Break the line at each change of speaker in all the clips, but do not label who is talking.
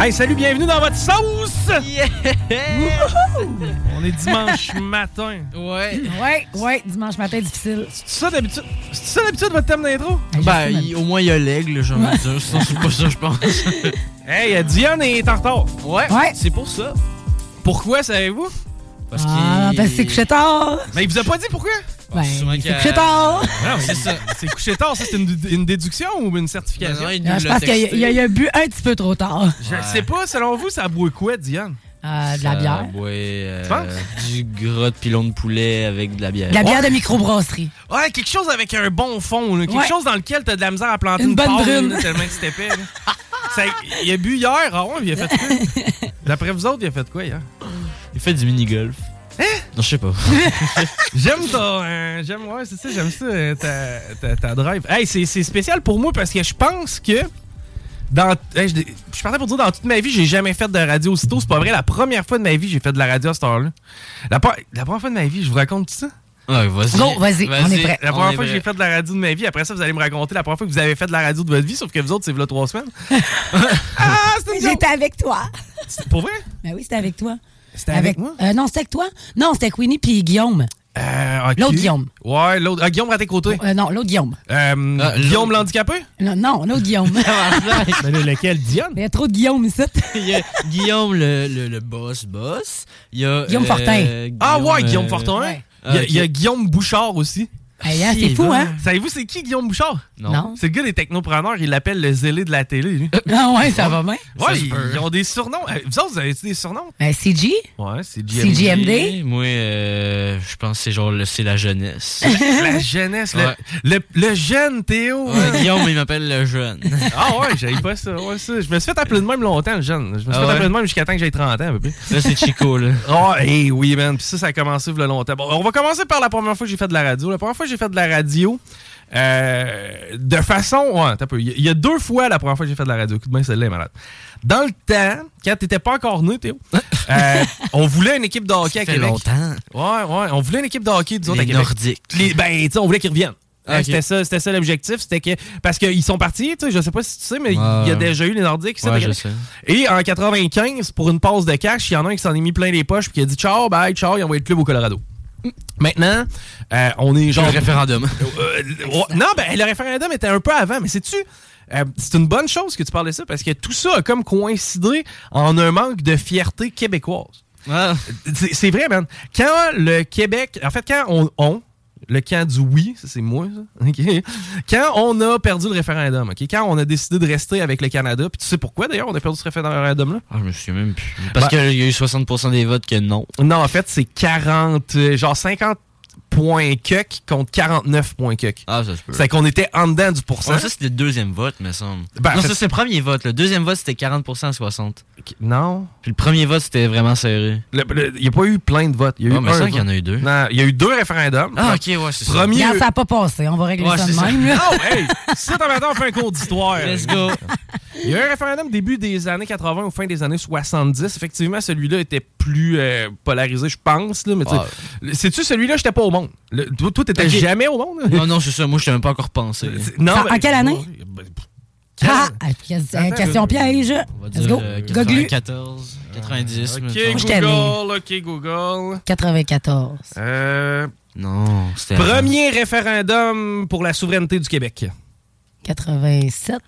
Hey, salut, bienvenue dans votre sauce! Wouhou! On est dimanche matin.
Ouais.
Ouais, ouais, dimanche matin difficile.
C'est ça d'habitude? C'est ça d'habitude votre thème d'intro?
Ah,
Ben, il- au moins, il y a l'aigle, j'ai envie de dire. Sinon, c'est pas ça, je pense.
Hey, euh, Diane est en retard.
Ouais.
Ouais.
C'est pour ça.
Pourquoi, savez-vous?
Parce
Ah,
qu'il.
parce que c'est couché tard.
Mais il vous a pas dit pourquoi? Ah,
Ben,
sûrement qu'il y
c'est
a-
couché tard.
Non, c'est ça. C'est couché tard, ça, c'est une, une déduction ou une
Ben, Non,
certification?
non, il nous
Non, je
l'a
pense Ah, qu'il y a-
texté.
il y a, il a bu un petit peu trop tard.
Je ne sais pas, selon vous, ça boit quoi, Diane?
Euh, de la bière.
Euh, ouais, euh,
Tu penses?
du gras de pilon de poulet avec de la bière.
De la bière de microbrasserie.
Ouais, quelque chose avec un bon fond, là. quelque
Ouais.
chose dans lequel t'as de la misère à planter une,
Une bonne
pomme,
brune.
là, tellement que c'est épais. là. Ça- il a bu hier, ah ouais, il a fait quoi? D'après vous autres, il a fait quoi hier? Hein?
Il fait du mini-golf. Non, je sais pas.
J'aime ton. euh, j'aime, ouais, c'est ça, j'aime ça, euh, ta, ta, ta drive. Hey, c'est, c'est spécial pour moi parce que je pense que. Dans, hey, je, je partais pour dire dans toute ma vie, j'ai jamais fait de radio aussitôt. C'est pas vrai. La première fois de ma vie, j'ai fait de la radio à cette heure-là. La, pre- la première fois de ma vie, je vous raconte tout ça.
Ouais, vas-y.
Go, vas-y, on est prêt.
La première
On est
fois que j'ai
prêt.
fait de la radio de ma vie, après ça, vous allez me raconter la première fois que vous avez fait de la radio de votre vie, sauf que vous autres, c'est là trois semaines. ah, c'était une joke.
J'étais avec toi.
C'est- Pour vrai?
Ben oui, c'était avec toi.
C'était
euh, non, c'était avec toi. Non, c'était avec Winnie puis Guillaume.
Euh, ok.
L'autre Guillaume.
Ouais, l'autre. ah, Guillaume Raté-Côté.
Euh, non, l'autre Guillaume.
Euh,
Ah,
Guillaume
l'autre. Ah,
l'handicapé?
Non, non l'autre Guillaume.
Mais lequel, Dionne?
Il y a trop de Guillaume ici.
Il y a Guillaume, le, le, le boss, boss. Il y a.
Guillaume
euh,
Fortin.
Ah ouais,
euh,
Guillaume Fortin.
ouais.
Il, y a,
Ah,
il y a Guillaume Bouchard aussi.
Hey, hein,
Si,
c'est fou,
ben.
hein?
Savez-vous c'est qui Guillaume Bouchard?
Non.
Non.
C'est le gars des technopreneurs, il l'appelle le zélé de la télé, lui.
Ah ouais, ça va bien.
Ouais,
se
ils,
peut.
ils ont des surnoms. Euh, Vous autres, vous avez-tu des surnoms?
Ben, CG,
Ouais, c'est
GMD.
GMD.
Et Moi, euh, je pense que c'est genre le- c'est la jeunesse.
La jeunesse, le-
Ouais.
le, le jeune Théo.
Ouais, Guillaume, il m'appelle le jeune.
Ah ouais, j'avais pas ça. Ouais, ça. Je me suis fait appeler de même longtemps, le jeune. Je me suis
Ah
fait
ouais?
appeler de même jusqu'à temps que j'aie 30 ans, à peu près.
Là, c'est Chico, là.
Oh, hey, oui, man. Puis ça, ça a commencé il y a longtemps. Bon, on va commencer par la première fois que j'ai fait de la radio. La première fois que j'ai fait de la radio, euh, de façon. Ouais, t'as peu. Il y a- il y a deux fois la première fois que j'ai fait de la radio. Coup de main, celle-là est malade. Dans le temps, quand t'étais pas encore né, Théo, euh, on voulait une équipe de hockey à
Ça fait
Québec.
longtemps.
Ouais, ouais. On voulait une équipe de hockey, disons, à
Les
Québec.
Nordiques.
Les- ben, tu sais, on voulait qu'ils reviennent. Hein,
Ah, Ok.
C'était ça, c'était ça l'objectif, c'était que parce qu'ils sont partis, tu sais, je sais pas si tu sais, mais il y a
Ouais.
déjà eu les Nordiques. qui
Ouais, je
s'appellent-
sais.
et en 95, pour une passe de cash, il y en a un qui s'en est mis plein les poches puis qui a dit ciao, bye, ciao, il a envoyé le club au Colorado. Maintenant, euh, on est genre.
Genre Mm. référendum.
Euh, le- ouais, non, ben, le référendum était un peu avant, mais sais-tu, euh, c'est une bonne chose que tu parles de ça parce que tout ça a comme coïncidé en un manque de fierté québécoise.
Ah,
C'est c'est vrai, man. Quand le Québec. En fait, quand on. on, le camp du oui, ça c'est moi, ça. OK. Quand on a perdu le référendum, OK? Quand on a décidé de rester avec le Canada, puis tu sais pourquoi d'ailleurs on a perdu ce référendum-là?
Ah, je me souviens même plus. Parce
Bah-
qu'il y a eu 60% des votes que non.
Non, en fait, c'est 40, euh, genre 50 points cuck contre 49 points cuck.
Ah, ça se peut.
C'est qu'on était en dedans du
Ouais,
pourcent.
ça, c'était le deuxième vote, me semble.
Ben,
non,
c'est-
ça, c'est le premier vote. Le deuxième vote, c'était 40% à 60.
non.
Puis le premier vote, c'était vraiment serré.
Il n'y a pas eu plein de votes. Il y a
Ah,
eu
mais
un
ça, qu'il y
vote.
en a eu deux.
Non, il y a eu deux référendums.
Ah, ok, ouais, c'est ça.
Premier-
regarde, ça n'a pas passé. On va régler
Ouais,
ça
c'est
de
ça.
même. là.
Oh, hey! Si t'as maintenant, on fait un cours d'histoire.
Let's go.
Il y a eu un référendum début des années 80 ou fin des années 70. Effectivement, celui-là était plus euh, polarisé, je pense. Là, mais tu sais,
Ah.
le- sais-tu, celui-là, j'étais pas au monde. Le- toi, toi, t'étais
Ok.
jamais au monde. là?
Non, non, c'est ça. Moi, je t'ai même pas encore pensé.
C'est- non,
En-
mais-
en quelle année?
Ben, pff,
Ah! euh, Question piège.
On va
Let's
dire
go.
euh,
Goglu.
94, 90.
Ah, Ok,
mettons.
je t'ai
Google. Ok, Google.
94.
Euh,
Non, c'était.
premier référendum pour la souveraineté du Québec.
87.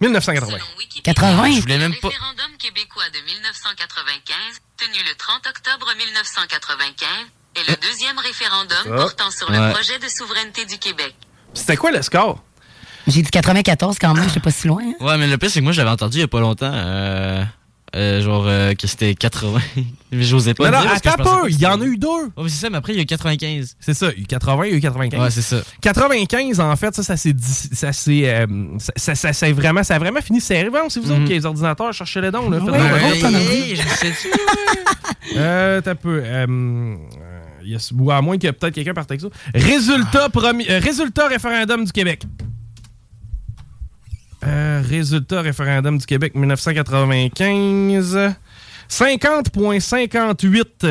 1980.
Selon Wikipédia,
80.
Ah, Je voulais même
Le
pas.
référendum québécois de 1995, tenu le 30 octobre 1995, est
Ah.
le deuxième référendum
Ah.
portant sur
Ouais.
le projet de souveraineté du Québec.
C'était quoi le score?
J'ai dit 94 quand même, je sais pas si loin. hein.
Ouais, mais le pire, c'est que moi, j'avais entendu il y a pas longtemps. Euh, euh, genre, euh, que c'était 80. Mais j'osais pas.
Non, non,
dire parce que je
attends
pensais
pas,
que
il y en a
c'était-
eu deux.
Ouais, mais c'est ça, mais après, il y a eu 95.
C'est ça, il y a eu 80, il y a eu 95.
Ouais, c'est ça.
95, en fait, ça, ça s'est dit- ça s'est, euh, ça, ça, ça s'est vraiment, ça a vraiment fini. C'est arrivé, c'est vous
Mhm.
autres qui les ordinateurs, cherchez les dons, là. Faites
Ouais,
donc.
ouais.
Hey,
t'en as
hey, je sais
Euh, t'as peu. euh, euh, il y a- ou à moins que peut-être quelqu'un parte avec ça.
Ah.
Résultat, promis- euh, résultat référendum du Québec. Euh, résultat référendum du Québec 1995. 50,58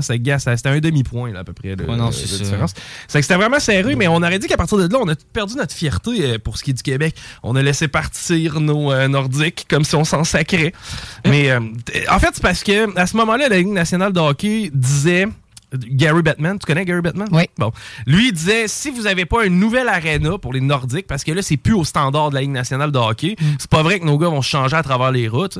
c'est gars, ça- c'était un demi-point là, à peu près de,
Ouais, non,
de-
c'est
de
ça.
différence. C'est que c'était vraiment serré, mais on aurait dit qu'à partir de là, on a tout perdu notre fierté euh, pour ce qui est du Québec. On a laissé partir nos euh, Nordiques comme si on s'en sacrait. Mais euh, t- en fait, c'est parce que à ce moment-là, la Ligue nationale de hockey disait Gary Batman, tu connais Gary Batman?
Oui.
Bon. Lui il disait si vous n'avez pas une nouvelle aréna pour les Nordiques, parce que là, c'est plus au standard de la Ligue nationale de hockey, c'est pas vrai que nos gars vont se changer à travers les routes.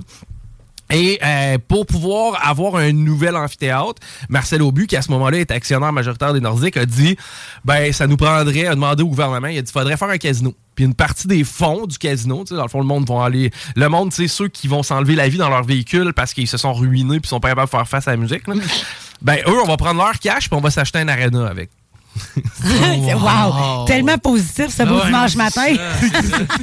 Et euh, pour pouvoir avoir un nouvel amphithéâtre, Marcel Aubu, qui à ce moment-là est actionnaire majoritaire des Nordiques, a dit ben ça nous prendrait, a demandé au gouvernement, il a dit faudrait faire un casino. Puis une partie des fonds du casino, tu sais, dans le fond, le monde vont aller. Le monde, c'est ceux qui vont s'enlever la vie dans leur véhicule parce qu'ils se sont ruinés puis sont pas capables de faire face à la musique. là. Ben eux, on va prendre leur cash puis on va s'acheter un arena avec.
C'est- wow. Tellement positif ce beau
Oh, Ouais,
dimanche
c'est
matin.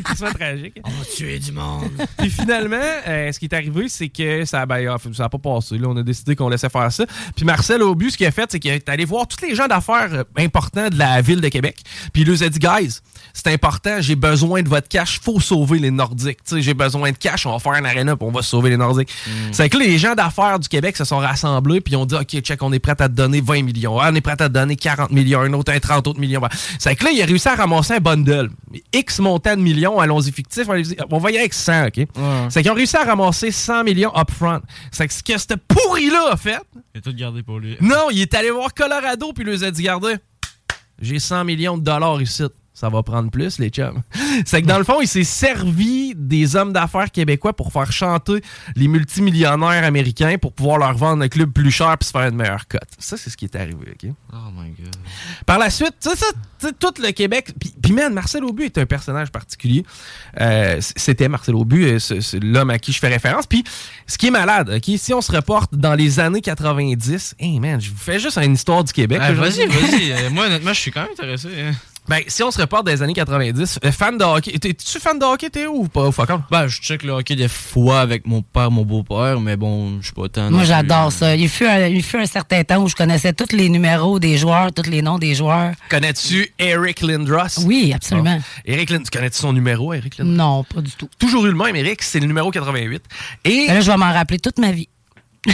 C'est soit tragique.
On va tuer du monde.
Puis finalement, euh, ce qui est arrivé, c'est que ça n'a ça a pas passé. Là. On a décidé qu'on laissait faire ça. Puis Marcel Aubu, ce qu'il a fait, c'est qu'il est allé voir tous les gens d'affaires euh, importants de la ville de Québec. Puis il leur a dit, guys, c'est important, j'ai besoin de votre cash, faut sauver les Nordiques. Tu sais, j'ai besoin de cash, on va faire un aréna, puis on va sauver les Nordiques. Mm. C'est que là, les gens d'affaires du Québec se sont rassemblés, puis ils ont dit, OK, check, on est prêt à te donner 20 millions. Ah, on est prêt à te donner 40 millions, un autre, un 30 autres millions. C'est que là, il a réussi à ramasser un bundle. X montant de millions, allons-y fictif, allons-y- on va y aller avec 100, OK? C'est qu'ils ont réussi à ramasser 100 millions upfront. C'est que ce que ce pourri-là a fait,
Il a tout gardé pour lui.
non, il est allé voir Colorado puis il lui a dit Regardez, j'ai 100 millions de dollars ici. Ça va prendre plus, les chums. C'est que dans le fond, il s'est servi des hommes d'affaires québécois pour faire chanter les multimillionnaires américains pour pouvoir leur vendre un club plus cher puis se faire une meilleure cote. Ça, c'est ce qui est arrivé, OK?
Oh my god.
Par la suite, tu sais, ça, tu sais, tout le Québec. Puis, puis man, Marcel Aubu est un personnage particulier. Euh, c- C'était Marcel Aubu, euh, ce- ce- l'homme à qui je fais référence. Puis, ce qui est malade, OK, si on se reporte dans les années 90, hey man, je vous fais juste une histoire du Québec.
Ah,
aujourd'hui.
vas-y, vas-y. Euh, Moi, honnêtement, je suis quand même intéressé. hein.
Ben, si on se reporte dans les années 90, euh, fan de hockey. T'es-tu fan de hockey, Théo, ou pas? Fuck off.
Ben, je check le hockey des fois avec mon père, mon beau-père, mais bon, je suis pas tant. non
Moi,
plus.
j'adore ça. Il fut, un, il fut un certain temps où je connaissais tous les numéros des joueurs, tous les noms des joueurs.
Connais-tu Eric Lindros?
Oui, absolument.
Eric Lindros, connais-tu son numéro, Eric Lindros?
Non, pas du tout.
Toujours eu le même, Eric, c'est le numéro 88. Et,
Mais là, je vais m'en rappeler toute ma vie.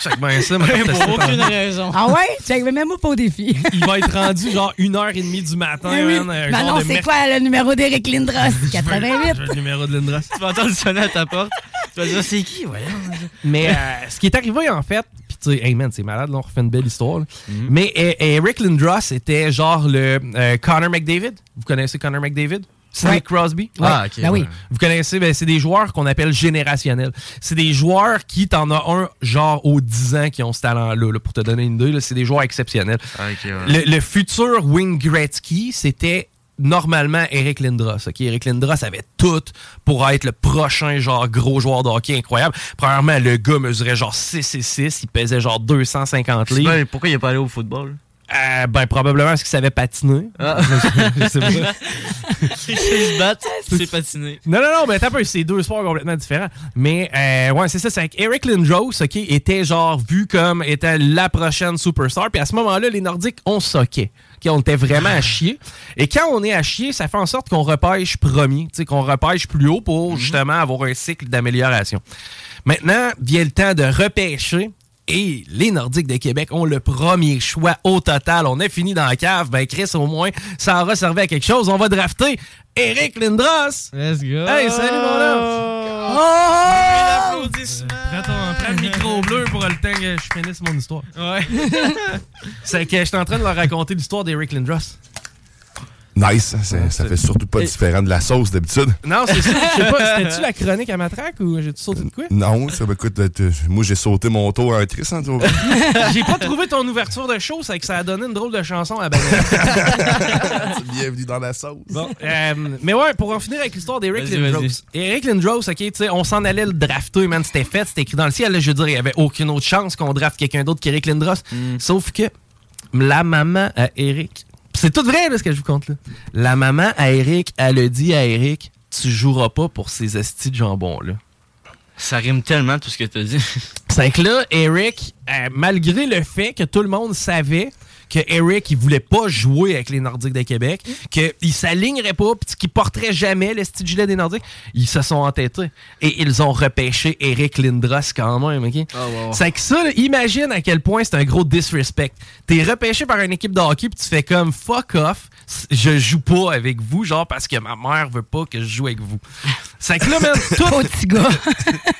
check bien ça, maintenant, t'as
Pour
ça, t'en-
aucune raison.
Ah ouais? J'arrivais même pas au défi.
il va être rendu genre 1h30 du matin.
Ben oui.
man, un
Ben
genre
non,
de
c'est
merc-
quoi le numéro d'Éric Lindros? 88.
Je veux le numéro de Lindros.
Tu vas entendre sonner à ta porte. Tu vas dire, c'est qui, voyons?
Mais euh, ce qui est arrivé, en fait, pis tu sais, hey man, c'est malade, là, on refait une belle histoire. là.
Mm-hmm.
Mais euh, Eric Lindros était genre le euh, Connor McDavid. Vous connaissez Connor McDavid? Sidney
Ouais.
Crosby?
Ah, ok,
Ben oui.
ouais.
Vous connaissez, ben, c'est des joueurs qu'on appelle générationnels. C'est des joueurs qui, t'en as un, genre, aux 10 ans qui ont ce talent-là. là, pour te donner une idée, là, c'est des joueurs exceptionnels.
Ah, ok, ouais.
Le, le futur Wayne Gretzky, c'était normalement Eric Lindros. ok? Eric Lindros avait tout pour être le prochain genre gros joueur de hockey incroyable. Premièrement, le gars mesurait genre 6 et 6, il pesait genre 250 livres.
Ben, pourquoi il est pas allé au football? Ah.
Euh, ben, probablement parce qu'il savait patiner. Je sais pas.
C'est se battre, c'est patiné.
Non, non, non, mais t'as pas, c'est deux sports complètement différents. Mais euh, ouais, c'est ça, c'est avec Eric Lindros, OK, était genre vu comme étant la prochaine superstar. Puis à ce moment-là, les Nordiques, on soquait. OK, on était vraiment à chier. Et quand on est à chier, ça fait en sorte qu'on repêche premier, tu sais, qu'on repêche plus haut pour justement avoir un cycle d'amélioration. Maintenant, vient le temps de repêcher. Et les Nordiques de Québec ont le premier choix au total. On est fini dans la cave. Ben, Chris, au moins, ça aura servi à quelque chose. On va drafter Eric Lindros.
Let's go!
Hey, salut mon homme! Oh!
Euh,
Prends, ton, prends le micro bleu pour le temps que je finisse mon histoire.
Ouais.
C'est que je suis en train de leur raconter l'histoire d'Eric Lindros.
Nice, hein, c'est- ça fait surtout pas différent de la sauce d'habitude.
Ah, Non, c'est ça. Je sais pas, c'était-tu la chronique à matraque ou j'ai-tu sauté de quoi?
Non, ça, ben, écoute, euh, tu- moi j'ai sauté mon tour à un tris en hein, tout cas.
J'ai pas trouvé ton ouverture de show, c'est que ça a donné une drôle de chanson à Banane.
Bienvenue dans la sauce.
Bon, euh, mais ouais, pour en finir avec l'histoire d'Eric
Vas-y,
Lindros.
vas-y.
Eric Lindros, ok, tu sais, on s'en allait le drafter, man, c'était fait, c'était écrit dans le ciel. là, je veux dire, il n'y avait aucune autre chance qu'on drafte quelqu'un d'autre qu'Eric Lindros.
Mm.
Sauf que la maman à Eric, pis c'est tout vrai, là, ce que je vous compte, là. La maman à Eric, elle a dit à Eric, tu joueras pas pour ces astis de jambon-là.
Ça rime tellement tout ce que t'as dit.
C'est que là, Eric, euh, malgré le fait que tout le monde savait que Eric, il voulait pas jouer avec les Nordiques de Québec, qu'il s'alignerait pas, puis qu'il porterait jamais le style gilet des Nordiques, ils se sont entêtés. Et ils ont repêché Eric Lindros quand même, OK? C'est que ça, là, imagine à quel point c'est un gros disrespect. T'es repêché par une équipe de hockey, puis tu fais comme « fuck off », je joue pas avec vous, genre parce que ma mère veut pas que je joue avec vous. C'est que là, man, tout...
Petit gars.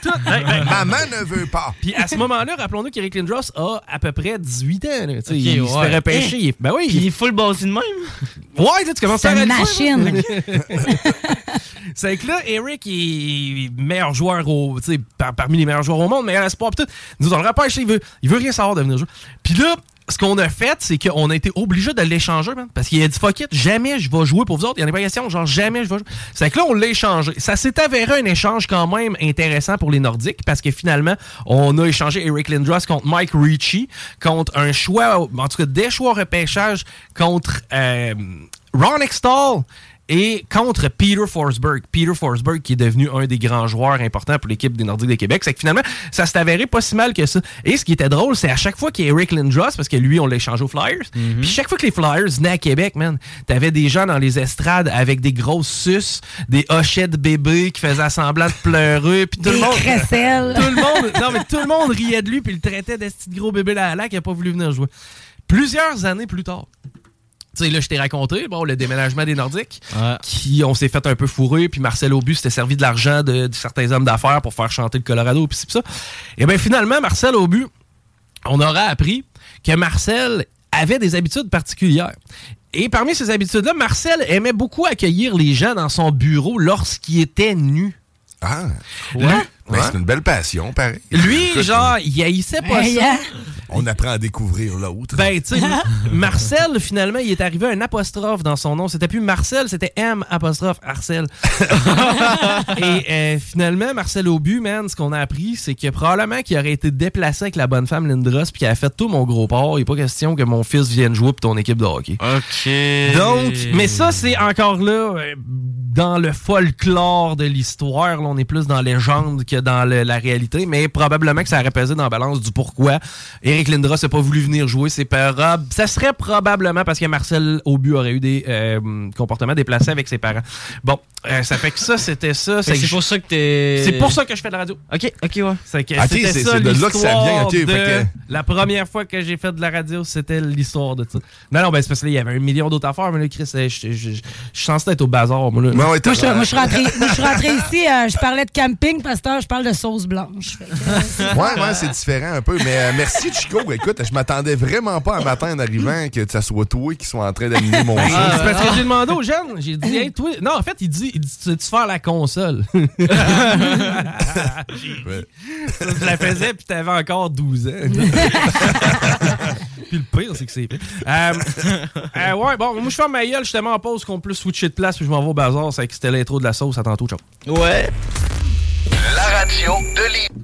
tout hey, hey,
Maman ne veut pas.
puis à ce moment-là, rappelons-nous qu'Eric Lindros a à peu près 18 ans. là. Tu sais, il se
ouais. Hein?
fait repêcher. il est- Ben oui,
Puis il est full basé de même.
il- ouais, tu sais, tu commences
C'est
à
une
réaliser,
machine.
ouais. C'est que là, Eric est meilleur joueur au, tu sais, par- parmi les meilleurs joueurs au monde, meilleur espoir. pis tout. Nous, on le repêche, il veut, il veut rien savoir de venir jouer. Puis là, ce qu'on a fait, c'est qu'on a été obligé de l'échanger, man, parce qu'il a dit fuck it, jamais je vais jouer pour vous autres. Il y en a pas question, genre jamais je vais jouer. C'est que là, on l'a échangé. Ça s'est avéré un échange quand même intéressant pour les Nordiques, parce que finalement, on a échangé Eric Lindros contre Mike Ricci, contre un choix, en tout cas des choix au repêchage, contre euh, Ron Extall et contre Peter Forsberg. Peter Forsberg qui est devenu un des grands joueurs importants pour l'équipe des Nordiques de Québec. C'est que finalement, ça s'est avéré pas si mal que ça. Et ce qui était drôle, c'est à chaque fois qu'Eric Lindros, parce que lui, on l'a échangé aux Flyers,
Mhm.
puis chaque fois que les Flyers venaient à Québec, man, t'avais des gens dans les estrades avec des grosses suces, des hochettes bébés qui faisaient semblant de pleurer, puis tout
Des
le monde...
crécelles.
Tout le monde, non, mais tout le monde riait de lui puis le traitait d'esti de gros bébé là-là qui a pas voulu venir jouer. Plusieurs années plus tard, tu sais, là, je t'ai raconté, bon, le déménagement des Nordiques,
Ouais.
qui on s'est fait un peu fourrer, puis Marcel Aubu s'était servi de l'argent de, de certains hommes d'affaires pour faire chanter le Colorado, puis ci, puis ça. Et bien, finalement, Marcel Aubu, on aura appris que Marcel avait des habitudes particulières. Et parmi ces habitudes-là, Marcel aimait beaucoup accueillir les gens dans son bureau lorsqu'il était nu.
Ah,
Là,
ben, c'est une belle passion, pareil.
lui,
Écoute,
genre, il haïssait pas
Hey,
ça.
hein?
On apprend à découvrir l'autre.
Ben, tu sais, Marcel, finalement, il est arrivé un apostrophe dans son nom. C'était plus Marcel, c'était M apostrophe Arcel. Et euh, finalement, Marcel Aubu, man, ce qu'on a appris, c'est que probablement qu'il aurait été déplacé avec la bonne femme Lindros, puis qu'elle a fait tout mon gros port. Il n'est pas question que mon fils vienne jouer pour ton équipe de hockey.
OK.
Donc, mais ça, c'est encore là, euh, dans le folklore de l'histoire. Là, on est plus dans légende que dans le- la réalité, mais probablement que ça aurait pesé dans la balance du pourquoi Eric Lindros n'a pas voulu venir jouer. C'est probable. Ça serait probablement parce que Marcel Aubu aurait eu des euh, comportements déplacés avec ses parents. Bon, euh, ça fait que ça, c'était ça.
Fait que
C'est
C'est pour ça que t'es.
c'est pour ça que je fais de la radio.
Ok, ok, ouais.
Ah, C'est que
Ah, Ok,
c'était
c'est-
ça
c'est de là que ça
l'histoire
vient, ok, fait
de-
que-
La première fois que j'ai fait de la radio, c'était l'histoire de ça. Non, non, ben c'est parce que là, il y avait un million d'autres affaires, mais là, Chris, je, je, je, je suis censé être au bazar, moi, là.
Ben, ouais, t'as-
Moi, je, moi, je suis rentrée, moi, je suis rentrée ici, euh, je parlais de camping, pasteur, je parle de sauce blanche. Fait que, euh, c'est-
Ouais, ouais, c'est différent un peu. Mais euh, merci, Chico. Écoute, je m'attendais vraiment pas un matin en arrivant que ça soit toi qui soit en train d'animer mon show.
C'est parce que j'ai demandé aux jeunes, j'ai dit, hey, toi. Non, en fait, il dit, il dit tu veux-tu faire la console?
Ouais.
je la faisais, puis t'avais encore 12 ans. puis le pire, c'est que c'est. Euh, euh, ouais, bon, moi, je ferme ma gueule justement en pause qu'on peut switcher de place, puis je m'en vais au bazar. C'est que c'était l'intro de la sauce. À tantôt, ciao.
Ouais.
La radio de l'île.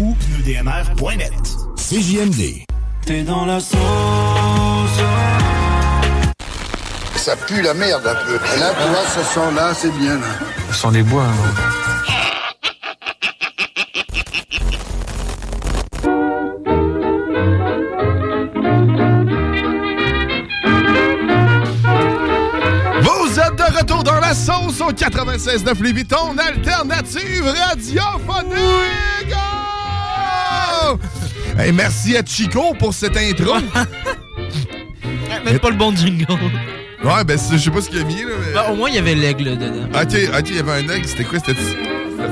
ou pneudmr.net.
CJMD.
T'es dans la sauce.
Ça pue la merde un peu. Là, tu vois, ce son-là, c'est bien. Là.
Ce sont des bois, hein.
Vous êtes de retour dans la sauce au 96.9 Lévis, ton alternative radiophonique! Oh! Hey, merci à Chico pour cette intro.
Même pas le bon jingle.
Ouais, ben c'est- je sais pas ce qu'il a mis. Là, mais-
Bah, au moins, il y avait l'aigle dedans.
Ok, ok, il y avait un aigle, c'était quoi? C'était...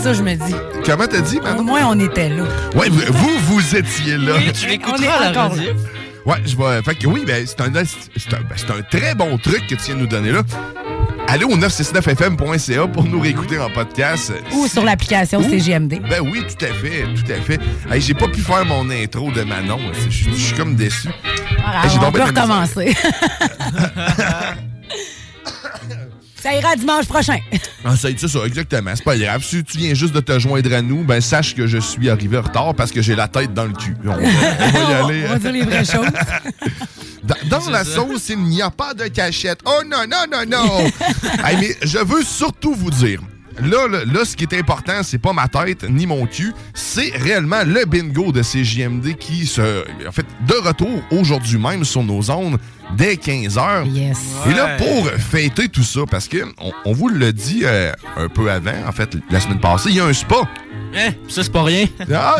Ça, je me dis.
Comment t'as dit,
Au
pardon?
moins, on était là.
Ouais, vous, vous, vous étiez là.
Oui, tu l'écouteras On est à la encore radio.
Ouais, je vais. Fait que oui, ben, c'est un, c'est un, ben, c'est un très bon truc que tu viens de nous donner là. Allez au 969fm.ca pour nous réécouter en podcast.
Ou sur l'application CGMD.
Ben oui, tout à fait, tout à fait. Hey, j'ai pas pu faire mon intro de Manon. Je suis- je suis comme déçu. Hey, Ah, j'ai
on
donc
peut
bien de la
recommencer. Ça ira dimanche prochain.
Ah, c'est c'est ça, exactement. C'est pas grave. Si tu viens juste de te joindre à nous, ben sache que je suis arrivé en retard parce que j'ai la tête dans le cul. On va, on va y aller.
On va dire les vraies choses.
Dans, dans la sauce, il n'y a pas de cachette. Oh non, non, non, non! Hey, mais je veux surtout vous dire. Là, là, là, ce qui est important, c'est pas ma tête ni mon cul, c'est réellement le bingo de CJMD qui se. En fait, de retour aujourd'hui même sur nos ondes dès 15h. Et là, pour fêter tout ça, parce que on, on vous le dit euh, un peu avant, en fait, la semaine passée, il y a un spa.
Hein? ça, c'est pas rien.
Ah!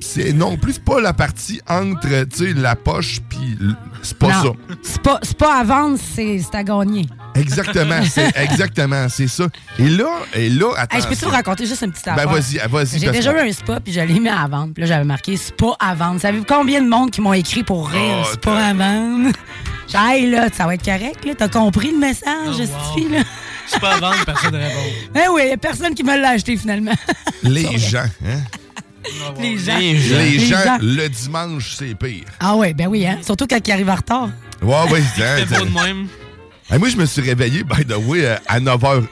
c'est non plus pas la partie entre tu sais, la poche puis l- c'est pas
Non. C'est pas, c'est pas à vendre, c'est c'est à gagner.
ça. Exactement, c'est exactement, c'est ça. Et là, et là, attends.
Hey, je peux-tu vous raconter juste une petite
Ben,
affaire?
vas-y, ah, vas-y,
J'ai
parce
déjà
que-
eu un spa, puis je l'ai mis à vendre. Puis là, j'avais marqué spa à vendre. Savez-vous combien de monde qui m'ont écrit pour rire?
Oh,
spa à vendre. J'ai dit, Hey, là, ça va être correct, là. T'as compris le
Oh,
message, cette fille, là?
C'est pas à vendre, personne ne répond.
Ben oui, y a personne qui me l'a acheté, finalement.
les gens, hein?
Les gens.
les gens,
Les gens.
le dimanche, c'est pire.
Ah ouais, ben oui, hein? Surtout quand il arrive en retard.
Ouais, ouais, hein,
C'était
t'sais.
beau de même.
Hey, moi, je me suis réveillé, by the way, euh, à 9h01.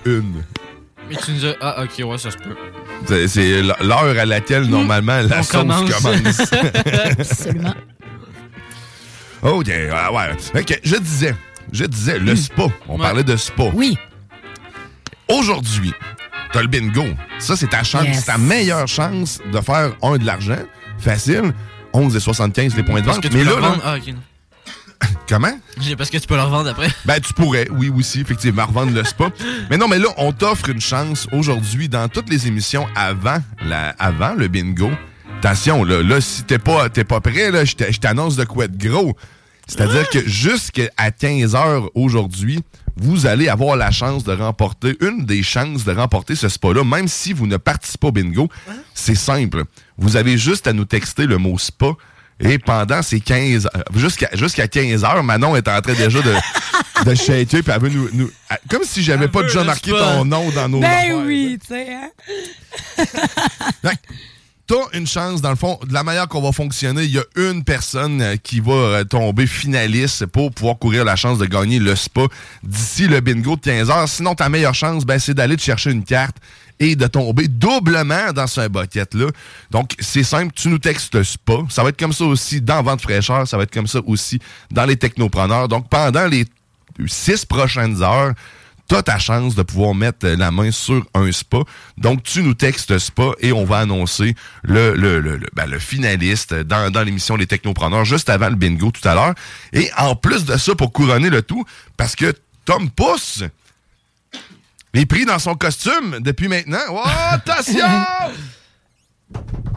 Mais tu nous as. Ah, ok, ouais, ça se peut.
C'est- C'est l- l'heure à
Mm.
laquelle, normalement, la
On
sauce
commence.
commence.
Absolument.
OK, ah ouais. OK, je disais, je disais,
Hmm.
le spa. On parlait de spa.
Oui.
Aujourd'hui, t'as le bingo. Ça, c'est ta chance,
Yes.
c'est ta meilleure chance de faire, un, de l'argent, facile, 11 et 75 les points de
Parce
vente.
que tu
Mais
peux
là,
leur
là,
vendre. Ah, ok, non.
comment?
J'ai- Parce que tu peux leur vendre après.
Ben, tu pourrais, oui, aussi, effectivement, revendre le spa. mais non, mais là, on t'offre une chance aujourd'hui dans toutes les émissions avant, la, avant le bingo. Attention, là, là si t'es pas, t'es pas prêt, là, je t'a- je t'annonce de quoi de gros. C'est-à-dire que jusqu'à 15 heures aujourd'hui, vous allez avoir la chance de remporter, une des chances de remporter ce spa-là, même si vous ne participez pas au bingo. C'est simple. Vous avez juste à nous texter le mot spa. Et pendant ces 15 heures, jusqu'à jusqu'à 15 heures, Manon est en train déjà de, de shaker, puis elle veut nous. nous- elle- comme si j'avais pas
veut
déjà
le
marqué
spa.
ton nom dans nos affaires.
Ben oui, tu sais, hein?
T'as une chance, dans le fond, de la manière qu'on va fonctionner, il y a une personne euh, qui va euh, tomber finaliste pour pouvoir courir la chance de gagner le spa d'ici le bingo de 15 heures. Sinon, ta meilleure chance, ben, c'est d'aller te chercher une carte et de tomber doublement dans ce bucket-là. Donc, c'est simple, tu nous textes spa. Ça va être comme ça aussi dans Vente fraîcheur, ça va être comme ça aussi dans les technopreneurs. Donc, pendant les six prochaines heures, T'as ta chance de pouvoir mettre la main sur un spa. Donc, tu nous textes spa et on va annoncer le, le, le, le- ben, le finaliste dans, dans l'émission Les Technopreneurs juste avant le bingo tout à l'heure. Et en plus de ça, pour couronner le tout, parce que Tom Pousse est pris dans son costume depuis maintenant. Oh, attention!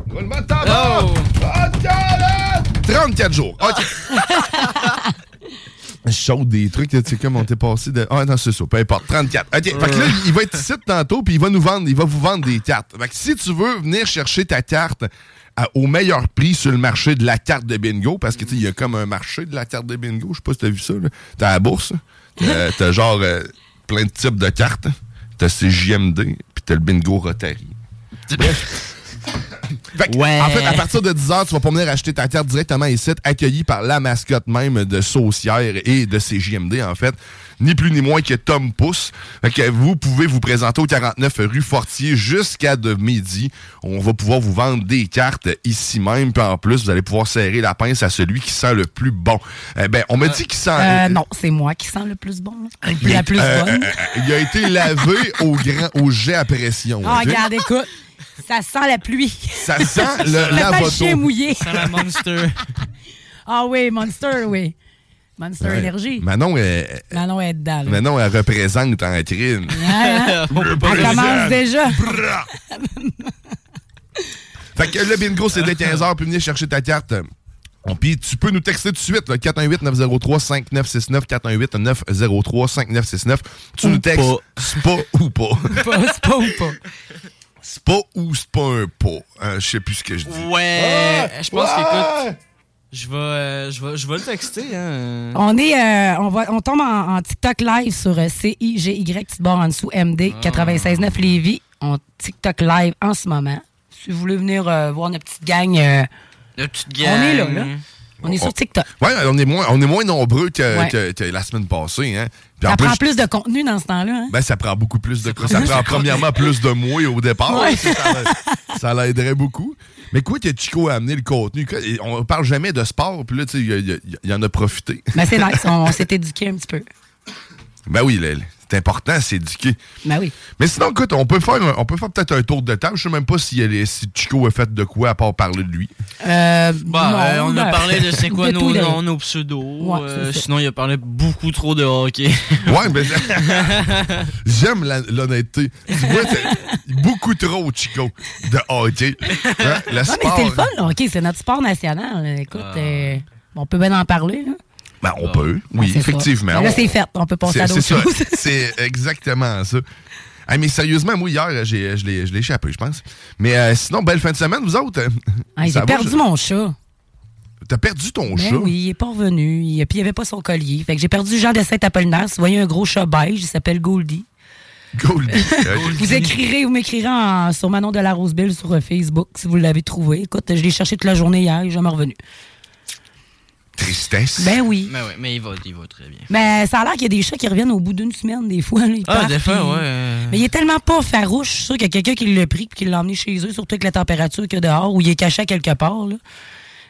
Roulement de tambour!
Oh!
Attention, là! 34 jours. OK. Ah. Je chaude des trucs, tu sais, comme on t'est passé de. Ah non, c'est ça, peu importe. 34. OK. Fait que là, il va être ici tantôt, puis il va nous vendre, il va vous vendre des cartes. Fait que si tu veux venir chercher ta carte à- au meilleur prix sur le marché de la carte de bingo, parce que tu sais, il y a comme un marché de la carte de bingo, je sais pas si t'as vu ça, là. T'as la bourse, t'as t'as genre euh, plein de types de cartes, t'as CJMD, puis t'as le bingo Rotary. Bref. Fait que,
Ouais.
En fait, à partir de 10h, tu vas pas venir acheter ta carte directement ici, accueilli par la mascotte même de Saucière et de CJMD, en fait. Ni plus ni moins que Tom Pousse. Fait que vous pouvez vous présenter au 49 rue Fortier jusqu'à de midi. On va pouvoir vous vendre des cartes ici même. Puis en plus, vous allez pouvoir serrer la pince à celui qui sent le plus bon. Eh ben, on me dit qu'il sent...
Euh, non, c'est moi qui sens le plus bon. là. La plus
Euh,
bonne.
euh, euh, il a été lavé au, grand, au jet à pression.
Ah,
ok?
regarde, écoute. Ça sent la pluie.
Oh Ça sent le
Ça
lavoto.
sent chien mouillé.
Ça sent la Monster.
Ah oui, Monster, oui. Monster
Ouais.
Énergie.
Manon, elle,
Manon est dedans. là.
Manon, elle représente en crime.
Hein, hein?
Le
Elle
président.
commence déjà.
Fait que le bingo, c'est dès 15h, puis venez chercher ta carte. Puis tu peux nous texter tout de suite, là, 418-903-5969, 418-903-5969. Tu nous textes c'est pas ou pas.
Pas- C'est pas ou pas.
C'est pas ou c'est pas un pas. Euh, je sais plus ce que je dis.
Ouais,
Ah!
je pense
Ouais!
qu'écoute, je vais, euh, je vais, je vais le texter. Hein.
On est, euh, on va, on tombe en, en TikTok live sur euh, CIGY, petite barre en dessous, MD,
Ah.
96.9 Lévis. On TikTok live en ce moment. Si vous voulez venir euh, voir notre petite gang, euh,
La petite
on est là, là. On est
Oh.
sur TikTok.
Ouais, on est moins, on est moins nombreux que,
Ouais.
que- que la semaine passée. Hein. Puis en
Ça
plus,
prend plus de contenu dans ce temps-là. Hein?
Ben, ça prend beaucoup plus de Ça prend premièrement plus de moi au départ.
Ouais.
Ça, ça- ça l'aiderait beaucoup. Mais quoi que Chico a amené le contenu? que- et On parle jamais de sport, puis là, tu sais, il, y a- il y a- il en a profité.
Ben, c'est nice, on, on s'est éduqué un petit peu.
Ben oui, le- le- c'est important, c'est éduquer.
Ben oui.
Mais sinon, écoute, on peut faire, un- on peut faire peut-être un tour de table. Je sais même pas si, elle est- si Chico a fait de quoi à part parler de lui.
Euh,
Bah,
non,
euh, on a
ben,
parlé de c'est quoi
de tout,
nos
de-
noms, nos pseudos.
Ouais,
euh,
c'est ça.
sinon, il a parlé beaucoup trop de hockey.
Ouais, ben, j'aime la- l'honnêteté. Tu vois, t'es- beaucoup trop, Chico, de hockey. Hein, le
Non, Ah, mais c'est le
sport. Ah.
fun, là. OK, c'est notre sport national. là. Écoute, euh, on peut bien en parler. Là.
Ben, on peut, oui,
Ah, C'est ça.
effectivement.
Ben là,
On-
c'est fait. On peut passer
C'est
à
c'est
d'autres
ça.
choses.
C'est exactement ça. Ah, mais sérieusement, moi, hier, j'ai- je l'ai je l'ai échappé, je pense. Mais euh, sinon, belle fin de semaine, vous autres.
Ah, J'ai
Ça va,
perdu
je-
mon chat.
T'as perdu ton
Ben
chat?
oui, il est pas revenu. Il, puis il avait pas son collier. Fait que j'ai perdu Jean de Saint-Apollinaire. Si vous voyez un gros chat beige, il s'appelle Goldie.
Goldie. Euh,
Vous écrirez ou m'écrirez en- sur Manon de la Roseville sur euh, Facebook si vous l'avez trouvé. Écoute, je l'ai cherché toute la journée hier, il est jamais revenu.
Tristesse.
Ben oui.
Mais, ouais, mais il, va, il va très bien.
Mais ça a l'air qu'il y a des chats qui reviennent au bout d'une semaine, des fois. là, ils
Ah,
partent,
des
puis-
fois, ouais. euh,
Mais il est tellement pas farouche, je suis sûr qu'il y a quelqu'un qui l'a pris et qui l'a emmené chez eux, surtout avec la température qu'il y a dehors, ou il est caché à quelque part. là.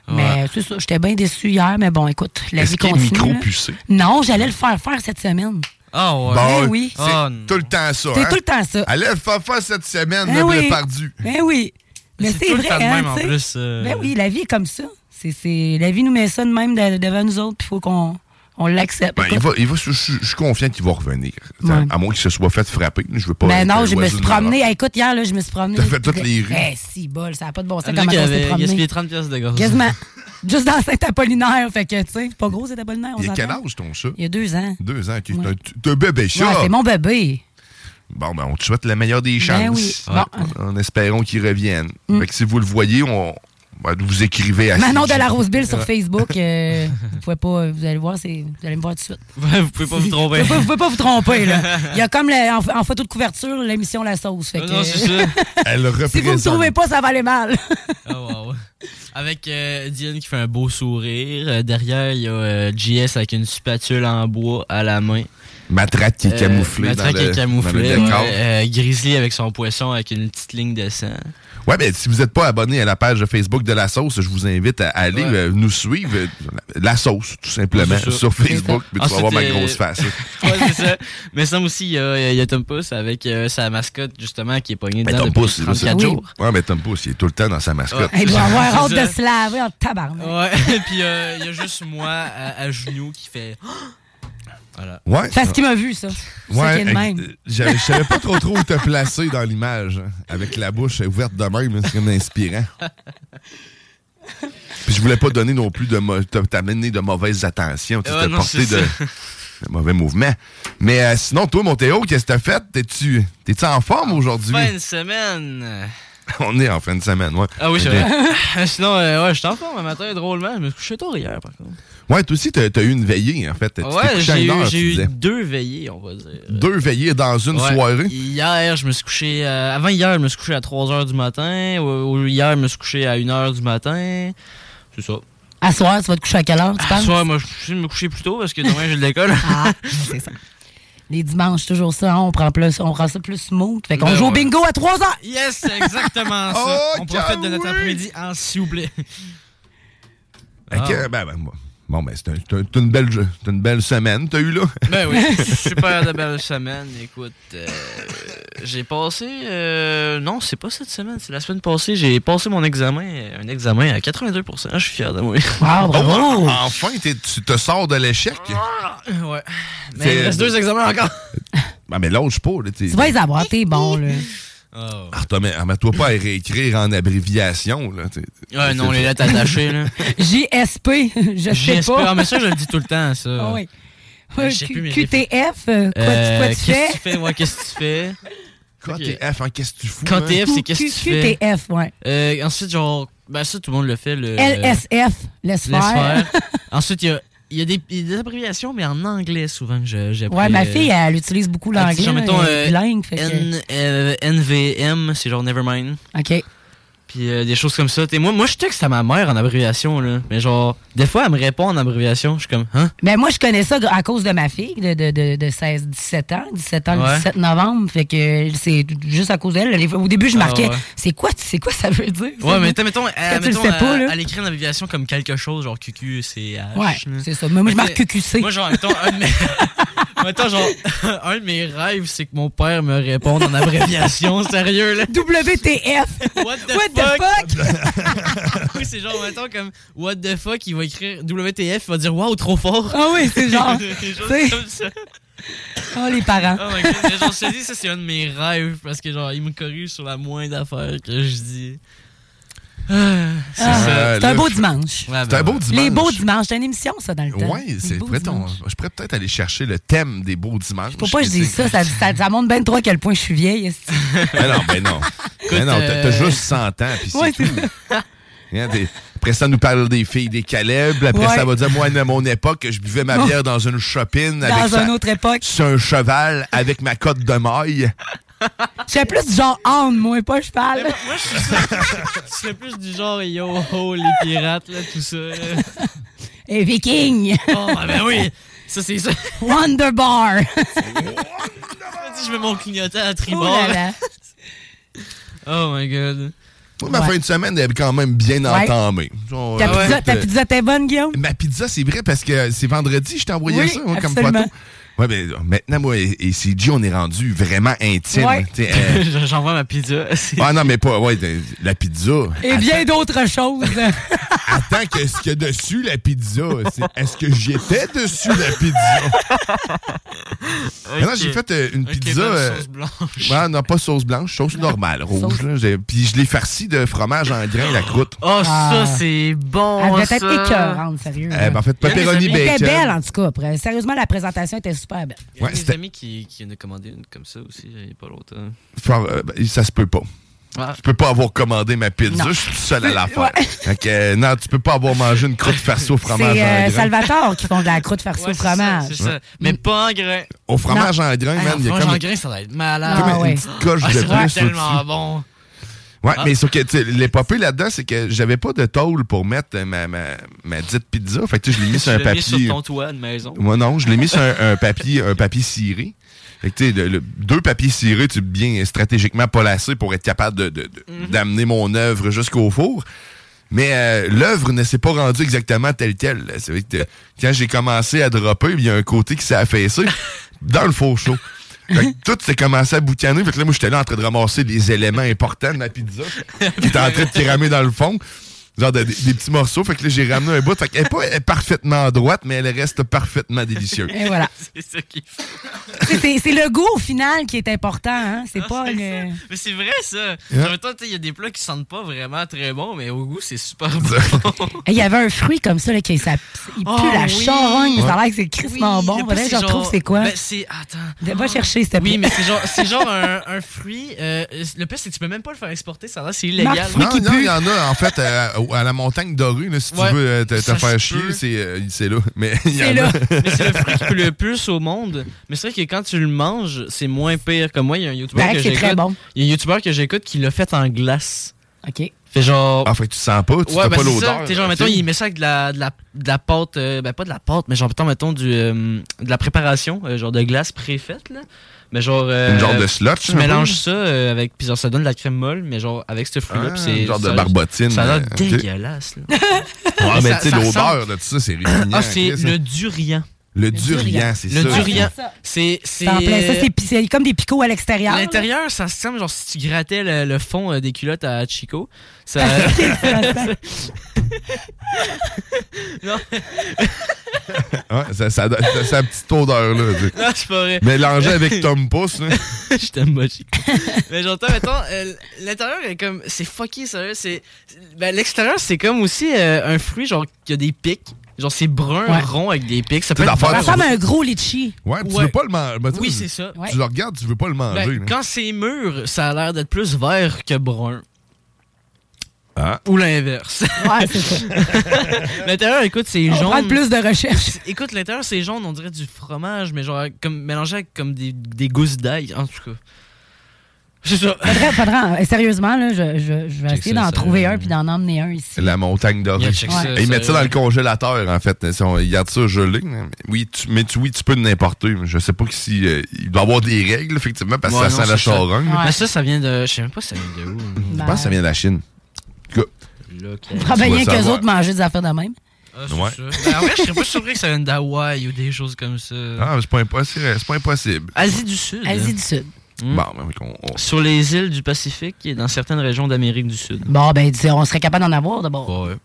Mais c'est ça, j'étais bien déçu hier, mais bon, écoute, la
Est-ce
vie
qu'il est
continue. là.
micro-pucé?
Non, j'allais le faire faire cette semaine.
Ah, ouais. Ah,
Bon,
Ben oui.
c'est tout le temps ça.
C'est
hein?
tout le temps ça.
Allez, fafa cette semaine,
Ben
le
oui.
Pardu.
Ben oui. Mais
C'est
c'est
tout le
vrai,
temps de
hein,
même, en
tu sais.
plus, euh.
Ben oui, la vie est comme ça. C'est, c'est... La vie nous met ça de même de- devant nous autres, puis il faut qu'on on l'accepte.
Ben, il
Écoute,
va, il va, je, je- je suis confiant qu'il va revenir.
Ouais.
À moins qu'il se soit fait frapper. Je veux pas.
Ben non,
être
je me
oiseau
suis
de malheur.
promené. écoute, hier, là, je me suis promené.
T'as fait toutes les rues.
Eh, si, bol, ça n'a pas de bon sens
le
comment
gars
on
qui
s'est
avait gaspillé
promené.
30 pièces de gaz.
Quasiment. Juste dans Saint-Apollinaire. Fait que, tu sais, c'est pas gros, Saint-Apollinaire. on
Il a quel
s'entend?
âge ton chat?
Il y a deux ans.
Deux ans. ok. T'as- T'as un bébé
Ouais,
chat.
c'est mon bébé.
Bon, ben, on te souhaite la meilleure des chances. Ah.
Ben oui. Bon. Mm.
En espérant qu'il revienne. Fait que si vous le voyez, on... ben, vous écrivez à
Manon de
CJ.
la Roseville sur
Ouais.
Facebook. euh, vous pouvez pas. Vous allez voir, c'est, vous allez me voir tout de suite.
Ouais, vous pouvez pas vous
Vous
tromper.
pouvez, pas- vous pouvez pas vous tromper, là. Il y a comme le- en, en photo de couverture l'émission La Sauce. Fait que,
Non, c'est ça.
Elle représente.
si vous me trouvez pas, ça va aller mal.
Ah, wow. Avec euh, Diane qui fait un beau sourire. Euh, derrière, il y a euh, JS avec une spatule en bois à la main. Euh,
Matraque qui est camouflée.
Matraque
dans le-
est camouflée.
dans le
ouais.
décor.
Euh, Grizzly avec son poisson avec une petite ligne de sang.
Ouais, mais si vous n'êtes pas abonné à la page Facebook de La Sauce, je vous invite à aller
Ouais.
euh, nous suivre. euh, La Sauce, tout simplement,
C'est ça.
sur Facebook. Puis tu vas
Ensuite,
voir ma
euh,
grosse face.
ouais, c'est ça. Mais ça aussi, il y a, il y a Tom Pouce avec euh, sa mascotte, justement, qui est pognée
Mais
dedans
Tom
depuis
Ben, Pouce, là,
34
c'est-
jours.
Ouais, mais Tom Pouce, il est tout le temps dans sa mascotte.
Ouais.
Ah. Il doit avoir hâte
C'est
de
ça.
se laver en tabarnak.
Ouais, et puis euh, il y a juste moi à, à genoux qui fait... Voilà.
Ouais.
Parce qu'il m'a vu, ça. C'est ça qui est
Ouais,
de même.
euh, j'avais- je savais pas trop trop où te placer dans l'image, hein, avec la bouche ouverte de même, hein, c'est comme inspirant. Puis je voulais pas donner non plus de mo- te- t'amener de mauvaises attentions, tu sais,
Ouais,
te
Ah non,
porter
c'est
de,
ça.
de mauvais mouvements. Mais euh, sinon, toi, mon Théo, qu'est-ce que t'as fait? T'es-tu t'es-tu en forme aujourd'hui?
Fin de semaine.
On est en fin de semaine, ouais.
Ah oui, c'est
Ok.
vrai. Sinon, euh, ouais, je t'en forme un matin, drôlement. Je me suis couché tôt hier, par contre.
Ouais, toi aussi, t'as t'as eu une veillée, en fait. Tu t'es
Ouais,
couché à
j'ai
une
eu,
heure, tu
j'ai eu
disais.
deux veillées, on va dire.
Deux veillées dans une
Ouais.
soirée.
Hier, je me suis couché. euh, avant hier, je me suis couché à 3 h du matin. Ou, ou hier, je me suis couché à 1 h du matin. C'est ça.
À soir, tu vas te coucher à quelle heure, tu
Ah,
penses?
soir, moi, je suis obligé de me coucher plus tôt parce que demain, j'ai de l'école.
Ah, c'est ça. Les dimanches, toujours ça, hein, on, prend plus, on prend ça plus smooth. Fait qu'on
Ben
joue au
ouais.
bingo à 3 heures.
Yes, c'est exactement ça.
Oh,
On profite de notre après-midi en s'il vous plaît. Ah.
Fait que, ben, ben, bon. Bon, ben, c'est un- c'est un- c'est une, belle c'est une belle semaine, t'as eu, là.
Ben oui, super de belle semaine. Écoute, euh, j'ai passé. euh, non, c'est pas cette semaine, c'est la semaine passée. J'ai passé mon examen, euh, un examen à 82%. Je suis fier de moi.
Oh, enfin, t'es- tu te sors de l'échec.
Ah, Ouais. Mais il reste deux examens encore.
Ben, mais lâche pas, là. t'es-
Tu vas les avoir, t'es bon, là.
Ah, t'as- mais- ah, mais toi pas à réécrire en abréviation, là. t'es-
Ouais, non, les lettres attachées, là.
Ah, JSP, je sais
JSP,
pas.
ah, mais ça, je le dis tout le temps, ça.
Ah oui.
Ouais, je sais plus, mais j'ai-
QTF, euh, quoi, tu- quoi tu
Qu'est-ce que tu
fais?
fais? Ouais, qu'est-ce que tu fais?
KTF, hein, qu'est-ce que tu fous?
Quand
hein?
TF, c'est qu'est-ce que tu fais?
QTF, ouais.
Euh, ensuite, genre, ben ça, tout le monde le fait. Le,
LSF, laisse
laisse
faire.
faire. ensuite, il y a, il y a des, il y a des abréviations, mais en anglais, souvent, que je- j'ai appris.
Ouais, ma
euh,
fille, elle utilise beaucoup
Ah,
l'anglais.
genre,
là,
mettons,
elle est
euh,
bilingue, fait que-
N- euh, NVM, c'est genre Nevermind.
OK.
Puis euh, des choses comme ça. T'es- moi, moi, je texte à ma mère en abréviation, là. Mais genre, des fois, elle me répond en abréviation. Je suis comme, hein?
Ben moi, je connais ça à cause de ma fille de, de, de, 16-17 ans. 17 ans
Ouais.
le 17 novembre. Fait que c'est juste à cause d'elle. Au début, je
Ah,
marquais
ouais.
c'est quoi, c'est quoi ça veut dire?
Ouais, mais t'as- mettons,
Quand
elle,
tu le
mettons, euh,
sais pas,
elle-
là.
elle écrit une abréviation comme quelque chose, genre QQ, c'est euh,
Ouais, c'est ça. Mais moi, je marque QQC.
Moi, genre, mettons, un de mes, mettons, genre, un de mes rêves, c'est que mon père me réponde en abréviation, sérieux, là.
WTF!
What the fuck? Oui, c'est genre, mettons, comme, what the fuck, il va écrire WTF, il va dire, waouh, trop fort.
Ah oui, c'est genre,
Des choses
tu sais.
comme ça.
Oh, les parents.
Oh my god, mais genre, je te dis, ça, c'est un de mes rêves, parce que, genre, il me corrige sur la moindre affaire que je dis. Ah, c'est
Ah,
ça.
c'est un beau dimanche.
Ouais, ben
C'est un beau
ouais.
dimanche.
Les beaux dimanches, c'est une émission, ça, dans le temps.
Ouais, c'est
Les beaux
vrai, ton-
dimanches.
je pourrais peut-être aller chercher le thème des beaux dimanches.
Faut pas que je
Et
dise ça, ça, ça, ça montre ben trop à quel point je suis vieille. esti.
c'est- Ben non, ben non. Ben non, t'as t'as
euh,
juste 100 ans, puis c'est
Ouais,
tout. Hein, t'es- Après ça, on nous parle des filles, des Caleb. Après
Ouais.
ça, va dire, moi, à mon époque, je buvais ma
Non.
bière dans une chopine.
Dans
avec
une
sa-
autre époque.
Sur un cheval, avec ma cote de maille.
J'ai plus du genre âne, moi, pas cheval.
Moi, je suis ça. Je serais plus du genre yo ho, les pirates, là, tout ça. là.
Et viking.
Oh, ah ben oui, ça c'est ça.
Wonder Bar.
Vas-y, Je mets mon clignotant à
Oh
tribord.
là là.
Oh my god.
Moi, ma fin de semaine est quand même bien
Ouais.
entamée. On-
Ta
euh,
pizza,
écoute,
ta
euh,
pizza t'es bonne, Guillaume?
Ma pizza, c'est vrai, parce que c'est vendredi, je t'ai envoyé
Oui,
ça moi, comme
absolument.
photo. Ouais, mais maintenant, moi et, et CG, on est rendu vraiment intime. euh,
Ouais.
euh, J'envoie ma pizza. C'est-
ah non, mais pas. Ouais, de- la pizza.
Et bien d'autres choses.
Attends, qu'est-ce qu'il y a dessus, la pizza? C'est- Est-ce que j'étais dessus, la pizza? Maintenant,
Ok.
j'ai fait euh, une
Ok,
pizza.
bonne
euh,
sauce blanche.
ouais, non, pas sauce blanche, sauce normale, rouge. là. J'ai- Puis je l'ai farci de fromage en grain, la croûte.
Oh,
Ah.
ça c'est bon.
Elle devait être
ça.
écœurante, sérieux.
Eh, ben, en fait,
Il y a des
pepperoni
amis-
Elle était
bacon.
belle, en tout cas. Après, Sérieusement, la présentation était super belle.
Il y a
Ouais,
un de mes
c'était-
amis qui, qui en a commandé une comme ça aussi, il n'y a pas longtemps.
Fro- euh, ben, Ça se peut pas.
Ah.
Tu peux pas avoir commandé ma pizza, je suis tout seul à la faire. Fait que, euh, non, tu peux pas avoir mangé une croûte farcie au
C'est
fromage
euh,
en Mm. grain.
Salvatore qui font de la croûte farcie
Ouais,
au
c'est ça,
fromage.
C'est ça. Mais pas en grain.
Au fromage en grain, man,
Ah,
il y a
franchement,
comme,
en grain, ça doit être malade.
comme
Ah,
une
ouais.
petite coche
Ah,
de
c'est
plus. au-dessus.
tellement bon.
Ouais,
Ah.
mais sauf que tu sais, l'épopée là-dedans, c'est que j'avais pas de tôle pour mettre euh, ma, ma, ma dite pizza. Fait que tu sais, je l'ai mis sur un
Je l'ai mis
papier.
sur ton toit de maison.
Moi non, je l'ai mis sur un, un papier, un papier ciré. Fait que tu sais, le- le- deux papiers cirés, tu bien stratégiquement placés pour être capable de- de-
Mhm.
de- d'amener mon œuvre jusqu'au four. Mais euh, l'œuvre ne s'est pas rendue exactement telle telle. là. C'est vrai que euh, quand j'ai commencé à dropper, il y a un côté qui s'est affaissé dans le four chaud. Fait que tout s'est commencé à boucaner. Fait que là, moi, j'étais là en train de ramasser des éléments importants de ma pizza qui était en train de cramer dans le fond. genre de- des, des petits morceaux. Fait que là, j'ai ramené un bout. Fait qu'elle est pas elle est parfaitement droite, mais elle reste parfaitement délicieuse.
Et voilà.
C'est ça qui
C'est- C'est c'est le goût au final qui est important, hein? C'est pas le.
Mais Ah, c'est vrai, ça.
Hein?
En même temps, tu sais, il y a des plats qui sentent pas vraiment très bon, mais au goût, c'est super bon.
Hey, Il y avait un fruit comme ça, là, qui ça, il pue
Oh,
la
oui.
charogne, mais ça a l'air que c'est
Oui,
crissement bon.
je sais pas
Faudrait
si
que je retrouve
genre-
c'est quoi.
Ben, c'est- Attends.
De- Va chercher, s'il te plaît.
Oui, mais c'est genre, c'est genre un, un fruit. euh, le pire, c'est que tu peux même pas le faire exporter, ça là, c'est illégal.
Non, non, il y en a, en fait, euh, à la montagne d'Oru, là, si
Ouais,
tu veux euh, te, te
ça se
faire chier,
peut.
c'est euh, c'est là. Mais il y en
C'est
a.
là. Mais c'est le fruit qui pue le plus au monde. Mais c'est vrai que quand tu le manges, c'est moins pire. Comme moi, il y a un youtubeur
Paraît
que
que c'est
j'écoute.
très bon.
Il y a un youtubeur que j'écoute qui l'a fait en glace.
OK.
Fait genre.
Ah, fait que tu sens pas, tu
ouais,
t'as
ben
pas
c'est ça.
l'odeur.
T'es genre,
là,
mettons,
tu sais.
il met ça avec de la, de la, de la pâte. euh, ben, pas de la pâte, mais genre, mettons, mettons du, euh, de la préparation, euh, genre de glace préfaite, là. Mais genre. euh,
Une genre de slotch, un
Tu
peu.
mélanges ça euh, avec. Puis genre, ça donne de la crème molle, mais genre, avec ce fruit-là.
Ah,
puis c'est.
une genre de
ça-
barbotine,
Ça a l'air
euh, ok.
dégueulasse, là.
Ah, mais
ça-
tu sais,
ça
l'odeur
ressemble-
de tout ça, c'est répugnant.
Ah, c'est
Chris. hein.
le durian.
Le durian, c'est ça.
Le durian. C'est.
Ça en plaît, ça,
c'est-
c'est pi- c'est comme des picots à l'extérieur. là.
L'intérieur, ça se semble genre si tu grattais le, le fond euh, des culottes à Chico. Ça. non,
Ouais, ça, ça, donne- ça- sa petite odeur-là. tu sais.
non, c'est pas vrai.
Mélangé avec Tom Pouce. là.
Je t'aime pas, Chico. Mais genre, toi, mettons, euh, l'intérieur est comme. C'est fucky, sérieux. C'est... Ben, l'extérieur, c'est comme aussi euh, un fruit, genre, qui a des pics. Genre, c'est brun,
Ouais.
rond, avec des pics. Ça
T'as
peut être.
l'affaire,
bon.
tu
Comme un gros litchi.
Ouais, tu
Ouais.
veux pas le manger. Ben, tu
Oui,
sais,
c'est ça.
Ouais.
Tu le regardes, tu veux pas le
Ben,
manger. là.
quand c'est mûr, ça a l'air d'être plus vert que brun.
Ah.
Ou l'inverse.
Ouais, c'est ça.
l'intérieur, écoute, c'est
On
jaune.
prend plus de recherche.
Écoute, l'intérieur, c'est jaune, on dirait du fromage, mais genre comme, mélangé avec comme des, des gousses d'ail, en tout cas.
Ah,
C'est ça.
Faudrait, faudrait- euh, sérieusement, là, je, je- je vais
Check
essayer
ça,
d'en
ça,
trouver
euh,
un puis d'en emmener un ici.
La montagne dorée.
Yeah, check ça,
Et Ils
ça,
mettent ça
ouais.
dans le congélateur, en fait. Si on- ils gardent ça gelé. hein. Oui, tu, mais tu, oui, tu peux l'importer. mais Je sais pas que si, euh, il doit y avoir des règles, effectivement, parce que
Ouais,
ça
non,
sent la
c'est ça.
charogne.
Ah,
là.
Mais ça, ça vient de. Je sais même pas ça vient de où. hein.
ben.
Je pense que ça vient de la Chine.
Local.
Ah, ben,
Tu
rien
vas
qu'eux
savoir.
autres mangeaient des affaires de même.
Ah, c'est
Ouais.
ça. Ben, en vrai, je serais pas surpris que ça vienne d'Hawaï ou des choses comme ça.
Ah, mais c'est pas impossible. C'est pas impossible.
Asie du Sud.
Asie du Sud.
Hmm.
Bon, ben, on- on-
Sur les îles du Pacifique et dans certaines régions d'Amérique du Sud.
Bon, ben, dis- on serait capable d'en avoir de bord.
Ouais.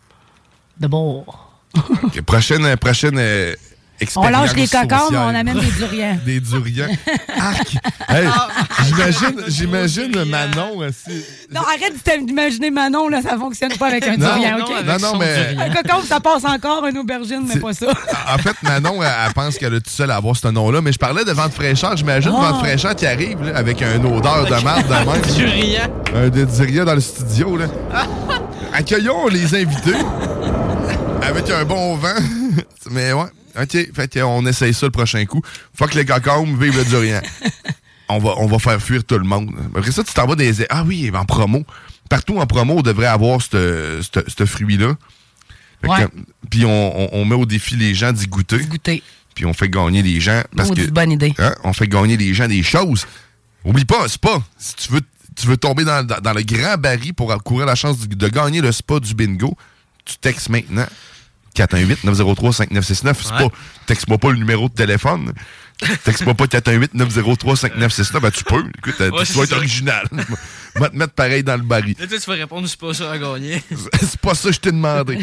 De bord.
ok, prochaine, euh, prochaine euh,
On
expérience.
lâche les cocons, mais
sourcière.
on amène des durians. Ah.
Des durians. Arc! Hey, j'imagine, j'imagine Manon aussi.
Non, arrête de t'im- d'imaginer Manon, là, ça fonctionne pas avec un
Non,
durian,
non,
OK?
avec
Non, non,
son
mais-
durian. Ah.
Un cocon, ça passe encore, une aubergine, mais
C'est-
pas ça.
En fait, Manon, elle, elle pense qu'elle est toute seule à avoir ce nom-là, mais je parlais de vent de fraîcheur. J'imagine
Oh.
vent de fraîcheur qui arrive là, avec une odeur de marde de même.
Durian.
Un durian dans le studio. Là. Accueillons les invités avec un bon vent. mais ouais, OK. Fait qu'on essaye ça le prochain coup. Fuck les cocombes, vive le durian. on, va, on va faire fuir tout le monde. Après ça, tu t'en vas des... Ah oui, en promo. Partout en promo, on devrait avoir ce ce- ce fruit-là. Fait que-
Ouais.
Puis on, on- on met au défi les gens d'y goûter.
Goûter.
Puis on fait gagner les gens. Parce que,
Maudite bonne idée.
Hein, on fait gagner les gens des choses. Oublie pas, c'est pas. Si tu veux, tu veux tomber dans, dans- dans le grand baril pour courir la chance de, de gagner le spa du bingo, tu textes maintenant. 418-903-5969. C'est
Ouais.
pas- Texte-moi pas le numéro de téléphone. Texte-moi pas 418-903-5969. Ben, tu peux. Écoute,
Ouais,
tu
c'est
dois être
ça.
original. Va te mettre pareil dans le baril.
Là, tu vas répondre, c'est pas ça à gagner.
C'est pas ça que je t'ai demandé.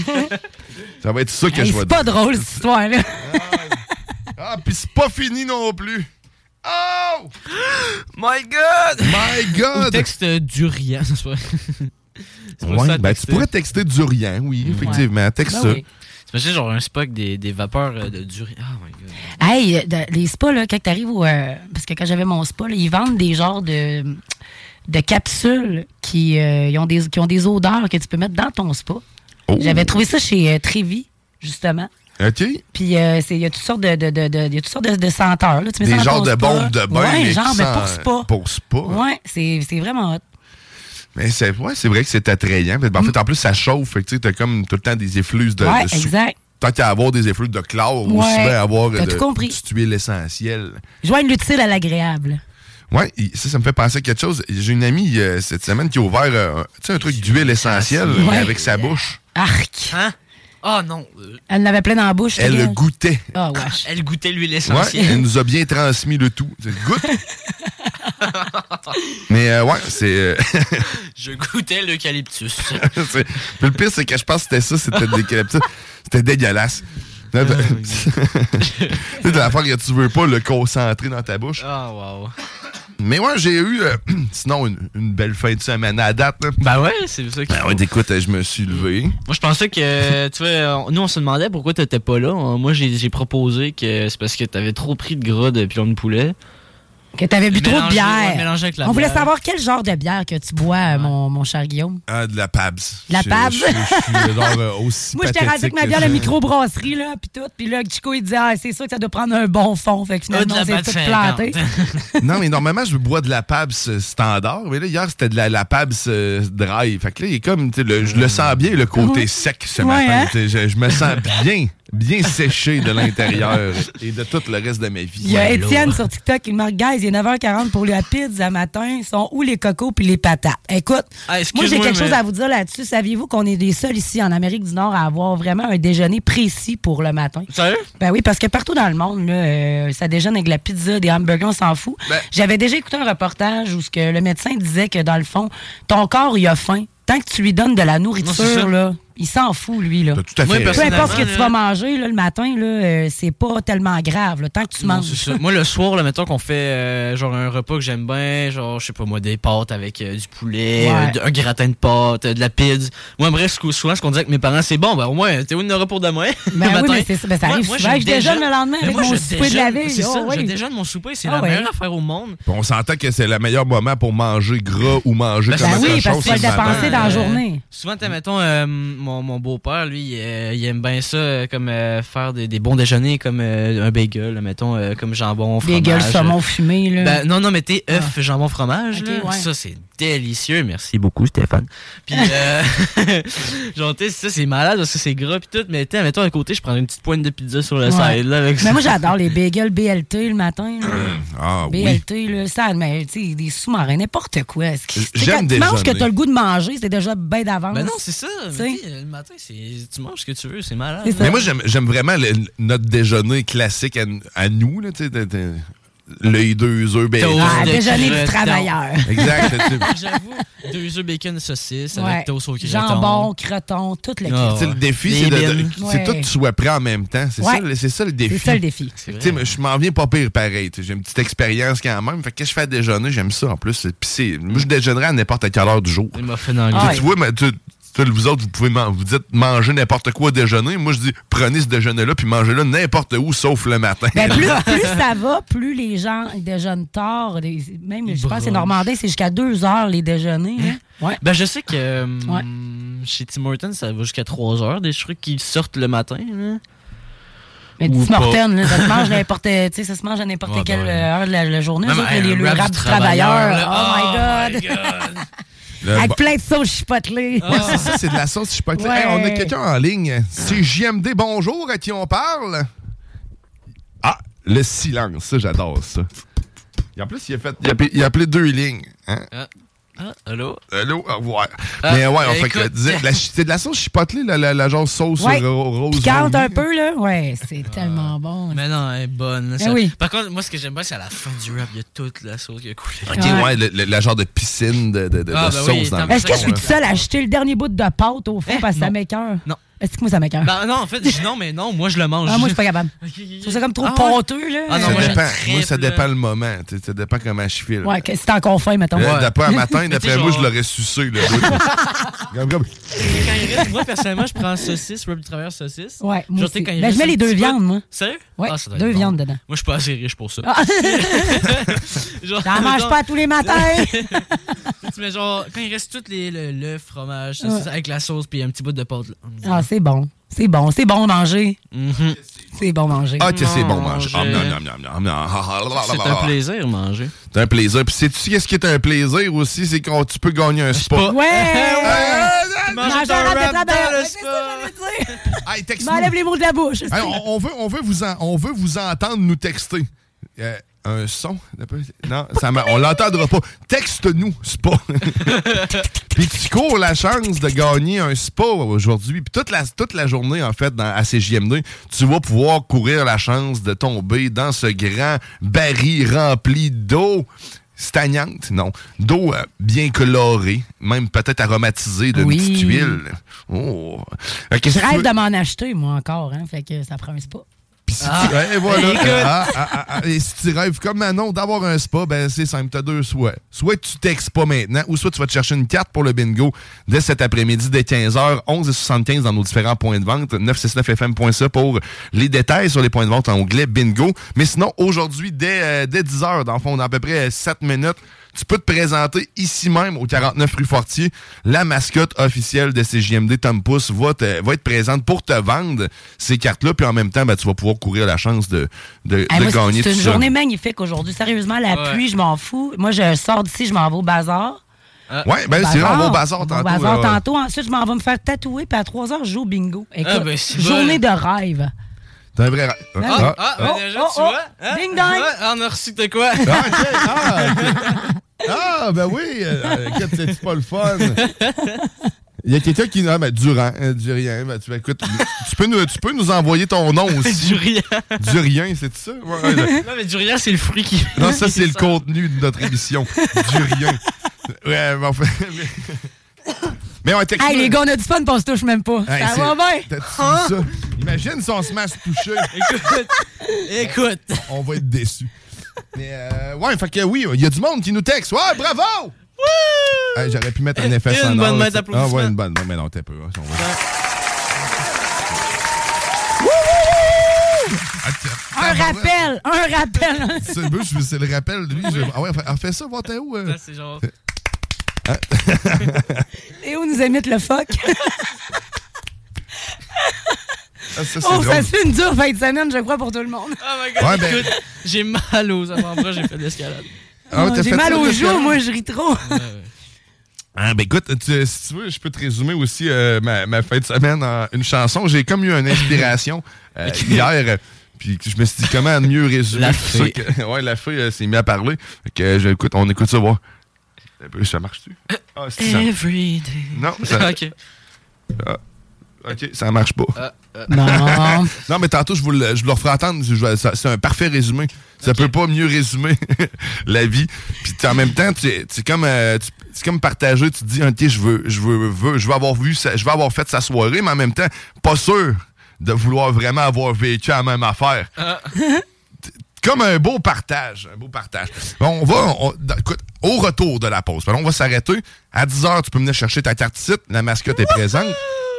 ça va être Ah ça que
Hey,
je vais
c'est
dire.
pas drôle, cette histoire-là.
Ah, puis c'est pas fini non plus. Oh!
My God!
My
Ou
God!
texte euh, durian, c'est pas c'est pas ça euh.
Ouais,
à
ben, tu
texter.
pourrais texter durian, oui, effectivement. Texte
Ben
ça.
oui.
T'imagines genre un spa avec des, des vapeurs euh, de durian. Oh my god.
Hey, euh, de- les spas, là, quand t'arrives au. euh, parce que quand j'avais mon spa, là, ils vendent des genres de, de capsules qui, euh, ils ont des, qui ont des odeurs que tu peux mettre dans ton spa.
Oh.
J'avais trouvé ça chez euh, Trevi, justement.
OK?
Puis euh, c'est- il y a toutes sortes de, de, de, de- il y a toutes sortes de, de senteurs. Là. Tu mets
Des
ça dans
genres
ton
de
spa.
bombes de bain. mais
Ouais,
qui
genre, mais pour
sent-
spa.
Pour spa.
Ouais, c'est c'est vraiment hot.
Mais c'est ouais, c'est vrai que c'est attrayant. Puis, ben, En fait, en plus, ça chauffe. Fait que tu sais, t'as comme tout le temps des effluves de.
Mm. ouais,
de sou-
exact.
Tant qu'à avoir des effluves de chlore,
Ouais,
aussi bien avoir
t'as
de,
tout compris.
du tuile essentiel.
Joigne l'utile à l'agréable.
Ouais, il- ça, ça me fait penser à quelque chose. J'ai une amie euh, cette semaine qui a ouvert euh, un- tu sais, un truc d'huile essentielle
Ouais.
mais avec sa bouche.
Arc!
Hein? Ah non! euh,
Elle n'avait plein dans la bouche.
Elle le
regarde.
goûtait.
Ah, wesh.
Elle goûtait l'huile
Ouais,
essentielle.
elle nous a bien transmis le tout. Goûte. Mais euh, ouais, c'est.
Je goûtais l'eucalyptus.
C'est- Puis le pire, c'est que je pense que c'était ça, c'était de l'eucalyptus. C'était dégueulasse.
Ah,
Là, t'as- tu sais, de l'affaire que tu veux pas le concentrer dans ta bouche.
Ah, wow.
Mais ouais, j'ai eu, euh, sinon, une, une belle fin de semaine à date.
Ben ouais, c'est ça qu'il
Ben ouais, écoute, je me suis levé.
Moi, je pensais que, euh, tu vois, on- nous, on se demandait pourquoi t'étais pas là. On- Moi, j'ai j'ai proposé que c'est parce que t'avais trop pris de gras de pilon de poulet.
Que t'avais bu trop de
Mélangé- ouais,
bière.
mélangé avec la
On voulait
bière.
savoir quel genre de bière que tu bois, euh, mon, mon cher Guillaume.
Ah, de la Pabs.
De la
Je-
Pabs?
Je je suis genre euh, aussi
Moi, j'étais rendu avec
pathétique euh,
ma
que
bière de
je-
microbrasserie, là, puis tout. Puis là, Chico, il disait, ah, c'est sûr que ça doit prendre un bon fond. Fait que finalement,
Ah, de la
c'est tout
batte
planté.
non, mais normalement, je bois de la Pabs euh, standard. Mais là, hier, c'était de la, la Pabs euh, dry. Fait que là, il est comme, tu sais, le- je le sens bien, le côté sec ce
Mhm. Ouais,
matin.
hein?
Tu sais, Je, je me sens bien, bien séché de l'intérieur et de tout le reste de ma vie.
Il y a Étienne sur TikTok, il marque, guys, il est 9h40 pour les rapides à matin. Sont où les cocos puis les patates? Écoute,
Ah,
moi,
excuse-moi,
j'ai quelque
mais-
chose à vous dire là-dessus. Saviez-vous qu'on est les seuls ici en Amérique du Nord à avoir vraiment un déjeuner précis pour le matin?
Sérieux?
Ben oui, parce que partout dans le monde, là, euh, ça déjeune avec de la pizza, des hamburgers, on s'en fout.
Ben-
J'avais déjà écouté un reportage où ce que le médecin disait que dans le fond, ton corps, il a faim. Tant que tu lui donnes de la
c'est ça.
nourriture, là, il s'en fout, lui. Là.
tout à
Moi, fait
Peu
raison.
importe ce que tu vas
personnellement,
manger là, le matin, là, euh, c'est pas tellement grave. là, tant que tu
Non,
manges.
c'est ça. Moi, le soir, là, mettons qu'on fait euh, genre un repas que j'aime bien, genre, je sais pas moi, des pâtes avec euh, du poulet,
Ouais.
euh, d- un gratin de pâtes, euh, de la pizza. Moi, bref, ce que- souvent, ce qu'on disait avec mes parents, c'est bon, ben au moins, t'es où de repas demain?
Ben
Le
oui,
matin.
mais c'est ça, ben, ça
Moi-
arrive
moi,
souvent. Je déjeune le lendemain
Ben,
avec
moi,
mon
je
souper de la
déjeune,
veille.
C'est
Oh,
ça, je
oui.
déjeune mon souper, c'est
Ah
la
ouais.
meilleure affaire au monde.
Puis on s'entend que c'est le meilleur moment pour manger gras ou manger
Ben,
comme
ben
autre
oui,
chose.
parce que tu vas
c'est
le
le matin.
dépenser dans la journée.
Euh, Souvent, t'as, mettons, euh, mon, mon beau-père, lui, euh, il aime bien ça, euh, comme euh, faire des, des bons déjeuners, comme euh, un bagel, là, mettons, euh, comme jambon, fromage.
Bagel, saumon
euh.
fumé. Là. Ah.
Ben, non, non, mais t'es œuf, jambon, fromage.
Ok,
là.
ouais.
Ça, c'est délicieux. Merci beaucoup, Stéphane. Puis, euh, genre, tu sais, ça, c'est malade parce que c'est gras, puis tout. Mais, tu sais, mettons, à côté, je prends une petite pointe de pizza sur le
Ouais.
side, là, avec ça.
Mais moi, j'adore les bagels BLT le matin. là.
Ah oui.
BLT, là, ça, mais tu sais, des sous-marins, n'importe quoi. Ce qui-
J'aime
quand tu manges que
déjeuner.
t'as le goût de manger, c'est déjà bien d'avance.
Ben non, c'est ça. mais
T'sais.
tu sais, le matin, c'est, tu manges ce que tu veux, c'est malade.
C'est ça.
là.
Mais moi, j'aime- j'aime vraiment le- notre déjeuner classique à, à nous. Là, tu sais, t'as- t'as- l'œil deux œufs, ben,
Toast
Ah,
de
déjeuner du
crevettes.
travailleur.
Exact. tu sais.
J'avoue, deux œufs bacon saucisse
Ouais.
avec toast au creveton.
Jambon, croton, tout le
Ah,
Tu sais,
ouais.
le défi,
Les
c'est de, de-
bines.
c'est
Ouais.
tout que tu sois prêt en même temps. C'est
Ouais.
ça, le- c'est ça le défi.
C'est ça le défi.
C'est vrai.
Tu sais, mais je m'en viens pas pire pareil. tu sais, J'ai une petite expérience quand même. Fait que qu'est-ce que je fais à déjeuner, j'aime ça en plus. Puis c'est- moi, je déjeunerai à n'importe quelle heure du jour.
Les muffins anglais.
Ah,
Tu vois, mais tu- tu- vous autres, vous pouvez man- vous dites manger n'importe quoi au déjeuner. Moi, je dis prenez ce déjeuner-là puis mangez-le n'importe où sauf le matin.
Ben, plus, plus ça va, plus les gens déjeunent tard. Les- Même, je pense que c'est
Brunch.
Normandais, c'est jusqu'à deux heures les déjeuners. là. Ouais.
Ben, je sais que euh,
Ouais.
chez Tim Hortons, ça va jusqu'à 3 heures, des trucs qui sortent le matin.
hein.
là.
Mais
Ou
du
pas.
Morten, là, ça se mange n'importe, tu sais, ça se mange à n'importe
Ouais,
quelle
ben ouais.
heure de la, la journée.
Même
Eux autres,
un
les- le
rap
rap
du
du travailleur.
travailleur, là. Ah.
oh my god!
Le-
Avec plein de sauce chipotelée.
Ah.
Ouais, c'est ça, c'est de la sauce. Je sais pas.
Ouais.
Hey, on a quelqu'un en ligne. C'est JMD Bonjour à qui on parle. Ah, le silence. Ça, j'adore ça. Et en plus, il a, fait, il a, il a appelé deux lignes. hein.
Ah, allô?
Allô, au revoir.
Ah,
Mais ouais, on fait
écoute.
que, disais, la- c'est de la sauce chipotelée, la, la- la genre sauce
Ouais.
ro- rose.
Piquante
vomi.
un peu, là. Ouais, c'est tellement bon.
Ah. Mais non, elle est bonne. là,
Ben
ça-
oui.
Par contre, moi, ce que j'aime bien, c'est à la fin du rap, il y a toute la sauce qui a coulé.
Ok, ouais, le- le- la genre de piscine de, de- de-
Ah,
de
ben
sauce
oui,
dans
t'en-
le
Est-ce que je
fond,
suis
là.
toute seule à acheter le dernier bout de pâte au fond
Eh,
parce que ça
non.
m'écoeure?
Non.
Est-ce que moi, ça m'écoeure?
Ben non, en fait, je dis non, mais non, moi, je le mange.
Ah, moi, je suis pas capable.
Ok, ok, ok.
Je trouve ça comme trop
Ah, ouais.
pâteux, là.
Ah, non,
ça
moi, je
dépend.
triple.
Moi, ça dépend le moment. tu sais, Ça dépend comment je file.
Ouais, que c'est encore fin, mettons.
Là, D'après un matin,
Mais tu sais,
d'après moi, je
genre-
l'aurais sucé. là. Comme- comme-
Quand il reste, moi, personnellement, je prends saucisse, rap du travailleur saucisse.
Ouais, moi
Genre,
aussi.
tu sais, quand il
Ben, je
reste
mets
un
les deux
petit peu-
viandes, moi.
Sérieux?
Ouais,
Ah, ça doit être
deux
bon.
viandes dedans.
Moi, je suis pas assez riche pour ça.
Ah,
Genre,
J'en mange
mettons-
pas tous les matins.
Tu mets genre, quand il reste tout les, le, le fromage, ça, c'est ça, avec la sauce, puis un petit bout de pâte. Là.
Ah, c'est bon. C'est bon. C'est bon manger.
Mm-hmm.
C'est bon manger.
Ah, que c'est bon manger.
Manger.
Ah, nom, nom, nom, nom, nom. Ah, ah, ah, ah,
C'est
ah,
un
ah.
plaisir, manger.
C'est un plaisir. Puis sais-tu qu'est-ce qui est un plaisir aussi? C'est quand tu peux gagner un spa.
Ouais!
Hey,
Manger
Manger
ton
un
rap
rap de
dans
travail.
le spa.
hey,
Je
texte-nous.
m'enlève les mots de la bouche.
Hey, on, on veut, on, veut vous en- on veut vous entendre nous texter. Euh, un son? un peu? Non, ça m'a- on l'entendra pas. Texte-nous, spa. Puis tu cours la chance de gagner un spa aujourd'hui. Puis toute la, toute la journée, en fait, dans, à CJMD, tu vas pouvoir courir la chance de tomber dans ce grand baril rempli d'eau. stagnante, non. D'eau euh, bien colorée, même peut-être aromatisée d'une
Oui.
petite huile. Oh. Fait que
Je
si tu
rêve
veux-
de m'en acheter, moi, encore, hein. Fait que ça prend un spa.
si tu- Ouais, voilà. Ah, ah, ah, ah. Et si tu rêves comme Manon d'avoir un spa, ben c'est simple, t'as deux souhaits. Soit tu textes pas maintenant, ou soit tu vas te chercher une carte pour le bingo dès cet après-midi, dès 15h, 11h75 dans nos différents points de vente, 969fm.ca pour les détails sur les points de vente en onglet bingo. Mais sinon, aujourd'hui, dès, euh, dès 10h, dans le fond, dans à peu près euh, 7 minutes, tu peux te présenter ici même au 49 rue Fortier. La mascotte officielle de CJMD, Tom Pouce, va, te- va être présente pour te vendre ces cartes-là. Puis en même temps, ben, tu vas pouvoir courir la chance de, de, de
Hey, Ah, moi, c'est-
gagner
C'est
tout
une
ça.
journée magnifique aujourd'hui. Sérieusement, la
Ouais.
pluie, je m'en fous. Moi, je sors d'ici, je m'en vais au bazar.
Ouais, ben, c'est vrai, on va au bazar tantôt, euh,
Au
là,
bazar
ouais.
tantôt. Ensuite, je m'en vais me faire tatouer, puis à 3 heures, je joue au bingo. Écoute,
ben, c'est
journée de rêve.
T'as un vrai ra-
Ah,
Ah,
ah,
ah.
ben, déjà, tu vois? hein?
Oh, Ding dong!
Ouais, ah, on a reçu de quoi?
Oh.
Ah, ben oui! euh, euh, écoute, c'est pas le fun! Il y a quelqu'un qui. Ah, ben, Durand. euh, Durien. Ben, tu, ben, écoute, tu, peux nous, tu peux nous envoyer ton nom aussi.
Durien.
Durien, c'est ça? Ouais, ouais,
non, mais du rien, c'est le fruit qui.
Non, ça, c'est le contenu de notre émission. Du rien. Ouais, mais enfin. Mais on texte.
Hey, les gars, on a du fun, puis on se touche même pas.
Hey,
ça
c'est-
va bien?
T'as-tu vu
Hein?
ça? Imagine si on se masse toucher. écoute,
écoute.
On va être déçus. Mais euh, ouais, fait que oui, il y a du monde qui nous texte. Ouais, bravo! Hey, J'aurais pu mettre un effet
Une
sonore.
bonne main
là, tu-
d'applaudissement.
Ah ouais, une bonne. Non, mais non, t'es peu. hein, on va-
Un rappel, un rappel.
Ah, C'est le but, je- c'est le rappel. Lui, je... Ah ouais, fait, fait ça, voir t'es où? euh?
C'est genre.
Hein?
Théo nous imite le fuck.
Ah, ça, c'est
oh, ça
drôle.
se fait une dure fin de semaine, je crois, pour tout le monde.
Oh my god,
Ouais, ben-
écoute, j'ai mal aux avant-bras, j'ai fait de l'escalade.
Ah ouais, t'as
J'ai
fait
mal
ça,
aux
parce que-
joues, moi, je ris trop.
Ah, ben écoute, tu- si tu veux, je peux te résumer aussi euh, ma, ma fin de semaine en une chanson. J'ai comme eu une inspiration euh, hier. euh, Puis je me suis dit, comment mieux résumer
La
tout ça
fée.
que- Ouais, la fée euh, s'est mise à parler. Fait que, euh, je- écoute, on écoute ça, voir. Un peu, Ça marche-tu? Ah, c'est ça.
Every day.
Non, ça-
ok. Euh,
Ah, ok, ça marche pas.
Ah, ah.
Non.
non, mais tantôt, je vous le, je vous le referai entendre. Je- je- ça- C'est un parfait résumé. Ça peut pas mieux résumer la vie. Puis t'es- en même temps, tu- c'est comme, euh, tu- c'est comme partager. Tu te dis, OK, je veux, je veux, veux- je veux avoir vu, sa- je veux avoir fait sa soirée, mais en même temps, pas sûr de vouloir vraiment avoir vécu la même affaire comme un beau partage. Un beau partage. Bon, on va. on- dans- écoute, au retour de la pause, on va s'arrêter. À 10h, tu peux venir chercher ta carte site. La mascotte est présente.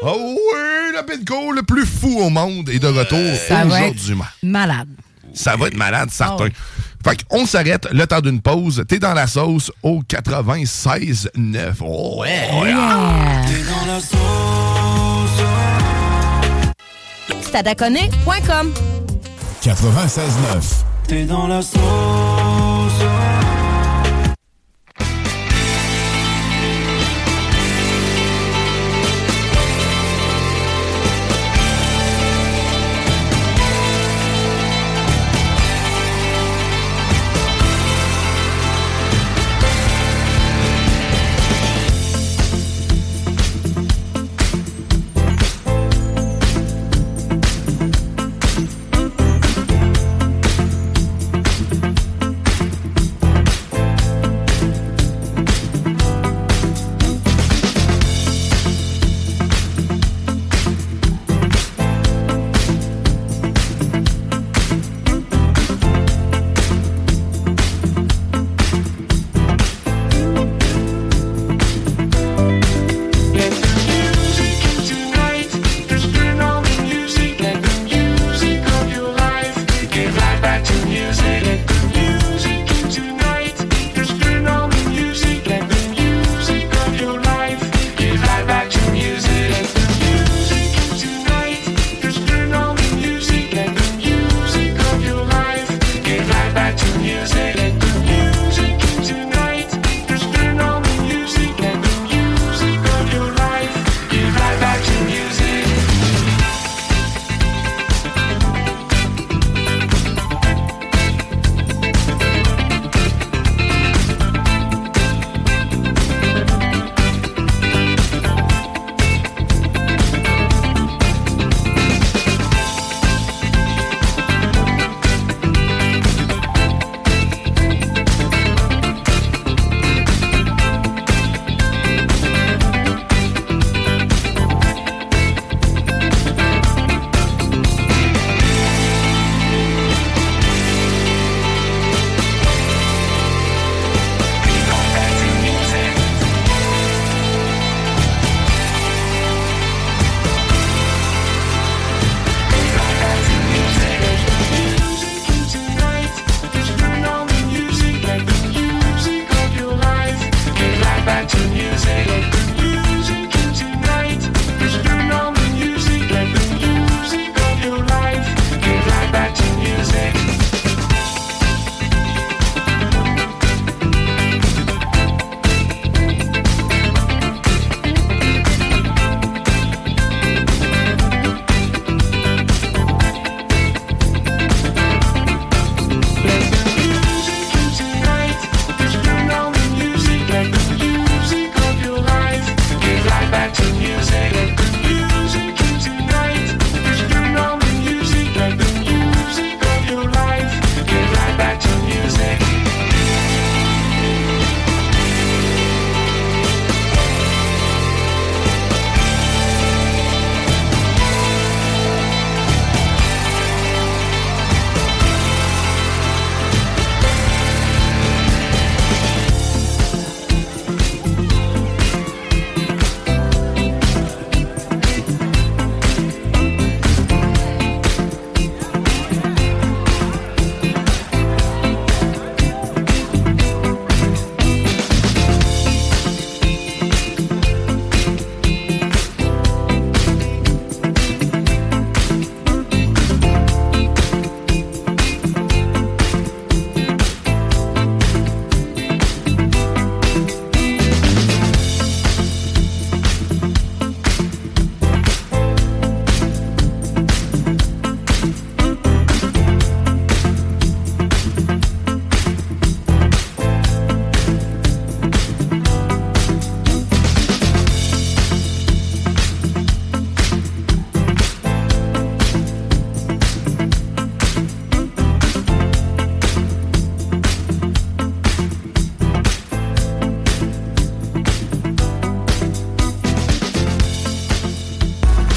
Oh oui, le bingo le plus fou au monde est de retour
Euh, Ça va être
aujourd'hui. ma-
malade.
Ça va être malade, certain.
Ah oui.
Fait qu'on s'arrête le temps d'une pause. T'es dans la sauce au 96.9. Oh, ouais.
Stadaconé.com
96.9.
T'es dans la sauce.
T'es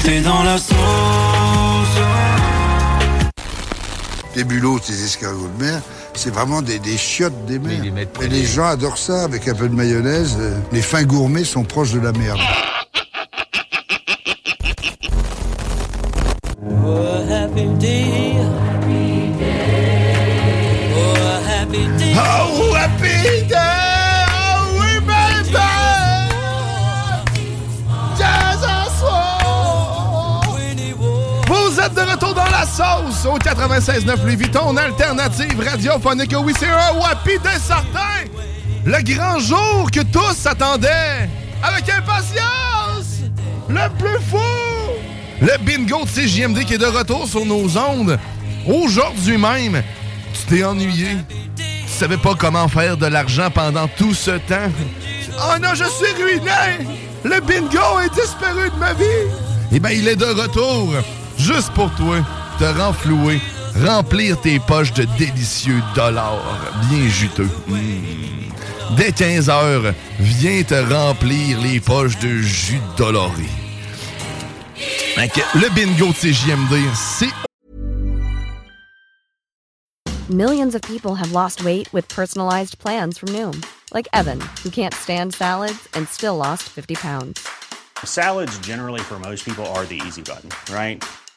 T'es dans la sauce.
Les bulots, ces escargots de mer, c'est vraiment des, des chiottes des mers. Et les gens adorent ça avec un peu de mayonnaise. euh, Les fins gourmets sont proches de la merde.
Oh, happy day! Oh, we made it! Jesus
Vous êtes de retour dans la sauce au 96.9 Louis Vuitton, alternative radiophonique. Oui, c'est un wapi des certains. Le grand jour que tous attendaient avec impatience. Le plus fou. Le bingo de CJMD qui est de retour sur nos ondes. Aujourd'hui même, tu t'es ennuyé. Tu savais pas comment faire de l'argent pendant tout ce temps. Oh non, je suis ruiné! Le bingo est disparu de ma vie! Eh bien, il est de retour, juste pour toi, te renflouer, remplir tes poches de délicieux dollars bien juteux. Mm. Dès 15 heures, viens te remplir les poches de jus doloré. Ok, Le bingo de CJMD, c'est
Millions of people have lost weight with personalized plans from Noom, like Evan, who can't stand salads and still lost 50 pounds.
Salads, generally, for most people, are the easy button, right?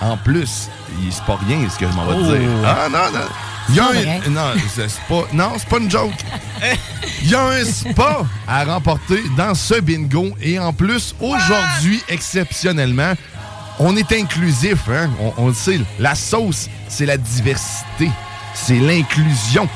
en plus, il c'est pas rien ce que je m'en vais te
Oh.
dire. Ah non, non. Il y a un, non, c'est c'est pas, non, c'est pas une joke. Il y a un spa à remporter dans ce bingo. Et en plus, aujourd'hui, exceptionnellement, on est inclusif. Hein? On, on le sait, la sauce, c'est la diversité. C'est l'inclusion.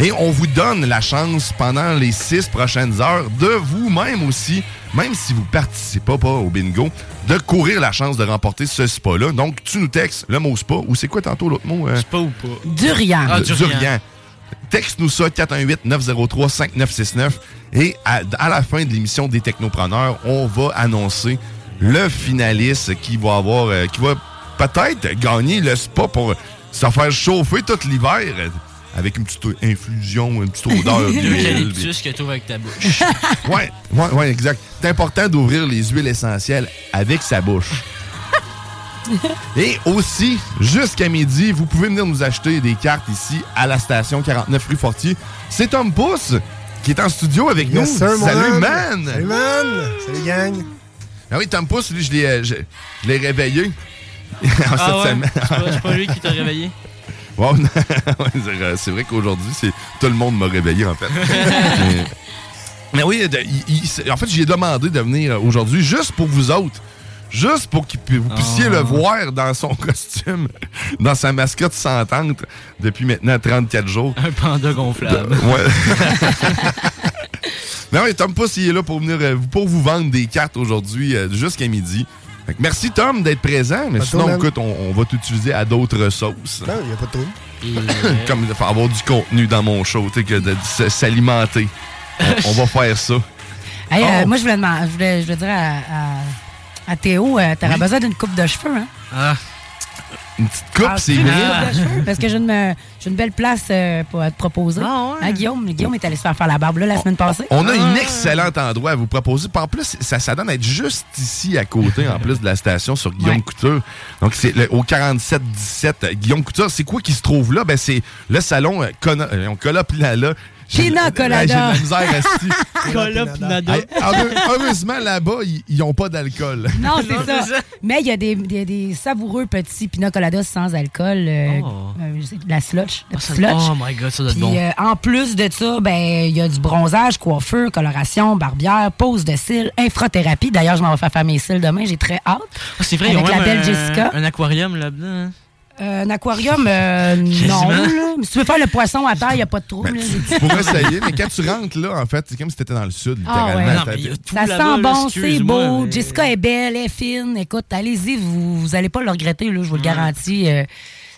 Et on vous donne la chance pendant les six prochaines heures de vous-même aussi, même si vous participez pas au bingo, de courir la chance de remporter ce spa-là. Donc, tu nous textes le mot spa ou c'est quoi tantôt l'autre mot? hein? Spa ou pas?
Durian. Ah,
Euh,
durian.
Texte-nous ça, 418-903-5969. Et à, à la fin de l'émission des Technopreneurs, on va annoncer le finaliste qui va avoir, euh, qui va peut-être gagner le spa pour se faire chauffer tout l'hiver euh, avec une petite infusion, une petite odeur d'huile.
L'eucalyptus que tu trouves avec ta bouche.
Ouais, ouais, ouais, exact. C'est important d'ouvrir les huiles essentielles avec sa bouche. Et aussi, jusqu'à midi, vous pouvez venir nous acheter des cartes ici à la station 49 Rue Fortier. C'est Tom Pouce qui est en studio avec
Yes,
nous.
sir, mon
Salut,
homme.
man!
Salut, man! Salut, gang!
Ah oui, Tom Pouce, lui, je l'ai, euh, je, je l'ai réveillé en
Ah
cette
ouais?
semaine.
C'est pas- c'est pas lui qui t'a réveillé?
Ouais, on a- ouais, c'est vrai- c'est vrai qu'aujourd'hui, c'est tout le monde m'a réveillé, en fait. mais, mais oui, de- il- il- c'est- en fait, j'ai demandé de venir euh, aujourd'hui juste pour vous autres. Juste pour que vous puissiez
Ah.
le voir dans son costume, dans sa mascotte sentante depuis maintenant 34 jours.
Un panda gonflable.
De- ouais. Mais oui, Tom Pouce, il est là pour venir euh, pour vous vendre des cartes aujourd'hui euh, jusqu'à midi. Fait que merci Tom d'être présent, mais
Pas de
sinon,
problème.
écoute, on, on va t'utiliser à d'autres sauces.
Non, Ben, il n'y a pas de trouble.
Comme il faut avoir du contenu dans mon show, tu sais, que de, de s- s'alimenter. On, on va faire ça.
Hey, euh,
Oh.
moi, je voulais, demander- je voulais, je voulais dire à, à- à Théo, euh, t'aurais besoin d'une coupe de cheveux, hein?
Une petite coupe,
Ah,
Ah. c'est
une
vrai.
coupe de cheveux, Parce que j'ai une, euh, j'ai une belle place euh, pour à te proposer. Hein, Guillaume, Guillaume est allé se faire faire la barbe là, la semaine passée. Ah.
On a un excellent endroit à vous proposer. Puis en plus, ça, ça donne à être juste ici à côté, en plus de la station sur Guillaume Couture. Donc, c'est le- au 4717 euh, Guillaume Couture. C'est quoi qui se trouve là? Ben, c'est le salon euh, Cona- euh, on Cola Pilala. J'ai-
Pina Colada.
J'ai de la misère asti.
Cola Pinada.
Hey, heureux- Heureusement, là-bas, ils- ils n'ont pas d'alcool.
Non, c'est ça. Mais il y a des, des- des savoureux petits pina balados sans alcool, euh, euh, je sais, de la slotch, de la petite slotch.
Oh my god, ça doit être
Puis,
bon.
euh, en plus de ça, ben il y a du bronzage, coiffure, coloration, barbière, pose de cils, infrothérapie. D'ailleurs, je m'en vais faire faire mes cils demain, j'ai très hâte.
Ah, c'est vrai, il y a
Avec la
même
belle
un,
Jessica.
un aquarium là-dedans. hein.
Euh, un aquarium, euh, non.
Quasiment.
là. Si tu veux faire le poisson à terre, il n'y a pas de trouble. là.
Ben, Tu pourrais essayer, mais quand tu rentres là, en fait, c'est comme si t'étais dans le sud,
Ah
littéralement.
ouais.
T'as-
ça sent bon, c'est beau. Jessica est belle, elle est fine. Écoute, allez-y, vous vous allez pas le regretter, là, je vous le garantis. Euh,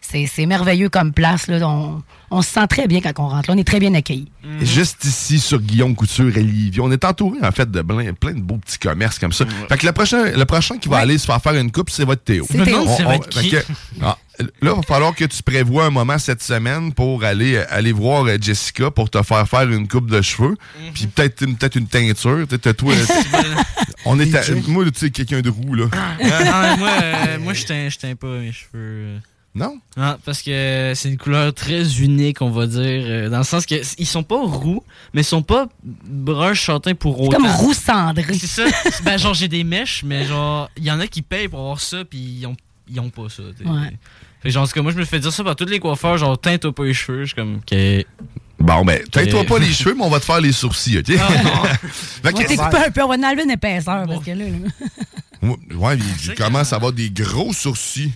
c'est c'est merveilleux comme place. Là. On, on se sent très bien quand on rentre. là. On est très bien accueillis.
Et Juste ici, sur Guillaume Couture et Livy, on est entouré, en fait, de plein, plein de beaux petits commerces comme ça. Fait que le prochain, le prochain qui va aller se faire faire une coupe, c'est votre Théo.
C'est Théo.
On-
Ça va être
fait
qui?
que- ah, là, il va falloir que tu prévois un moment cette semaine pour aller, aller voir euh, Jessica pour te faire faire une coupe de cheveux,
Mm-hmm.
puis peut-être une, peut une teinture. Tu sais, t'as toi, euh, on est à- moi, tu sais, quelqu'un de roux, là.
Ah.
Euh, non, mais moi, euh, moi je teins, je teins pas mes cheveux. euh.
Non?
Non, parce que c'est une couleur très unique, on va dire. euh, Dans le sens que s- ils sont pas roux, mais ils sont pas brun châtain pour autant.
Comme roux cendré.
C'est ça. ben, genre, j'ai des mèches, mais genre, il y en a qui payent pour avoir ça, puis ils ont, ils ont pas ça. t'sais.
Ouais.
Fait que genre, en tout cas, moi, je me fais dire ça par tous les coiffeurs, genre, teinte-toi pas les cheveux. Je suis comme, OK.
Bon, ben, teinte-toi
Ok.
pas les cheveux, mais on va te faire les sourcils, OK?
Ah,
Fait
On
que-
va t'écouper un peu, on va en enlever une épaisseur. Parce que là, là.
Ouais, il commence à avoir des gros sourcils.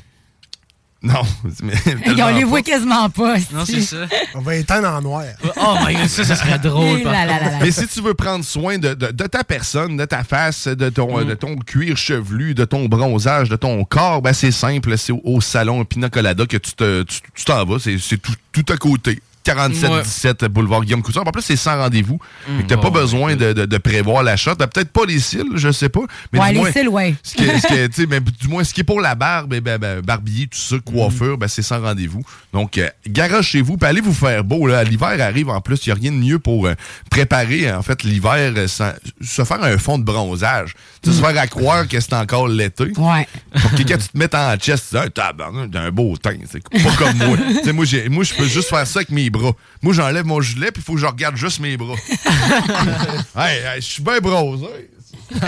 Non, mais.
on
tellement
les
pas.
voit quasiment pas. si.
On va éteindre en noir.
Oh my god, ça, ça serait drôle. par
Là, là,
contre.
là, là.
Mais si tu veux prendre soin de, de- de ta personne, de ta face, de ton,
Mm.
euh, de ton cuir chevelu, de ton bronzage, de ton corps, ben c'est simple, c'est au, au salon Pina Colada que tu te- tu- tu t'en vas, c'est c'est tout, tout à côté. 47-17 boulevard Guillaume Couture. En plus, c'est sans rendez-vous.
Mm.
Fait que T'as pas
Oh
besoin de, de- de prévoir l'achat. T'as peut-être pas les cils, je sais pas. Mais
Ouais,
du
les
moins-
cils, ouais.
ce qui est- ce qui est- tu sais, mais du moins, ce qui est pour la barbe, eh ben, ben, barbier, tout ça, coiffure, ben, c'est sans rendez-vous. Donc, euh, garage chez vous, puis allez vous faire beau. là. L'hiver arrive en plus, il n'y a rien de mieux pour euh, préparer, en fait, l'hiver euh, sans se faire un fond de bronzage. Tu sais, se faire à croire que c'est encore l'été.
Ouais.
Pour que quand tu te mettes en chest, tu dis, Ah, tabarnak, t'as un beau teint. C'est pas comme moi. Tu sais, moi, j'ai- moi, je peux juste faire ça avec mes bras. Moi, j'enlève mon gilet, puis il faut que je regarde juste mes bras. hey, hey, je suis bien bronzé.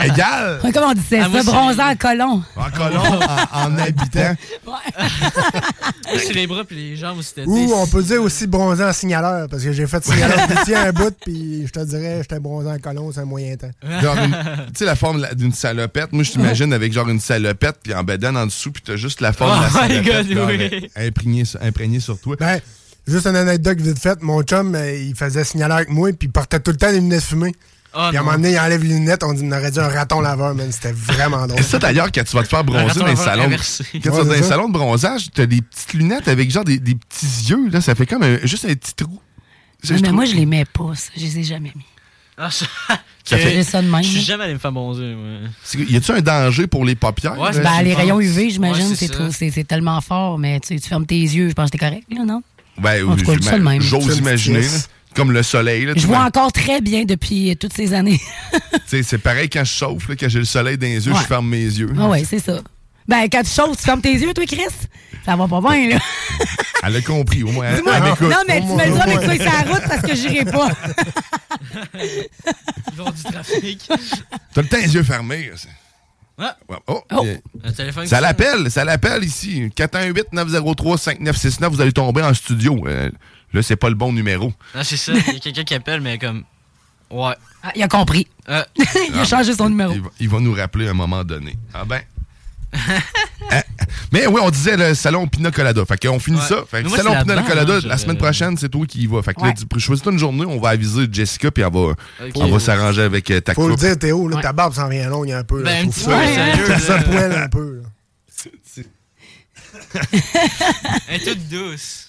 Égal.
Ouais, Comment on disait
Ah, moi,
ça?
c'est-
Bronzé en colon.
En colon, en, en habitant.
Moi, c'est les bras puis les jambes, c'était.
Ou on peut dire aussi bronzant en signaleur, parce que j'ai fait signaleur d'ici un bout, puis je te dirais, j'étais bronzant en colon, c'est un moyen temps.
Genre, une- tu sais, la forme la- d'une salopette. Moi, je t'imagine avec genre une salopette, puis en bédane en dessous, puis t'as juste la forme de la
Oh my
salopette.
God,
genre,
oui.
euh, imprégnée sur- imprégnée sur toi.
Ben, juste une anecdote vite faite, mon chum, euh, il faisait signaleur avec moi, puis il portait tout le temps des lunettes fumées.
Ah,
puis à un
non.
moment donné, il enlève les lunettes, on dit, on aurait dit un raton laveur, man, c'était vraiment drôle.
Et ça, d'ailleurs, quand tu vas te faire bronzer dans
raton
les
laveur
salons,
inversé.
quand tu vas
Ouais,
dans
c'est
les
ça.
salons de bronzage, t'as des petites lunettes avec genre des, des petits yeux, là. Ça fait comme un- juste un petit trou.
Ouais, mais
trouve-
moi, je les mets pas, ça. Je les ai jamais mis.
Ah, ça.
Ça fait-
J'ai ça de même,
Je suis
là.
jamais allé me faire bronzer, moi.
C'est- Y a-tu un danger pour les paupières?
Ouais,
là?
Ben, les rayons UV,
Ouais,
j'imagine,
c'est
c'est
ça.
trop- c'est c'est tellement fort, mais tu, sais, tu fermes tes yeux, je pense que t'es correct, là, non?
Ben,
En tout cas,
j'ima-
ça de même.
j'ose
Ça,
imaginer,
c'est-
là, Comme le soleil, là. tu
Je vois
vois.
encore très bien depuis euh, toutes ces années.
Tu sais, c'est pareil quand je chauffe, là, quand j'ai le soleil dans les yeux,
Ouais.
je ferme mes yeux.
Ah ouais, c'est ça. Ben, quand tu chauffes, tu fermes tes yeux, toi, Chris. Ça va pas bien, là.
Elle a compris, au moins. elle-
Dis-moi,
elle m'écoute.
non, Oh, mais tu me le diras, mais que tu sois sur la route parce que j'irai pas.
Ils du trafic.
T'as le temps les yeux fermés. ça.
Ah.
Ouais. Oh,
Oh.
euh,
Un téléphone
ça
qui
l'appelle, ça l'appelle ici. 418-903-5969, vous allez tomber en studio. Euh, là, c'est pas le bon numéro.
Non, c'est ça. Il y a quelqu'un qui appelle, mais comme. Ouais.
Ah, il a compris.
Euh,
il a changé son numéro.
Il va, il va nous rappeler à un moment donné. Ah ben. Hein? Mais oui, on disait le salon Pina Colada. Fait qu'on finit
Ouais.
ça. Fait que
Mais moi,
salon
c'est
Pina
là-dedans,
Colada,
hein,
la
je-
semaine prochaine, c'est toi qui y vas. Fait que là,
Ouais.
tu- choisis-toi une journée, on va aviser Jessica, puis elle va, on va s'arranger avec euh, ta
Faut le
coupe.
dire, Théo, là, ta barbe s'en vient longue un peu. là,
Ben,
je
un
trouve
petit peu, hein. sérieux,
Ça
là.
se poêle un peu. là.
Elle est toute douce.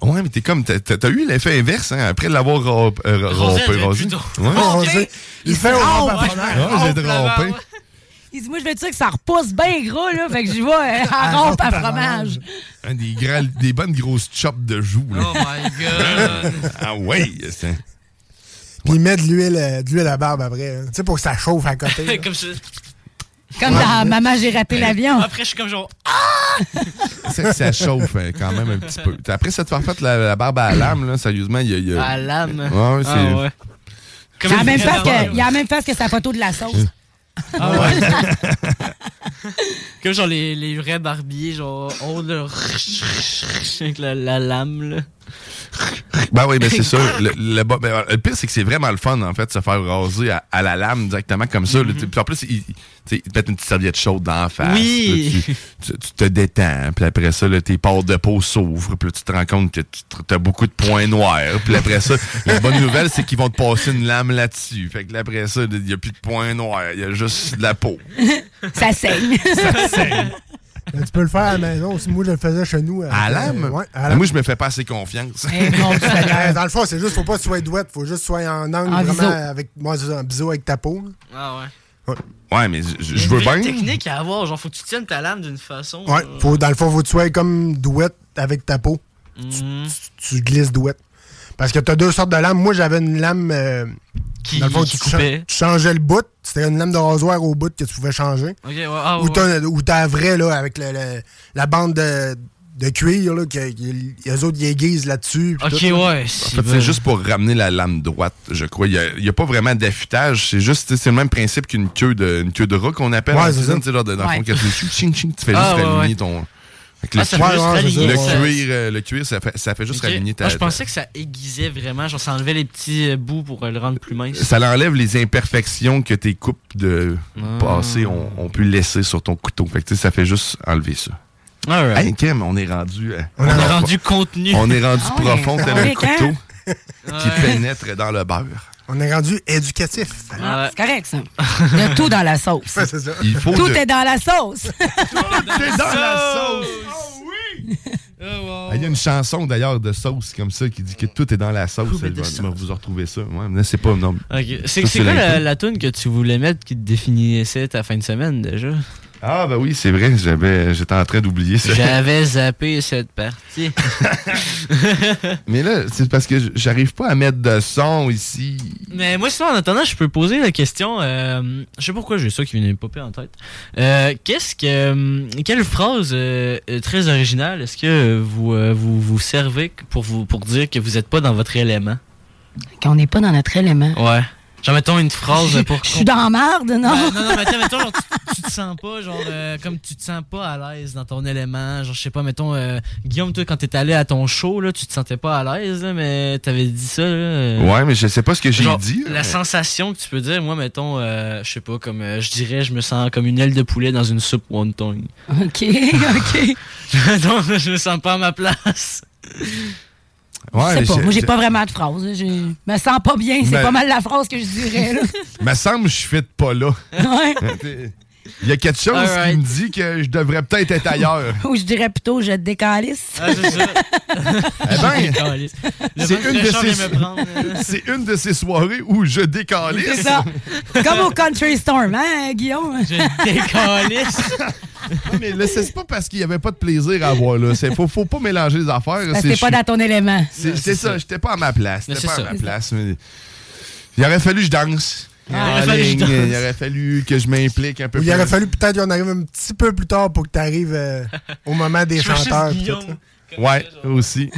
Ouais, mais t'es comme. T'as t'as- t'as eu l'effet inverse, hein, après l'avoir romp- euh,
Rosé, elle
rompé.
devient
Rosé.
plus drôle.
Ouais.
Rosé,
Rosé.
Il fait au
Ah,
rabat
ouais.
polaire.
Ah, j'ai trompé.
Il dit, moi, je veux dire que ça repousse bien gros, là. Fait que j'y vais euh, en rampe à fromage.
Un Des, grands- des bonnes grosses chops de joues. Là.
Oh my god.
ah ouais. c'est-
Puis il met de l'huile euh, de l'huile à barbe après. hein. Tu sais, pour que ça chauffe à côté. là.
comme ça.
Comme dans Maman, j'ai raté l'avion.
Après, je suis comme genre.
Ça, ça chauffe euh, quand même un petit peu. Après, ça te fait faire la, la barbe à lame, là, sérieusement, il y a. il y a-
À l'âme.
Ouais, ouais, c'est-
Ah ouais.
Il a la même
une
face
vraie
que-
barbe.
il a la même face que sa photo de la sauce.
Ah ouais. ah Comme genre les, les vrais barbiers, genre, on le. avec la, la lame, là.
Ben oui, mais c'est sûr. Le, le bo- ben, le pire, c'est que c'est vraiment le fun, en fait, de se faire raser à, à la lame directement comme ça. là. Puis en plus, il, tu sais, ils te mettent une petite serviette chaude dans la face.
Oui.
Là, tu, tu- tu te détends. Puis après ça, là, tes pores de peau s'ouvrent. Puis là, tu te rends compte que tu as beaucoup de points noirs. Puis après ça, la bonne nouvelle, c'est qu'ils vont te passer une lame là-dessus. Fait que là, après ça, il n'y a plus de points noirs. Il y a juste de la peau.
Ça saigne.
Ça saigne.
Ben, tu peux le faire à la maison. Si moi, je le faisais chez nous. euh,
À la lame?
euh, ouais, à
Ben,
la
moi, je me fais pas assez confiance.
Eh, mon Dieu Seigneur. Dans le fond, c'est juste, faut pas que tu sois douette. Faut juste que tu sois en angle,
En
vraiment,
biseau.
avec, moi, c'est ça, en biseau avec ta peau. là.
Ah ouais.
Ouais, mais je- je je
Il y a
veux bien.
une technique à avoir, genre, faut que tu tiennes ta lame d'une façon. euh,
Ouais,
genre.
faut, dans le fond, faut que tu sois comme douette avec ta peau.
Mhm.
Tu, tu glisses douette. Parce que t'as deux sortes de lames. Moi, j'avais une lame. euh,
Qui-
dans le fond,
qui
tu, cha-
coupait.
tu changeais le bout. C'était une lame de rasoir au bout que tu pouvais changer.
Ok, ouais, ah,
ou
ouais.
t'as ou t'as la vraie, là, avec le- le- la bande de, de cuir, là, que que les autres, ils aiguisent là-dessus. puis
Ok,
tout, là.
ouais.
En fait, c'est juste pour ramener la lame droite, je crois. Il n'y a, pas vraiment d'affûtage. C'est juste, tu sais, c'est le même principe qu'une queue de, une queue de rat qu'on appelle.
Ouais,
en
c'est
cuisine,
ça.
tu sais, genre de- dans le fond,
Ouais.
quand tu chou- ching, ching, tu fais
Ah,
juste
ouais,
aligner
ouais.
ton. Fait que
Ah, ça fait juste
le
raligner,
le
ça.
cuir, euh, le cuir, ça fait, ça fait juste
Ok.
raligner ta.
Moi, je pensais que ça aiguisait vraiment, genre, ça enlevait les petits euh, bouts pour euh, le rendre plus mince.
Ça l'enlève les imperfections que tes coupes de
Ah.
passé ont, ont pu laisser sur ton couteau. Fait que, tu sais, ça fait juste enlever ça.
Alright.
Hey, Kim, on est rendu. euh,
On est
en-
rendu contenu.
On est rendu
Ah ouais.
profond,
Ah
tel
ouais,
un
quand?
couteau qui
Ouais.
pénètre dans le beurre.
On est rendu éducatif.
Ah, c'est correct, ça. Il y a tout dans la sauce.
Ouais, c'est ça.
Il faut
tout
de-
est dans la sauce.
tout est dans la sauce.
Oh,
Ah, Il y a une chanson d'ailleurs de sauce comme ça qui dit que tout est dans la sauce.
Tout est
Elle va-
dans la
elle va vous retrouver ça. Ouais, mais c'est pas non.
Ok. C'est
Ça,
c'est quoi la,
l'intro.
la toune que tu voulais mettre qui te définissait ta fin de semaine déjà?
Ah bah oui, c'est vrai, j'avais j'étais en train d'oublier ça.
J'avais zappé cette partie.
Mais là, c'est parce que j'arrive pas à mettre de son ici.
Mais moi, sinon, en attendant, je peux poser la question. euh, je sais pas pourquoi j'ai ça qui venait me popper en tête. Euh, Qu'est-ce que. euh, Quelle phrase euh, euh, très originale est-ce que euh, vous, euh, vous vous servez pour, vous, pour dire que vous êtes pas dans votre élément?
Qu'on n'est pas dans notre élément.
Ouais. Genre, mettons une phrase pour.
Je suis dans la merde, non?
Ben, non, non, mais attends, mettons, genre, tu, tu te sens pas, genre, euh, comme tu te sens pas à l'aise dans ton élément. Genre, je sais pas, mettons, euh, Guillaume, toi, quand t'es allé à ton show, là, tu te sentais pas à l'aise, là, mais t'avais dit ça, là. euh,
Ouais, mais je sais pas ce que j'ai
genre,
dit.
La sensation que tu peux dire, moi, mettons, euh, je sais pas, comme, euh, je dirais, je me sens comme une aile de poulet dans une soupe wonton.
OK, OK.
non, je me sens pas à ma place.
Ouais,
je sais
mais
pas.
je-
Moi, j'ai
je-
pas vraiment de phrase. là. Je me sens pas bien. C'est
Ben-
pas mal la phrase que je dirais. là.
Me semble que je fit pas là.
Ouais.
Il y a quelque chose
Alright.
qui me dit que je devrais peut-être être ailleurs.
Ou je dirais plutôt, je te décalisse.
Ah, c'est ça.
Eh ben,
Le
c'est
vent
une, de
fraîcheur vient
ces-
me prendre, là.
c'est une de ces soirées où je décalisse.
C'est ça. Comme au Country Storm, hein, Guillaume?
Je décalisse.
Non, mais là, c'est pas parce qu'il n'y avait pas de plaisir à avoir là. C'est- Faut, faut pas mélanger les affaires.
Parce que
C'est-
t'es pas
je-
dans ton élément.
C'est c'est ça, j'étais pas à ma place.
Mais
J'étais
c'est
pas
ça.
à ma place. mais Il aurait fallu que je danse.
Ah,
en
il aurait fallu que je
ligne,
danse.
il aurait fallu que je m'implique un peu
Ou
plus.
il aurait fallu peut-être qu'on arrive un petit peu plus tard pour que tu arrives au moment des chanteurs. pis tout, là.
Ouais, aussi.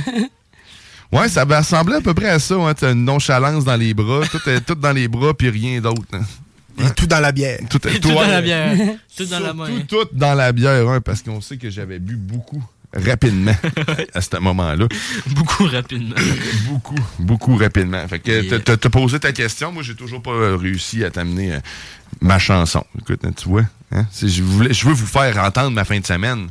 Ouais, ça me ressemblait à peu près à ça. Hein. T'as une nonchalance dans les bras, tout, est- tout dans les bras, puis rien d'autre. hein.
Et tout dans la bière.
Tout, est-
Tout
ouais.
dans la bière. Tout dans la
Surtout
main.
Tout dans la bière, hein, parce qu'on sait que j'avais bu beaucoup rapidement à ce moment-là.
Beaucoup rapidement.
Beaucoup. Beaucoup rapidement. Fait que t'as- t'as- t'as posé ta question. Moi, j'ai toujours pas euh, réussi à t'amener euh, ma chanson. Écoute, hein, tu vois, hein, c'est- je, voulais, je veux vous faire entendre ma fin de semaine.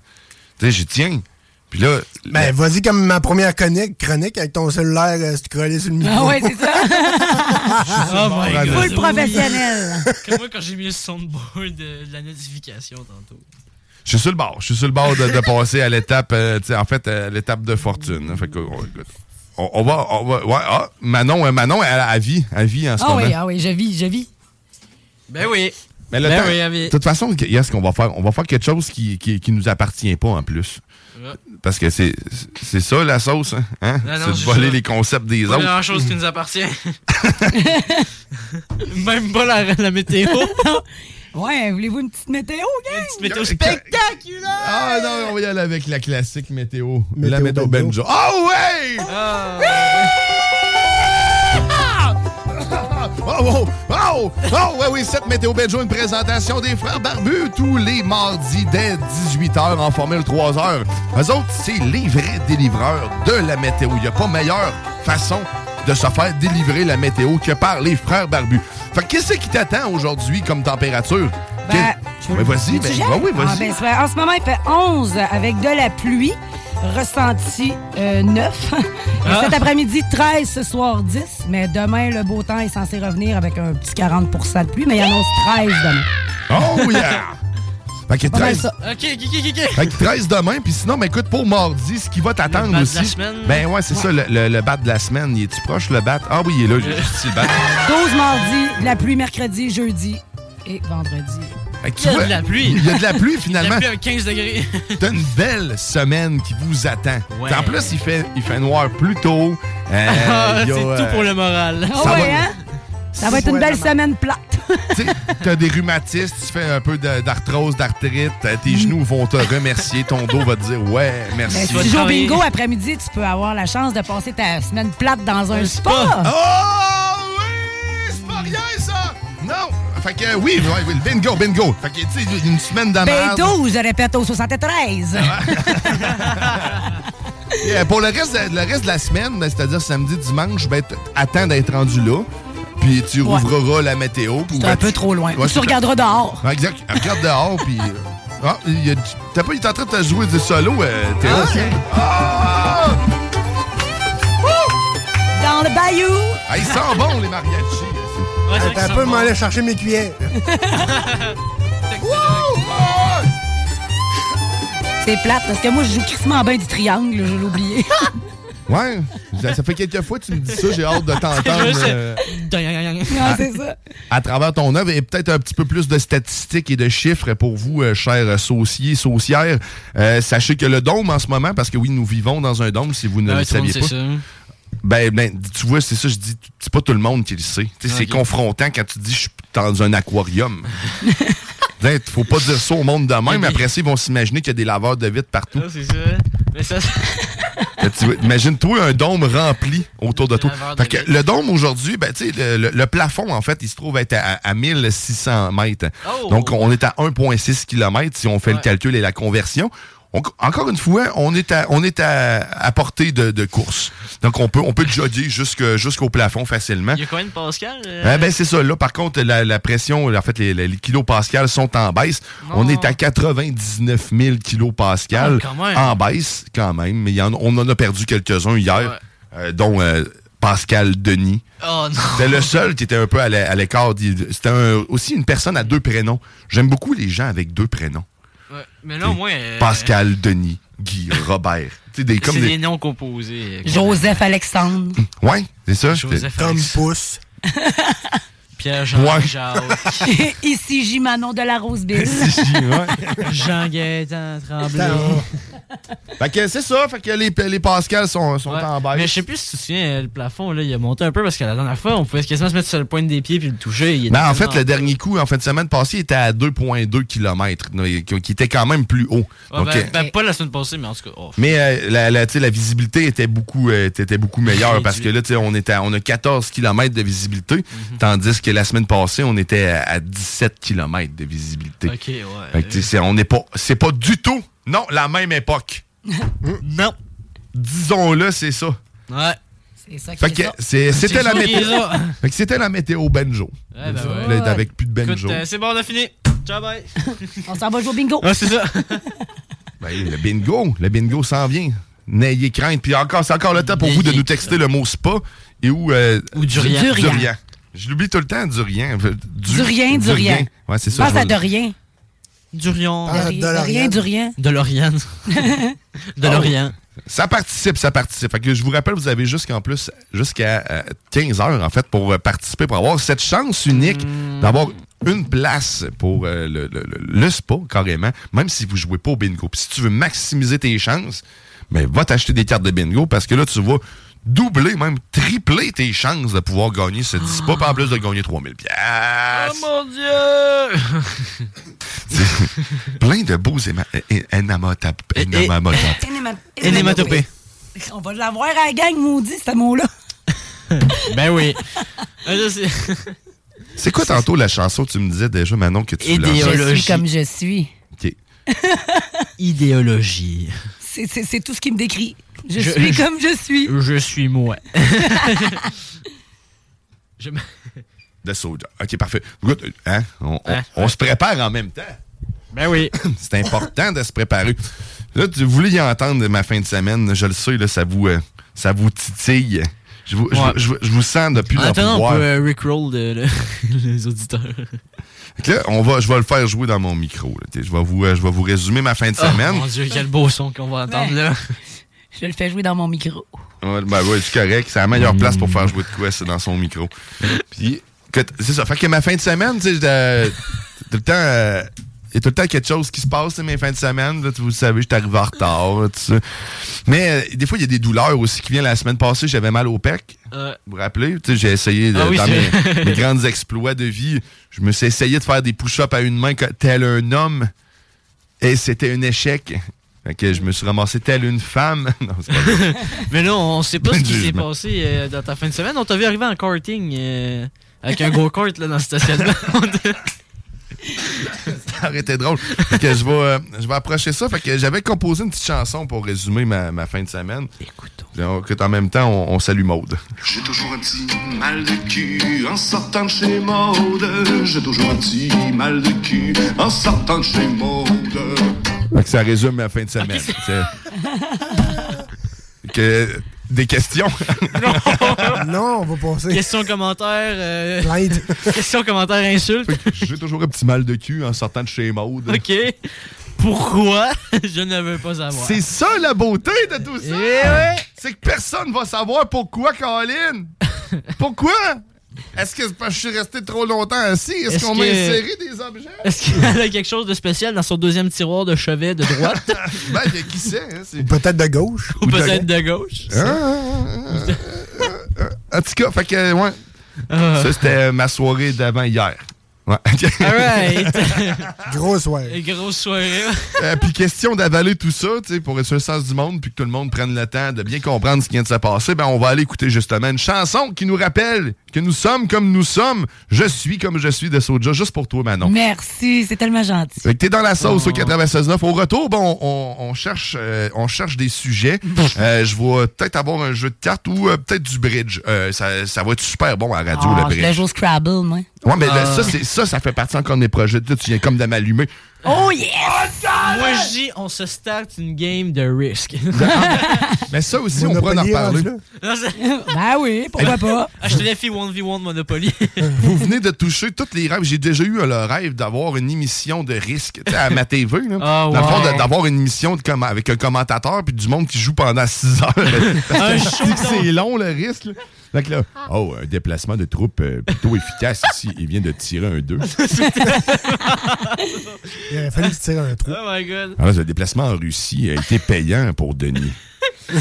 Tu sais, j'y tiens. Puis là,
Ben, vas-y comme ma première chronique, chronique avec ton cellulaire euh, si tu collais sur le micro.
Ah ouais, c'est ça.
Ah,
Oh my God.
Ah, Full professionnel.
Comme moi quand j'ai mis le soundboard de, de la notification tantôt.
je suis sur le bord. Je suis sur le bord de, de passer à l'étape, euh, tu sais, en fait, à l'étape de fortune. hein. Fait que, oh, écoute, on, on va, on va- ouais, ah, Manon, euh, Manon, elle a vie, à vie en ce
Ah
moment.
oui, ah oui, je vis, je vis.
Ben oui.
Mais le
Ben
temps-
oui, Abby.
de toute façon, il y a ce qu'on va faire. On va faire quelque chose qui, qui, qui nous appartient pas en plus. Parce que c'est c'est ça la sauce, hein? hein?
Ah. Non, Ben non,
c'est de
c'est
voler
ça.
les concepts des
Pas
autres.
grand chose qui nous appartient. Même pas la, la météo.
ouais, voulez-vous une petite météo, gang? Une petite
météo
spectaculaire!
Ah non, on va y aller avec la classique météo. la
Météo
météo
Benjo.
Benjo. Oh ouais!
Ah!
Oh, oh, oh, Oh! Oh, ouais, oui, 7 Météo Bedjo, une présentation des frères barbus tous les mardis dès 18h en Formule 3h. Eux autres, c'est les vrais délivreurs de la météo. Il n'y a pas meilleure façon de se faire délivrer la météo que par les frères barbus. Fait que qu'est-ce qui t'attend aujourd'hui comme température?
Ben,
Qu'est-
je-
Ben, vas-y,
Tu
ben,
suggères?
ben oui, vas-y.
Ah, ben, c'est vrai. en ce moment, il fait 11 avec de la pluie, ressenti euh, 9. Et
Ah.
Cet après-midi, 13, ce soir, 10. Mais demain, le beau temps est censé revenir avec un petit 40 de pluie, mais il annonce 13 demain.
Oh yeah! Fait que
Pas mal
13,
Ah, ben, ça.
Ok, ok, ok, ok.
fait que 13 demain, puis sinon, ben écoute, pour mardi, ce qui va t'attendre
bat de
aussi.
la semaine.
Ben ouais, c'est ça, le, le, le bat de la semaine. Il est-tu proche, le bat? Ah oui, il est là, j'ai juste dit le bat.
12 mardi, de la pluie mercredi, jeudi et vendredi.
Fait que tu
Il y a
vois,
de la pluie.
Il y a de la pluie,
Il a
finalement.
plus un 15 degrés.
T'as une belle semaine qui vous attend.
Ouais.
Puis En plus, il fait, il fait noir plus tôt. Euh,
Ah,
il y a,
c'est
euh,
tout pour le moral.
Ah ouais, hein? Ça va être une belle semaine plate.
euh, T'as des rhumatismes, tu fais un peu de- d'arthrose, d'arthrite, euh,
Mm.
tes genoux vont te remercier, ton dos va te dire ouais,
Mais
Ben,
merci.
si tu joues au Ben, bingo après-midi, tu peux avoir la chance de passer ta semaine plate dans un,
Un
spa.
spa. Oh oui! C'est pas rien, ça! Non! Fait que euh, oui, oui, oui, le bingo, bingo. Fait que tu sais, une semaine de
Ben
merde. Ah
12, je répète, au 73.
Et, euh, pour le reste, de, le reste de la semaine, ben, c'est-à-dire samedi, dimanche, ben, t- attends d'être rendu là. Puis tu
Ouais.
rouvreras la météo. puis,
C'est
ben,
un peu trop loin.
Ouais,
tu
c'est-
regarderas dehors.
Ouais, exact. Regarde dehors, puis... euh, Ah, il y a du- t'as pas, il est en train de te jouer du solo, euh, Théo.
Ah,
Ah
Dans le bayou.
Ah, ils sont bons, les mariachis.
Attends un peu, m'en aller chercher mes cuillères.
C'est plate parce que moi, je joue crissement bien du triangle, je l'ai oublié.
Ouais, ça ça fait quelques fois que tu me dis ça, j'ai hâte de t'entendre
Juste,
euh,
Ah.
Non, c'est ça.
à travers ton œuvre et peut-être un petit peu plus de statistiques et de chiffres pour vous, euh, chers sociés, socières. Euh, sachez que le dôme en ce moment, parce que oui, nous vivons dans un dôme, si vous ne
Ouais,
le
tout le monde
saviez pas.
sait
Ben, ben, tu vois, c'est ça, je dis, c'est pas tout le monde qui le sait. Tu sais, C'est
Ok.
confrontant quand tu dis je suis dans un aquarium. Putain, Faut pas dire ça au monde de même. Après ça, ils vont s'imaginer qu'il y a des laveurs de vitres partout.
Ah, c'est ça. Mais ça,
Fait que tu vois, Imagine-toi un dôme rempli autour de toi. Fait que le dôme aujourd'hui, ben, tu sais, le, le- le plafond, en fait, il se trouve être à, à 1600 mètres.
Oh!
Donc, on est à 1,6 km si on fait le calcul et la conversion. On- encore une fois, on est à, on est à, à portée de, de course. Donc, on peut, on peut jogger jusque- jusqu'au plafond facilement.
il y a combien de Pascal? euh?
Ah Hein? ben c'est ça. Là, par contre, la, la pression, en fait, les, les les kilopascales sont en baisse. On est à 99 000 kilopascales
Oh. Ah, quand même.
en baisse, quand même. Mais il y en- on en a perdu quelques-uns hier, euh, dont euh, Pascal Denis.
Oh non.
C'était le seul qui était un peu à l'é- à l'écart. d'il- C'était un- aussi une personne à deux prénoms. J'aime beaucoup les gens avec deux prénoms.
Ouais, Mais là, au moins. euh,
Pascal Denis, Guy, Robert. Tu sais, des, comme
C'est
des-
des noms composés. euh,
Joseph Alexandre.
Ouais, c'est ça.
Joseph
Tom Pouce.
Pierre Jean
Ouais.
Jacques.
Ici J. Manon de la Roseville.
Jean Gaëtan Tremblay.
Fait que c'est ça. Fait que les, les Pascals sont, sont en baisse.
Mais je sais plus si tu te souviens, euh, le plafond, là, il a monté un peu parce que la dernière fois, on pouvait quasiment se mettre sur le point des pieds puis le toucher. il était
Ben, en fait,
tellement-
le dernier coup, en fin de semaine passée, il était à 2,2 km, qui était quand même plus haut.
Ouais,
Donc,
ben,
euh,
ben, pas la semaine passée, mais en tout cas. oh.
mais euh, la, la, tu sais, la visibilité était beaucoup, euh, était- était beaucoup meilleure parce que là, tu sais, on, était à- on a 14 km de visibilité,
Mm-hmm.
tandis que la semaine passée, on était à, à 17 km de visibilité.
Ok, ouais.
Fait que, tu sais, c'est- on n'est pas, c'est pas du tout, non, la même époque.
non.
Disons-le, c'est ça.
Ouais.
C'est ça
Fait que c'est- c'était la
ça qui est
météo.
ça.
Fait que c'était la météo Benjo.
Ouais, ben ouais.
Là, Avec plus de Benjo.
Écoute, euh, c'est bon, on a fini. Ciao, bye.
On s'en va jouer au bingo.
Ah, c'est ça.
Ben, le bingo, le bingo s'en vient. N'ayez crainte. Puis encore, c'est encore le temps pour vous de nous texter le mot spa et ou, euh,
durian.
durian.
Durian.
Je l'oublie tout le temps, durian. Du,
Durien, Durien.
Ouais, c'est ça.
Pense
je vois-
à de rien.
Du rien.
De ri- de rien, du rien.
De l'Orient. De
Oh.
l'Orient.
Ça participe, ça participe. Fait que je vous rappelle, vous avez jusqu'en plus, jusqu'à euh, 15 heures, en fait, pour euh, participer, pour avoir cette chance unique d'avoir une place pour euh, le, le- le- le spa, carrément, même si vous jouez pas au bingo. Puis si tu veux maximiser tes chances, mais va t'acheter des cartes de bingo parce que là, tu vas doubler, même tripler tes chances de pouvoir gagner ce 10 spa, puis en plus de gagner 3000 piastres.
Oh mon dieu!
Plein de beaux éma- é- é- énamotap- énamamotap-
Énéma-
Énématopée.
On va l'avoir à la gang, maudit, ce mot-là.
Ben oui. Ah, je sais.
C'est quoi tantôt la chanson que tu me disais déjà, Manon, que tu lançais?
Je suis comme je suis.
Ok.
Idéologie.
C'est- C'est c'est tout ce qui me décrit. Je,
Je-
suis
je-
comme je suis.
Je suis moi.
The Soldier. OK, parfait. Écoute, hein, on, on- on se prépare en même temps.
Ben oui.
C'est important de se préparer. Là, tu voulais y entendre ma fin de semaine. Je le sais, là, ça vous, euh, ça vous titille. Je vous, je
Ouais.
vous- je vous- je vous sens de plus
En
en plus.
attendant, on
voir.
peut euh, Rickroll de- le- les auditeurs.
Fait que là, on va, je vais le faire jouer dans mon micro. là. T'sais, Je vais, vous, euh, je vais vous résumer ma fin de
Oh,
semaine.
mon Dieu, quel beau son qu'on va entendre là.
Je le fais jouer dans mon micro.
Ouais, ben ouais, c'est correct. C'est la meilleure place
Mm.
pour faire jouer de quoi, c'est dans son micro. Puis, que t- c'est ça. Fait que ma fin de semaine, tu sais, j'étais- tout le temps. euh, il y a tout le temps quelque chose qui se passe, tu sais, mes fins de semaine. Là, tu- vous savez, je arrivé en retard. là, tout ça. Mais euh, des fois, il y a des douleurs aussi qui viennent. La semaine passée, j'avais mal au pec.
Euh,
Vous vous rappelez? Tu sais, J'ai essayé, de-
Ah oui,
dans
c'est-
mes, mes grands exploits de vie, je me suis essayé de faire des push-ups à une main co- tel un homme. Et c'était un échec. Fait que je me suis ramassé tel une femme. Non, c'est pas vrai.
Mais là, on sait pas ce qui s'est
Jugement.
passé euh, dans ta fin de semaine. On t'a vu arriver en karting euh, avec un go-kart là, dans le stationnement.
Ça aurait été drôle. Fait que je vais, euh, je vais approcher ça. Fait que j'avais composé une petite chanson pour résumer ma, ma fin de semaine. Écoutons. en même temps, on, on salue Maude.
J'ai toujours un petit mal de cul en sortant de chez Maude. J'ai toujours un petit mal de cul en sortant de chez Maude.
Fait que ça résume ma fin de semaine. C'est- que, des questions.
non, on va passer.
Question, commentaire. euh,
Plainte.
Question, commentaire, insulte.
J'ai toujours un petit mal de cul en sortant de chez Maude.
OK. Pourquoi je ne veux pas savoir?
C'est ça la beauté de tout ça.
Ah, Eh ouais.
C'est que personne va savoir pourquoi, Colin. Pourquoi? Est-ce que c'est parce que je suis resté trop longtemps assis? Est-ce
Est-ce
qu'on m'a
que-
inséré des objets?
Est-ce qu'elle a quelque chose de spécial dans son deuxième tiroir de chevet de droite?
Ben, y a qui sait? hein, c'est-
Ou peut-être de gauche.
Ou peut-être de gauche?
Ah, Hein? ah. En tout cas, fait que, ouais.
Ah.
Ça, c'était ma soirée d'avant hier. Ouais.
Alright.
Grosse, ouais.
Grosse soirée.
Euh, puis question d'avaler tout ça, tu sais, pour être sur le sens du monde, puis que tout le monde prenne le temps de bien comprendre ce qui vient de se passer, ben on va aller écouter justement une chanson qui nous rappelle que nous sommes comme nous sommes. Je suis comme je suis de Soja, juste pour toi, Manon.
Merci, c'est tellement gentil.
Fait que t'es dans la sauce au
Ah.
96.9. Au retour, bon, on, on cherche, euh, on cherche des sujets. Euh, je vais peut-être avoir un jeu de cartes ou euh, peut-être du bridge. Euh, ça, ça va être super bon à la radio,
Ah,
le
je le
bridge.
joue au Scrabble, moi.
Ouais, mais là,
Ah.
ça, c'est- ça, ça fait partie encore de mes projets. Là, tu viens comme de m'allumer.
Oh yes!
Moi, je dis, on se start une game de Risk.
Ben, Mais ça aussi, on pourra en reparler.
ben oui, pourquoi pas?
Je te défie 1v1 de Monopoly.
Vous venez de toucher tous les rêves. J'ai déjà eu euh, le rêve d'avoir une émission de risque tu sais, à ma TV. Là.
Ah,
Dans le fond,
ouais.
de- d'avoir une émission de com- avec un commentateur puis du monde qui joue pendant 6 heures. Parce que si c'est long, le risque. là. Fait que là, oh, un déplacement de troupes euh, plutôt efficace ici. Il vient de tirer un 2.
Il aurait fallu se tirer un trou.
Oh my god.
Alors, le déplacement en Russie a été payant pour Denis.
Un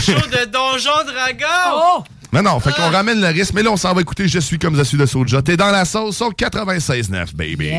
show de Donjon
Oh!
Dragon!
Non, non, fait qu'on ramène le risque. Mais là, on s'en va écouter Je suis comme je suis de Soja. T'es dans la sauce au 96.9, baby.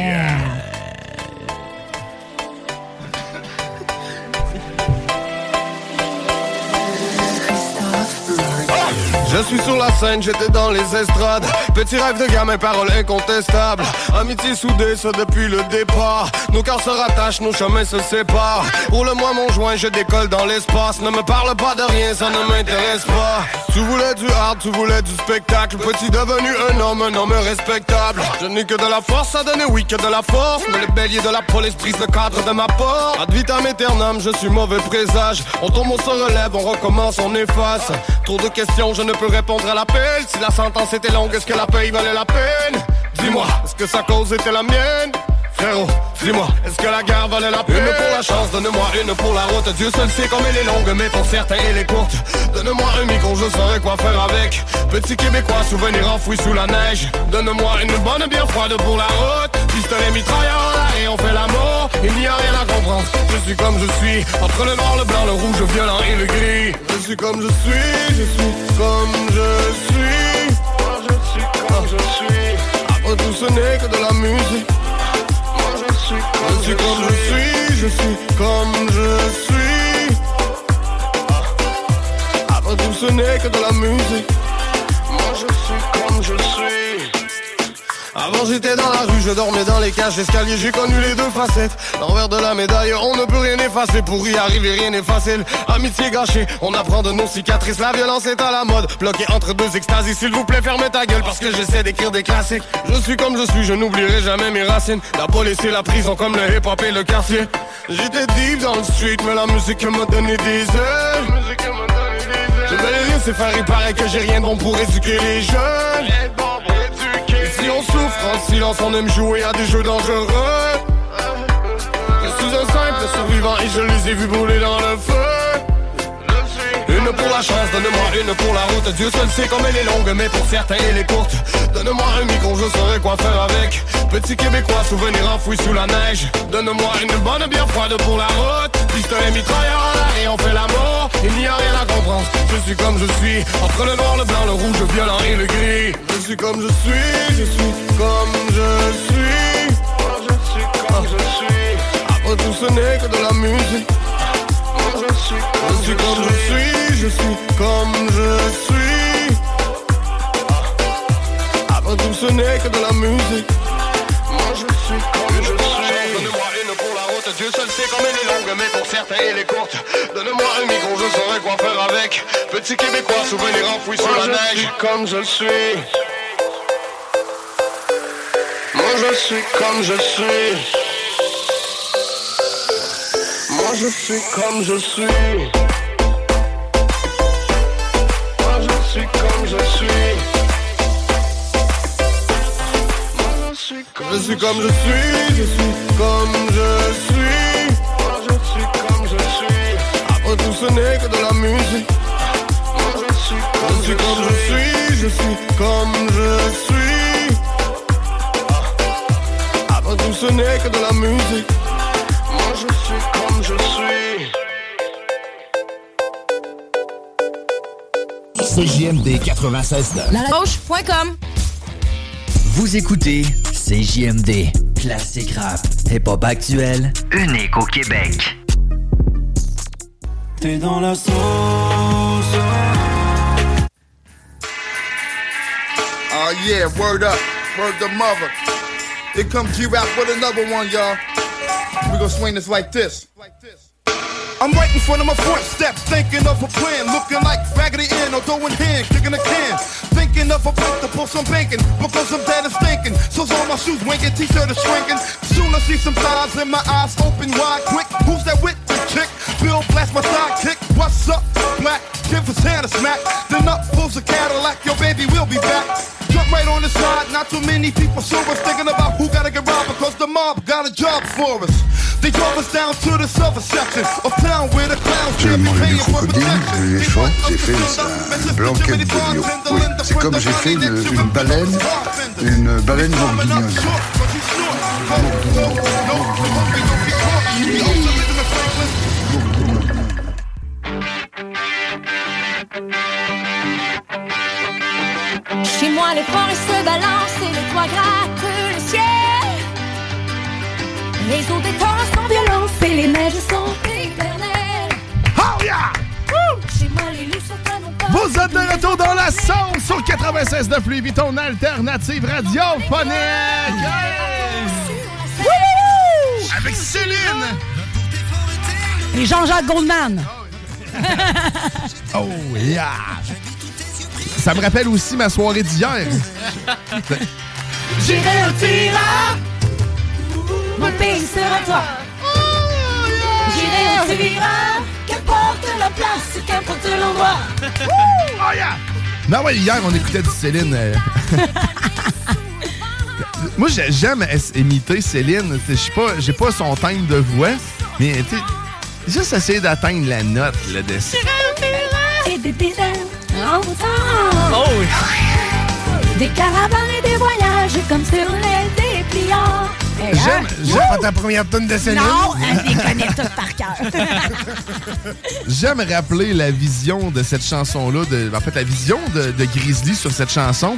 Je suis sur la scène, j'étais dans les estrades. Petit rêve de gamin, parole incontestable. Amitié soudée, ça depuis le départ. Nos cœurs se rattachent, nos chemins se séparent. Roule-moi mon joint, je décolle dans l'espace. Ne me parle pas de rien, ça ne m'intéresse pas. Tu voulais du hard, tu voulais du spectacle. Petit devenu un homme, un homme respectable. Je n'ai que de la force à donner, oui, que de la force. Mais le bélier de la police brise le cadre de ma porte. Ad vitam aeternam, je suis mauvais présage. On tombe, on se relève, on recommence, on efface. Trop de questions, je ne peux répondre à l'appel. Si la sentence était longue, est-ce que la paix valait la peine Dis-moi, est-ce que sa cause était la mienne Frérot, dis-moi, est-ce que la guerre valait la peine Une pour la chance, donne-moi une pour la route Dieu seul sait comme elle est longue, mais pour certains elle est courte Donne-moi un micro, je saurai quoi faire avec Petit Québécois, souvenir enfoui sous la neige Donne-moi une bonne bien froide pour la route Pistolet mitrailleur là et on fait l'amour Il n'y a rien à comprendre, je suis comme je suis Entre le noir, le blanc, le rouge, le violent et le gris Je suis comme je suis, je suis comme je suis je suis comme je suis Après tout ce n'est que de la musique je suis comme je suis, je suis comme je suis. Après tout, ce n'est que de la musique. Moi, je suis comme je suis. Avant j'étais dans la rue, je dormais dans les cages d'escalier, j'ai connu les deux facettes. L'envers de la médaille, on ne peut rien effacer, pour y arriver rien n'est facile. Amitié gâchée, on apprend de nos cicatrices, la violence est à la mode. Bloqué entre deux extasies, s'il vous plaît fermez ta gueule parce que j'essaie d'écrire des classiques. Je suis comme je suis, je n'oublierai jamais mes racines. La police et la prison comme le hip-hop et le quartier. J'étais deep dans le street, mais la musique m'a donné des ailes. Je vais les laisser faire, il paraît que j'ai rien de bon pour éduquer les jeunes. Et si on souffre en silence, on aime jouer à des jeux dangereux. Je suis un simple survivant et je les ai vus brûler dans le feu. Une pour la chance, donne-moi une pour la route. Dieu seul sait comme elle est longue, mais pour certains elle est courte. Donne-moi un micro, je saurai quoi faire avec. Petit Québécois, souvenir enfoui sous la neige. Donne-moi une bonne bière froide pour la route. Pistolet mitrailleur en l'air et on fait l'amour. Il n'y a rien à comprendre, je suis comme je suis. Entre le noir, le blanc, le rouge, le violent et le gris. Je suis comme je suis, je suis comme je suis. Comme je suis. Après tout, ce n'est que de la musique. Je suis comme je suis, je suis comme je suis. Avant Ah. tout, ce n'est que de la musique. Moi, je suis comme je suis. Donne-moi une pour la route, Dieu seul sait comme elle est longue, mais pour certains, elle est courte. Donne-moi un micro, je saurai quoi faire avec. Petit Québécois, souvenir enfoui sous la neige. Je suis comme je le suis. Moi, je suis comme je suis. Moi je suis comme je suis. Moi je suis comme je suis. Moi je suis comme je suis, comme je suis, je suis comme je suis. Moi je suis comme je suis. Après tout ce n'est que de la musique. Moi je suis comme je suis, comme je suis, je suis comme je suis. Après tout ce n'est que de la musique. Moi je suis comme je suis.
CJMD 96
Gauche.com.
Vous écoutez CJMD, classique rap, hip-hop actuel, unique au Québec.
T'es dans la sauce.
Ah,
Oh yeah, word up, word the mother. Here comes G-Rap with another one, y'all. We gonna swing this like this. I'm right in front of my front steps, thinking of a plan, looking like raggedy Ann or throwing hands, kicking a can. Thinking of a place to pull some banking, because I'm dead and stinking. So's on my shoes winking, t-shirt is shrinking. Soon I see some thighs in my eyes open wide, quick. Who's that with the chick? Bill blast my sidekick. What's up, black? Give his hand a smack. Then up pulls a Cadillac, your baby will be back. Jump right on the side, not too many people saw us thinking about who gotta get robbed because the mob got a job for us. They drove us down to the southern section of town where the clowns
J'ai mangé du crocodile, de l'éléphant, j'ai fait un blanquette de lion. Oui. C'est comme j'ai fait une, une baleine, une baleine bourguignonne.
Chez moi, les forêts se balancent et le toit gratte le ciel. Les eaux des temps sont violentes et les neiges sont éternelles.
Oh yeah!
Chez moi, les loups sont à nos pas.
Vous êtes de retour dans la sauce sur 96.9 Louis Vuitton, alternative radiophonique! Hey! Wouhou! Avec Céline!
Et Jean-Jacques Goldman.
Oh yeah! Ça me rappelle aussi ma soirée d'hier.
J'irai au tirage. Mon pays sera toi.
Oh,
J'irai au tirage. Qu'importe la place, qu'importe l'endroit.
Oh yeah! Non, ouais, hier, on écoutait du Céline. euh. Moi, j'ai- j'aime es- imiter Céline. T'sais, Je sais pas, j'ai pas son timbre de voix, mais tu sais, juste essayer d'atteindre la note là, de
Et des déserts en temps.
Oh oui.
Des caravanes et des voyages comme sur les dépliants. Et
J'aime,
un-
j'aime pas ta première tonne de Céline.
Hein? Non, elle les connaît toutes par cœur.
J'aime rappeler la vision de cette chanson-là, de, en fait, la vision de, de Grizzly sur cette chanson,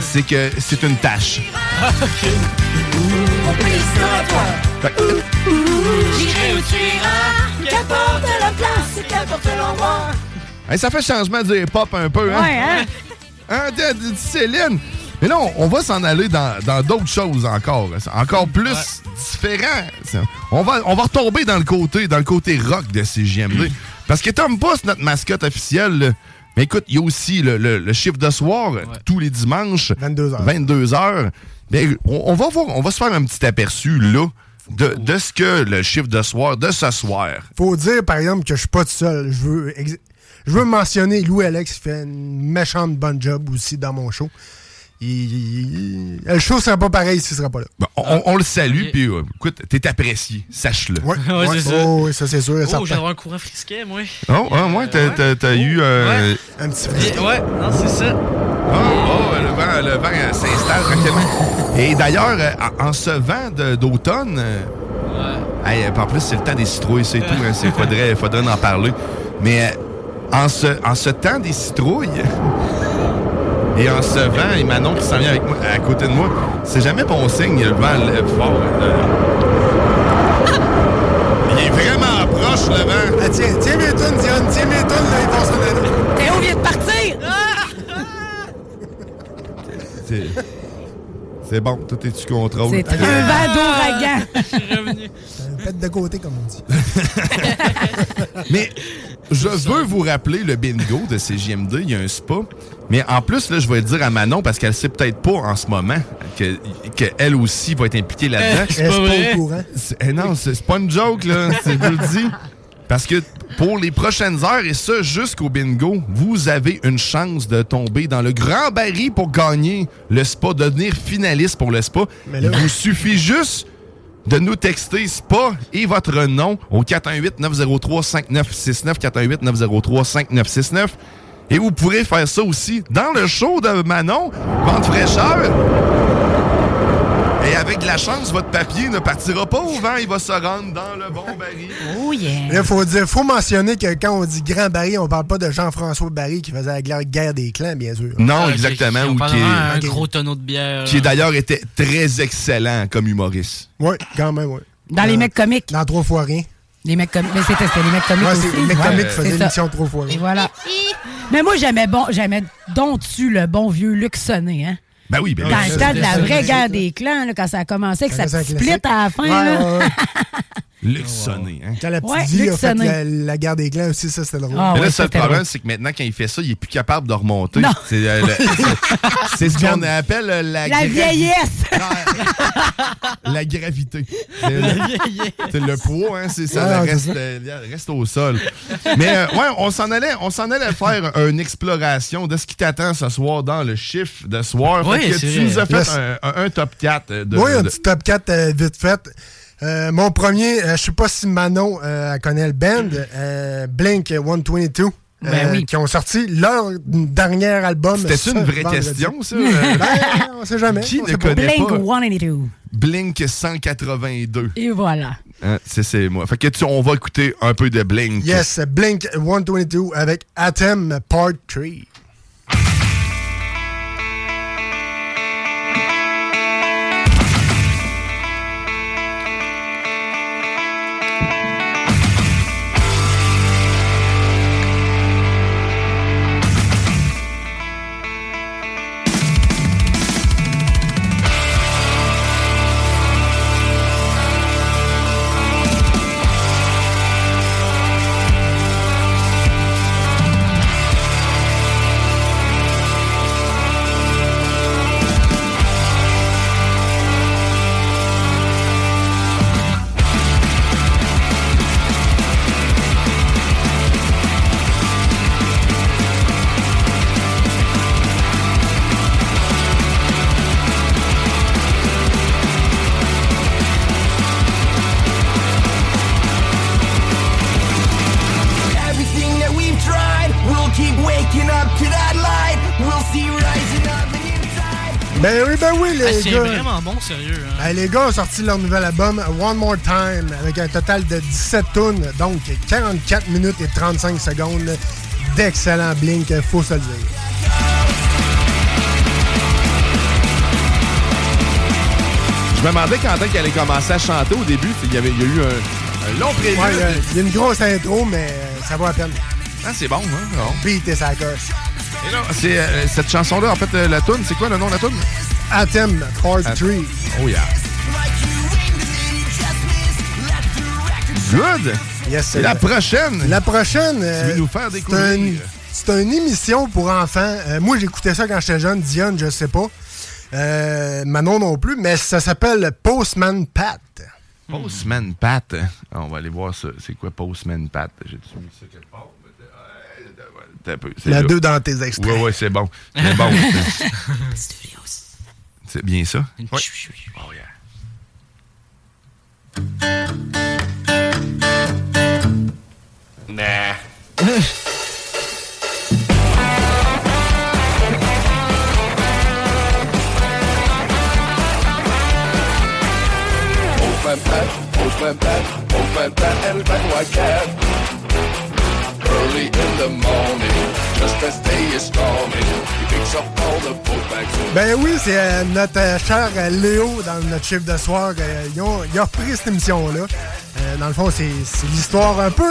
c'est que c'est une tâche.
Mon pays sera toi.
Fait que-
J'irai où tu iras, qu'importe la place, qu'importe l'endroit.
Hey, ça fait changement du hip-hop un peu, hein?
Ouais, hein?
Hein, de- de- de Céline! Mais là, on, on va s'en aller dans dans d'autres choses encore. hein. C'est Encore plus différent. ça. On va, on va retomber dans le côté dans le côté rock de CGMD. Parce que Tom Pouce, notre mascotte officielle, là, mais écoute, il y a aussi le, le- le chiffre de soir tous les dimanches. 22 heures. 22 heures. Ben, on, on va voir, on va se faire un petit aperçu là de, de ce que le chiffre de soir, de ce soir.
Faut dire, par exemple, que je suis pas tout seul. Je veux, ex- je veux mentionner Lou Alex qui fait une méchante bonne job aussi dans mon show. Il- il- le show serait pas pareil s'il serait pas là.
Bon, on, on- on le salue, puis euh, écoute, t'es apprécié, sache-le.
Ouais,
Ouais,
ouais.
c'est ça.
Oh, oui, ça c'est sûr. et
Oh, j'ai
certain.
un courant frisquet, moi.
Oh, ah, ouais, t'as, t'as- t'as eu. euh,
Un petit
Et- Ouais, non, c'est ça.
Oh, oh, le vent, le vent euh, s'installe tranquillement. Et d'ailleurs, euh, en- en ce vent de- d'automne, euh, hey, euh, en plus, c'est le temps des citrouilles, c'est tout. Il faudrait, faudrait en parler. Mais euh, en, ce, en ce temps des citrouilles et en ce vent, et Manon qui s'en vient avec moi, à côté de moi, c'est jamais bon signe, le vent le fort. euh. il est vraiment proche, le vent.
Ah, tiens, tiens mes tonnes, Diane, tiens mes tonnes, là, ils vont sonner.
Théo Eh, vient de partir!
C'est, c'est bon, tout est sous contrôle. Euh,
C'est un vent d'ouragan.
Euh, Pète de côté, comme on dit.
Mais je veux vous rappeler le bingo de CJMD, il y a un spa. Mais en plus, là, je vais le dire à Manon, parce qu'elle sait peut-être pas en ce moment qu'elle que elle aussi va être impliquée là-dedans.
Eh, c'est pas Est-ce pas vrai? au courant?
C'est- eh non, c'est c'est pas une joke, là. C'est je vous le dis. Parce que pour les prochaines heures, et ça jusqu'au bingo, vous avez une chance de tomber dans le grand baril pour gagner le spa, devenir finaliste pour le spa.
Mais là-
Il vous suffit juste de nous texter SPA et votre nom au 418-903-5969, 418-903-5969. Et vous pourrez faire ça aussi dans le show de Manon, Vente fraîcheur. Et avec de la chance, votre papier ne partira pas au vent, il va se rendre dans le bon baril.
Oh yeah!
Là, faut dire, faut mentionner que quand on dit Grand Barry, on parle pas de Jean-François Barry qui faisait la guerre- guerre des clans, bien sûr.
Ah,
Non,
Ah,
exactement, ou qui,
Un
est-
gros tonneau de bière.
qui est d'ailleurs était très excellent comme humoriste.
Oui, quand même, oui.
Dans les mecs comiques.
Dans trois fois rien.
Les mecs comiques. Mais c'était c'était les mecs comiques
Ouais,
aussi.
c'est les mecs
Ouais,
comiques qui
c'est
faisaient
ça.
l'émission trois fois rien.
Et voilà. Mais moi, j'aimais bon, j'aimais donc tu le bon vieux Luc Sonné, hein?
Ben oui, ben
Dans le temps de la vraie
classique,
guerre des clans, là, quand ça a commencé avec sa
Ça faisait un
petite split
classique.
à la fin.
Ouais,
là.
ouais, ouais.
Luc Sonné, hein?
Quand la petite
Ouais,
vie
Luc
a fait
Sonnet.
la, la guerre des clans aussi, ça, c'était drôle.
Ah
Mais là,
ouais,
le seul
c'était
problème,
vrai.
c'est que maintenant, quand il fait ça, il est plus capable de remonter.
Non.
C'est euh, le- c'est- c'est ce qu'on appelle euh, la,
La
gra-
vieillesse!
Ah.
la gravité. C'est le- c'est le poids, hein, c'est ça,
Ouais,
la
ouais,
reste,
Ah, c'est ça.
euh, reste au sol. Mais euh, ouais, on s'en allait, on s'en allait faire une exploration de ce qui t'attend ce soir dans le chiffre de soir. Fait
Ouais,
que
c'est
tu
vrai.
nous as fait
Yes.
un, un- un top 4 de,
Oui, un
de-
petit top 4 euh, vite fait. Euh, mon premier, euh, je sais pas si Manon euh, elle connaît le band, euh, Blink 122, euh,
Ben oui.
qui ont sorti leur dernier album.
C'était-tu une
ce
vraie
vendredi.
question, ça?
Ben, on sait jamais.
Qui
on
ne
sait pas.
connaît
Blink
pas
182.
Blink 182?
Et voilà.
Hein, c'est- c'est moi. Fait que tu- on va écouter un peu de Blink.
Yes, euh, Blink 122 avec Atem Part 3.
Everything that we've tried, we'll keep waking up to that light. We'll see rising up and inside.
Ben oui, ben oui,
Ah,
les
c'est
gars.
vraiment bon, sérieux. hein.
Ben, les gars ont sorti leur nouvel album One More Time avec un total de 17 tunes, donc 44 minutes et 35 secondes d'excellent Blink, faut se le dire.
Je me demandais quand est-ce qu'elle allait commencer à chanter au début. Il y, avait, il y a eu un, un long prélude.
Ouais, il y a- il y a une grosse intro, mais euh, ça vaut la peine.
Ah, c'est bon, hein? Non.
Beat et sa coche.
Et non, c'est euh, cette chanson-là, en fait, euh, la tune, c'est quoi le nom de la tune?
Anthem, Part 3.
Oh yeah. Good!
Yes,
Et
sir.
la prochaine!
La prochaine. euh,
nous faire
c'est
découvrir.
un- C'est une émission pour enfants. Euh, moi, j'écoutais ça quand j'étais jeune. Dionne, je sais pas. Euh, Manon non plus, mais ça s'appelle Postman Pat.
Postman Pat. On va aller voir ça. C'est quoi Postman Pat? J'ai-tu mis ça quelque part? T'as un peu, c'est
La
là.
deux dans tes extraits.
Ouais, ouais, c'est bon. C'est bon. c'est bien ça? Ouais. Oh yeah.
Nah.
Postman Pat, Postman Pat, Postman Pat, and his black and white cat. Early in the morning, just as day is dawning, he picks up all the post bags.
Ben oui, c'est euh, notre euh, cher euh, Léo dans notre chiffre de soir. euh, ils ont- il a repris cette émission-là. Euh, dans le fond, c'est c'est l'histoire un peu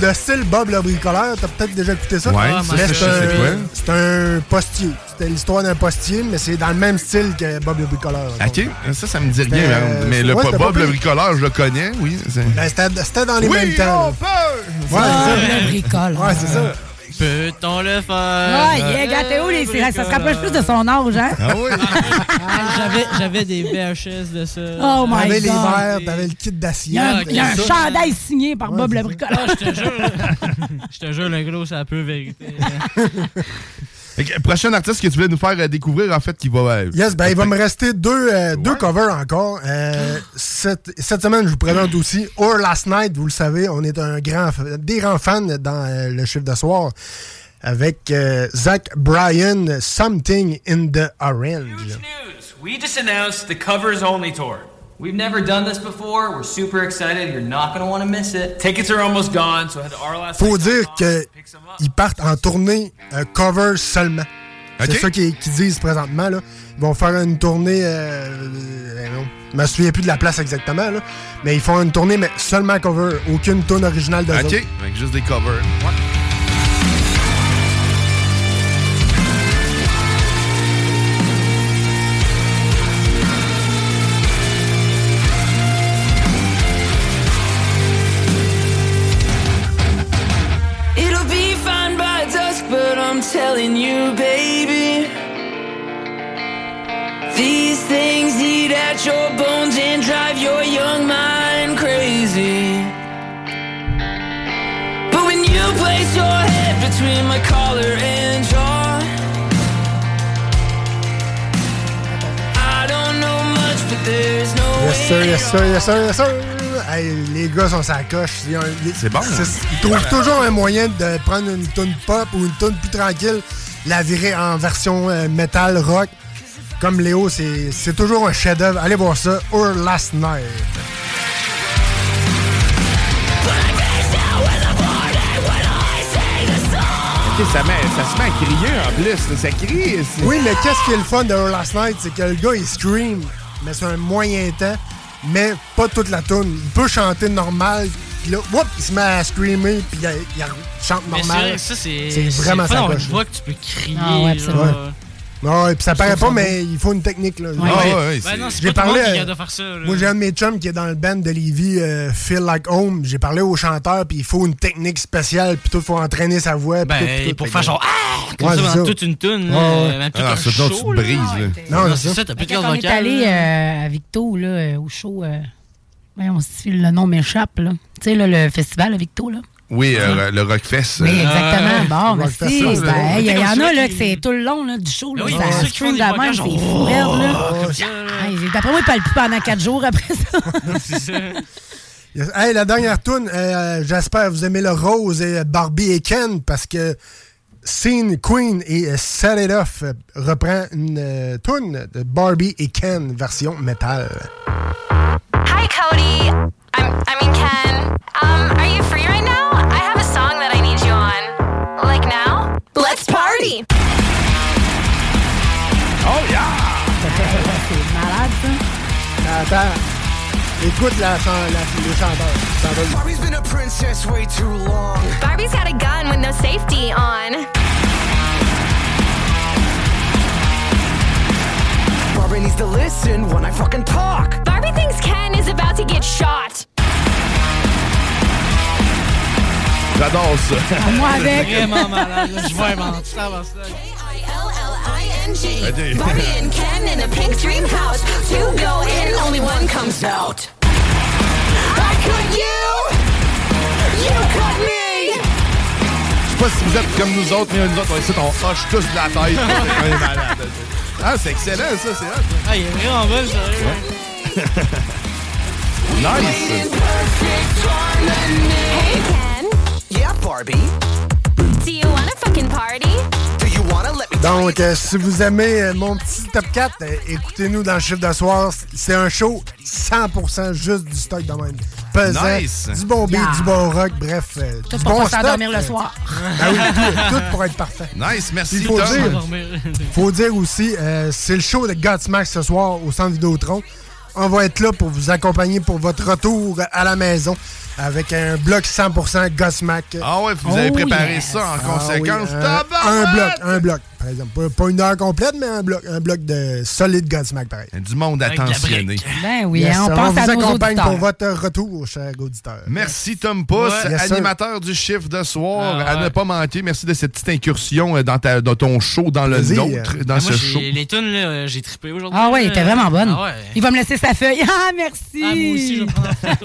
de style Bob le bricoleur. T'as peut-être déjà écouté ça.
Ouais, Ah, ça,
Mais
c'est-
c'est
je sais
un-
quoi.
c'est un postier. C'était l'histoire d'un postier, mais c'est dans le même style que Bob le bricoleur.
OK, ça, ça me dit rien,
C'était,
par contre. mais le
ouais, c'était
Bob,
pas
le
pire.
bricoleur, je le connais, oui. c'est-
Ben, c'était c'était dans les
Oui,
mêmes temps.
on
peut! Ouais, c'est ça. Ouais, c'est ça.
Peut-on le faire?
Ouais, yeah, gars, Théo, les- ça se rapproche plus de son âge, hein?
Ah oui?
Ah, J'avais- J'avais des VHS de ça.
Oh my
T'avais les
God.
verres, t'avais le kit
Il y a un,
d'assiette.
il y a un
Ça,
chandail signé par Bob le
Ah,
bricoleur.
Je te jure, le gros, c'est la peu vérité.
Fait que, prochain artiste que tu voulais nous faire euh, découvrir, en fait, qui va. euh,
Yes, ben il va me rester deux, euh, deux covers encore. Euh, cette, cette semaine, je vous présente aussi Or Last Night. Vous le savez, on est un grand, f- des grands fans dans euh, le chiffre de soir avec euh, Zach Bryan, Something in the Orange.
We just announced the Covers Only Tour. We've never done this before. We're super excited. You're not going to want to miss it. Tickets are almost gone, so head to our last.
Faut dire qu'ils partent en tournée euh, cover seulement.
Ok.
C'est ça qu'ils qu'ils disent présentement. Là. Ils vont faire une tournée. euh, euh, non, je me souviens plus de la place exactement, là, mais ils font une tournée, mais seulement cover, aucune tune originale de
OK, avec juste des covers.
It'll be fine by dusk, but I'm telling you, baby. These things eat at your bones and drive your young mind crazy. But when you place your head between my collar and jaw, I don't know much, but there's no
Yes
way.
sir, yes sir, yes sir, yes sir. Hey, les gars sont sa coche. Ils ont- ils-
C'est bon, hein?
Ils trouvent toujours un moyen de prendre une tune pop ou une tune plus tranquille, la virer en version euh, metal rock. Comme Léo, c'est c'est toujours un chef-d'œuvre. Allez voir ça, Our Last Night.
OK, ça, met, ça se met à crier en plus. Ça crie. c'est-
Oui, mais qu'est-ce qui est le fun de Our Last Night, c'est que le gars il scream, mais c'est un moyen temps, mais pas toute la tune. Il peut chanter normal, puis là, whoop, il se met à screamer, puis il, il chante
Mais c'est
normal.
vrai que ça, c'est.
C'est vraiment
pas
sa
dans une
coche.
voix que tu peux crier.
Ah ouais, absolument.
genre.
Ouais. Non, et puis ça
Je
paraît
trouve
pas,
ça
mais il faut une technique. Là.
Ouais, Ah ouais, ouais, ouais, c'est- non, c'est
J'ai
pas tout le
parlé.
monde qui est
euh,
capable de faire ça, là.
Moi, j'ai un de mes chums qui est dans le band de Levy, euh, Feel Like Home. J'ai parlé au chanteur, puis il faut une technique spéciale, puis tout, faut entraîner sa voix. puis
Ben,
tout, puis tout,
pour
fait
faire
que-
genre Ah! Comme
Ouais,
ça,
c'est
dans toute une toune.
Ouais,
euh,
ouais.
même tout
Ah,
un
c'est ça,
show,
tu
là.
brises, là.
Non, c'est ça, t'as plus de
Quand
corde
on est
vocale.
allé euh, à Victo, là, euh, au show, euh, voyons, si le nom m'échappe, là. Tu sais, là, le festival à Victo, là.
Oui, euh, le Rockfest.
Oui, exactement. Bon, merci.
Rockfest,
Ben,
là.
il y,
Comme
en a
celui
là,
qui-
que c'est tout le long là, du show. Là,
oui,
ça
ceux qui font
scream
oh,
de
des
la même, c'est
vocations,
fou, là. Hey, D'après moi, il parle plus pendant quatre jours après ça.
Yes. Hey, la dernière tune, euh, j'espère que vous aimez le rose et euh, Barbie et Ken parce que Scene Queen et euh, Set It Off euh, reprend une euh, tune de Barbie et Ken version métal.
Hi, Cody. I'm, I mean, Ken. Um, are you free right now? I have a song that I need you on. Like now? Let's party!
Oh yeah!
c'est malade
ça. Attends, écoute la, chan- la- le chanteur. Ça va.
Barbie's been a princess way too long.
Barbie's got a gun with no safety on.
to listen when I fucking talk.
Barbie thinks Ken is about to get shot.
J'adore ça.
Moi avec. Vraiment malade, là, je vois
Vas-y.
Barbie and Ken in a pink dream house. Two go in, only one comes out. I could you, you could me.
Je sais pas si vous êtes comme nous autres, mais nous autres, on, ici, on hoche tous de la tête. On est malade. Ah, c'est excellent, ça, c'est hot.
Ah, il est vraiment bon, sérieux. hein.
Nice.
Hey, Ken.
Yeah, Barbie.
Do you want to fucking party?
Do you wanna let me?
Donc, euh, si vous aimez euh, mon petit top 4, euh, écoutez-nous dans le chiffre de soir. C'est un show 100% juste du stock de même. Pesant,
Nice.
du bon beat,
Yeah.
du bon rock, bref. euh,
Tout
du
pour
bon
pas s'endormir
stock,
le
euh,
soir.
Ben oui, tout, tout pour être parfait.
Nice, merci,
Il faut
Tom.
dire, faut dire aussi, euh, c'est le show de Godsmack ce soir au Centre Vidéotron. On va être là pour vous accompagner pour votre retour à la maison avec un bloc 100% Godsmack.
Ah ouais, vous
Oh
avez préparé ça en conséquence. Tabarouette!
Ah un bloc, un bloc, par exemple. Pas, pas une heure complète, mais un bloc, un bloc de solide Godsmack, pareil.
Du monde attentionné.
Ben oui,
Yes,
hein, on pense
vous
à nos
accompagne
auditeurs.
pour votre retour, cher auditeur.
Merci Tom Pousse,
Ouais. Yes, sir.
animateur du chiffre de soir,
Ah,
à ne pas manquer. Merci de cette petite incursion euh, dans, ta- dans ton show, dans le
Vas-y,
nôtre,
euh,
dans
Ah,
ce
moi,
show.
j'ai- les tunes, là, euh, j'ai trippé aujourd'hui.
Ah ouais, elle était vraiment bonne.
Ah ouais.
Il va me laisser sa feuille. Ah, merci.
Ah, moi aussi, je vais prendre
photo.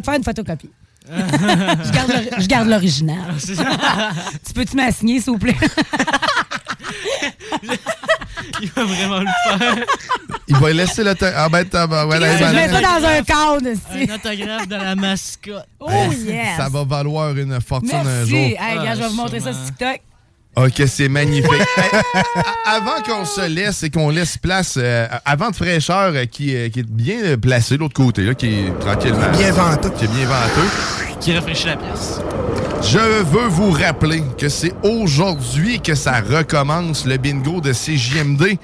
tu vas te faire une photocopie. je garde l'ori- je garde l'original.
Ah, c'est ça.
tu peux-tu m'assigner, s'il vous plaît?
Il va vraiment le faire.
Il va laisser le temps. Ah ben, tabarouette,
Je
ben,
mets
ben,
ça
Dans un cadre, aussi.
Un autographe de la mascotte.
Oh, yes.
Eh, Ça va valoir une fortune un
Merci.
jour.
Hey, gars, je vais vous montrer
Ah,
ça sur TikTok.
Ok, Ah, c'est magnifique. Hey, a- avant qu'on se laisse et qu'on laisse place euh, à Vent de fraîcheur euh, qui, euh, qui est bien euh, placé de l'autre côté, là, qui est tranquillement.
Bien venteux.
Qui est bien venteux.
Qui rafraîchit la pièce.
Je veux vous rappeler que c'est aujourd'hui que ça recommence le bingo de CJMD.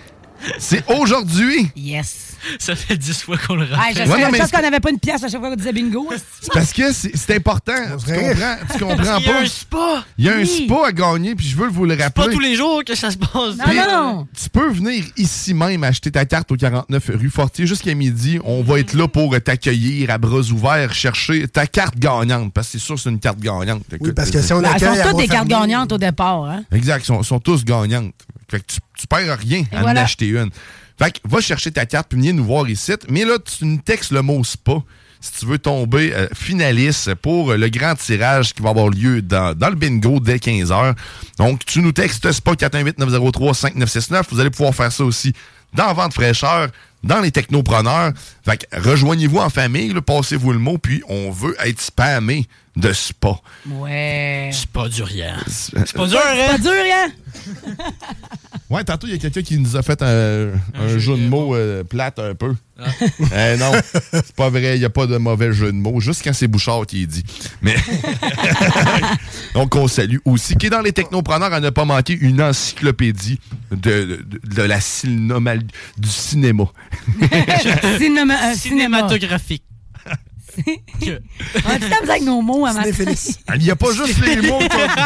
C'est aujourd'hui.
Yes.
Ça fait 10 fois qu'on le
Hey,
rappelle.
je sais je pense qu'on n'avait pas une pièce à chaque fois qu'on disait bingo.
C'est parce que c'est c'est important. Tu comprends, tu comprends
Parce qu'il y a
pas.
un spa.
Il y a un
Oui.
spa à gagner, puis je veux vous le rappeler.
Pas tous les jours que ça se passe.
Non, non, non.
Tu peux venir ici même acheter ta carte au 49 rue Fortier jusqu'à midi. On va être là pour t'accueillir à bras ouverts, chercher ta carte gagnante. Parce que c'est sûr que c'est une carte gagnante. Écoute,
parce que si on
Là, Elles
accueille
sont
à
toutes des cartes
Bois-Fermé,
gagnantes au départ. Hein?
Exact, ils sont, sont tous gagnantes. Fait que tu, tu perds rien à
voilà.
en acheter une. Fait que va chercher ta carte puis venir nous voir ici. Mais là, tu nous textes le mot SPA si tu veux tomber euh, finaliste pour euh, le grand tirage qui va avoir lieu dans, dans le bingo dès 15h. Donc, tu nous textes SPA 418-903-5969. Vous allez pouvoir faire ça aussi dans Vente fraîcheur, dans les technopreneurs. Fait que rejoignez-vous en famille, là, passez-vous le mot, puis on veut être spammé de SPA.
Ouais.
C'est pas dur, rien. C'est pas dur, hein?
Pas dur, hein?
Ouais, tantôt, il y a quelqu'un qui nous a fait un, un jeu de mots euh, plate un peu. Eh non, c'est pas vrai, il n'y a pas de mauvais jeu de mots, juste quand c'est Bouchard qui est dit. Mais Donc, on salue aussi, qui est dans les technopreneurs à ne pas manquer une encyclopédie de, de- de la cinéma, du cinéma.
Cinéma- euh, cinéma.
Cinématographique.
On a tout le temps avec nos mots hein, à matin.
Il n'y a pas juste les mots. qui ont-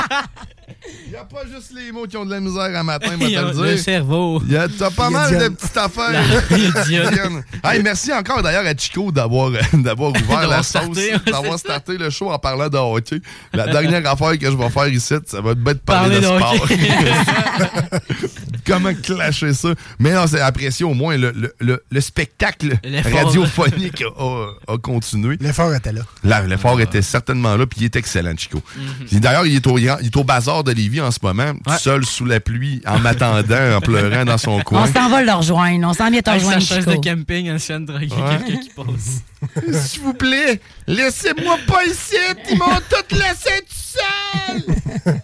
Il n'y a pas juste les mots qui ont de la misère à matin, moi,
Il y a
te
le
le dire.
cerveau.
Il y a t'as pas
Il y a
mal de
Diane.
petites affaires.
La- il y a Diane.
Diane. Hey, merci encore d'ailleurs à Chico d'avoir euh, d'avoir ouvert la
D'avoir
sauce,
starté.
d'avoir starté le show en parlant de hockey. La dernière affaire que je vais faire ici, ça va être bête de parler,
Parler
de,
de
sport.
hockey.
Comment clasher ça? Mais non, c'est apprécié au moins le, le- le- le spectacle
L'effort.
radiophonique a, a continué.
L'effort était là.
Là, L'effort était certainement là, puis il est excellent, Chico.
Mhm.
Puis D'ailleurs, il, est au- il est au bazar de Lévis en ce moment, tout seul sous la pluie, en m'attendant, en pleurant dans son coin.
On s'en va le rejoindre. On s'en vient te
Avec sa
rejoindre,
chaise
Chico.
de camping, ancienne drague,
Ouais.
quelqu'un qui passe.
S'il vous plaît, laissez-moi pas ici, ils m'ont tout laissé tout seul!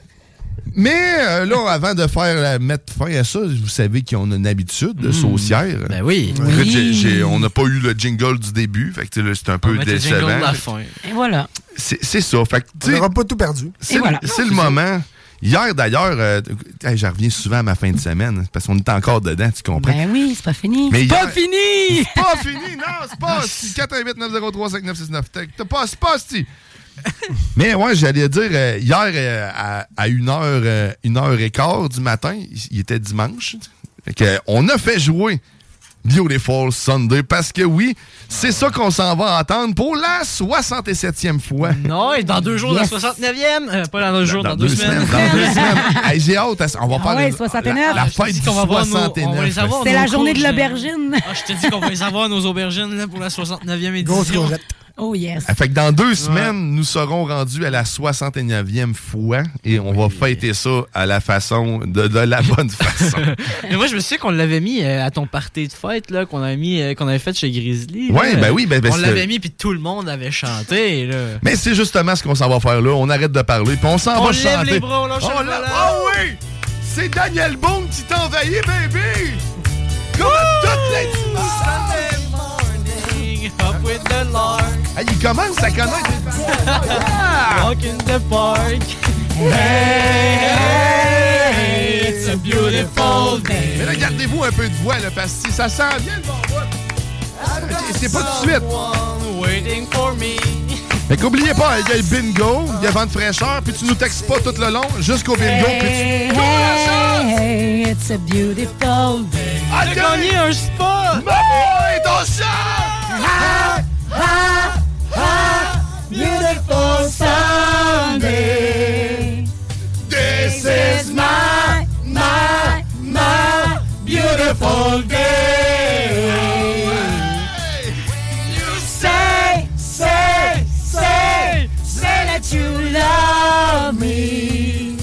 Mais euh, là, avant de faire la- mettre fin à ça, vous savez qu'on a une habitude de saucière. Ben
oui.
Oui.
on n'a pas eu le jingle du début, fait que tu sais, là, c'est un peu
mettre le jingle
décevant.
de la fin.
Et voilà.
C'est c'est ça. Fait que, tu sais,
Pas tout perdu.
c'est
voilà.
le- c'est le moment. Hier, d'ailleurs, euh, hey, je reviens souvent à ma fin de semaine parce qu'on est encore dedans, tu comprends?
Ben oui, c'est pas fini.
Mais hier-
fini!
C'est pas fini, non, c'est pas si. 418 903 5969. T'as- T'as pas, c'est pas si. Mais ouais, j'allais dire, euh, hier, euh, à, à une, heure, euh, une heure et quart du matin, il il était dimanche, fait que, euh, on a fait jouer Beautiful Sunday. Parce que oui, c'est ça qu'on s'en va entendre pour la 67e fois.
Non, et dans deux jours,
Yes.
la 69e. euh, pas dans deux jours, dans, deux, semaines.
Dans deux semaines. Hey, J'ai hâte. à ça. On va
Ah
faire
ouais,
le- la,
69.
la
Ah, je te
fête
dis
du
qu'on va voir nos- on va
69.
les avoir,
C'est la
nos
journée de
courges, euh,
l'aubergine.
Ah, je te dis qu'on va les avoir, nos aubergines, là, pour la 69e
Grosse
édition.
courgette.
Oh yes.
Ah, Fait que dans deux semaines, nous serons rendus à la 69e fois et on va fêter ça à la façon de, de la bonne façon.
Mais moi, je me souviens qu'on l'avait mis euh, à ton party de fête, là, qu'on avait, mis, euh, qu'on avait fait chez Grizzly. là.
Ouais, ben oui, ben- ben
On
c'est-
l'avait mis, puis tout le monde avait chanté, là.
Mais c'est justement ce qu'on s'en va faire là. On arrête de parler puis on s'en
On
va
lève
chanter.
les bras, on lâche
Oh
le
là-
volant.
oh oui! C'est Daniel Boone qui t'envahit, baby! Comme à toutes les dimanches!
Up with the lark.
Hey, il commence à connaître.
Walk in the park.
it's a beautiful day. Mais là, gardez-vous un peu de voix, là, parce que ça sent bien le bon bois. C'est- C'est pas tout de suite.
Waiting for me.
Fait qu'oubliez pas, il y a le bingo, il y a vent de fraîcheur, puis tu nous textes pas tout le long jusqu'au bingo, puis
Hey,
tu.
hey, it's a beautiful day.
T'as gagné
un
Ma
spot!
boy, ton chat!
Ah, ah, ah, beautiful Sunday.
This
is my, my, my beautiful day. You say, say, say, say that you love me.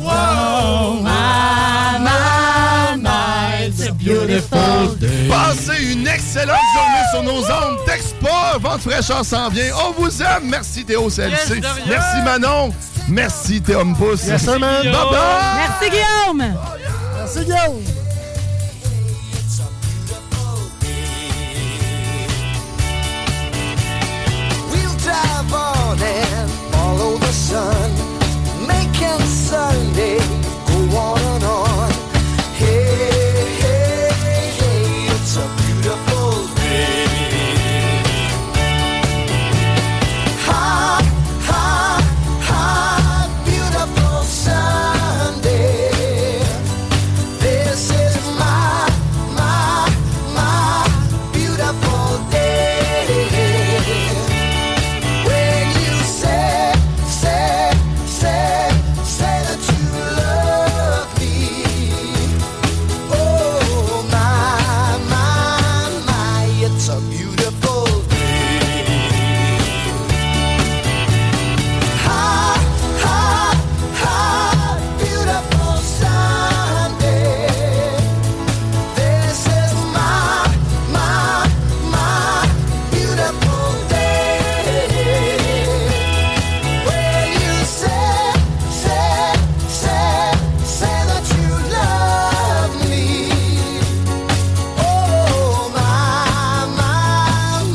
Whoa, my, my, my, it's a beautiful day.
Passez une excellente journée sur nos ondes. Texte pas, vent de fraîcheur s'en vient. On vous aime. Merci Théo CLC.
Yes, de rien.
Merci Manon. Merci Théom Pousse.
Yes, sir, man.
Bye bye.
Merci Guillaume. Merci Guillaume.
We'll drive on and follow the sun, making Sunday go on and on. Hey, hey, hey, it's a beautiful day. Ha, ha, ha, beautiful Sunday. This is my, my, my beautiful day. When you say, say, say, say that you love me. Oh, my, my, my, it's a beautiful day. Ha, ha, ha, beautiful Sunday. This is my, my, my beautiful day. When you say, say, say, say that you love me. Oh my, my,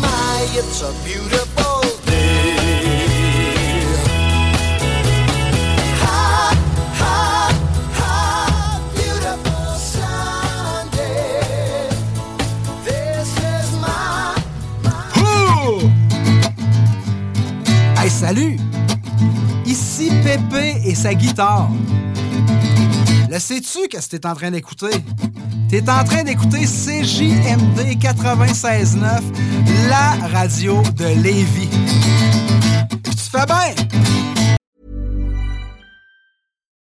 my, it's a beautiful day. Ha, ha, ha, beautiful Sunday. This is my.
Hey, salut! Ici Pépé et sa guitare. Le sais-tu qu'est-ce que t'es en train d'écouter? T'es en train d'écouter CJMD 96.9, la radio de Lévis. Puis tu fais bien!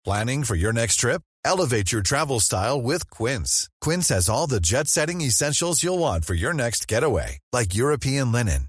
Planning for your next trip? Elevate your travel style with Quince. Quince has all the jet setting essentials you'll want for your next getaway, like European linen,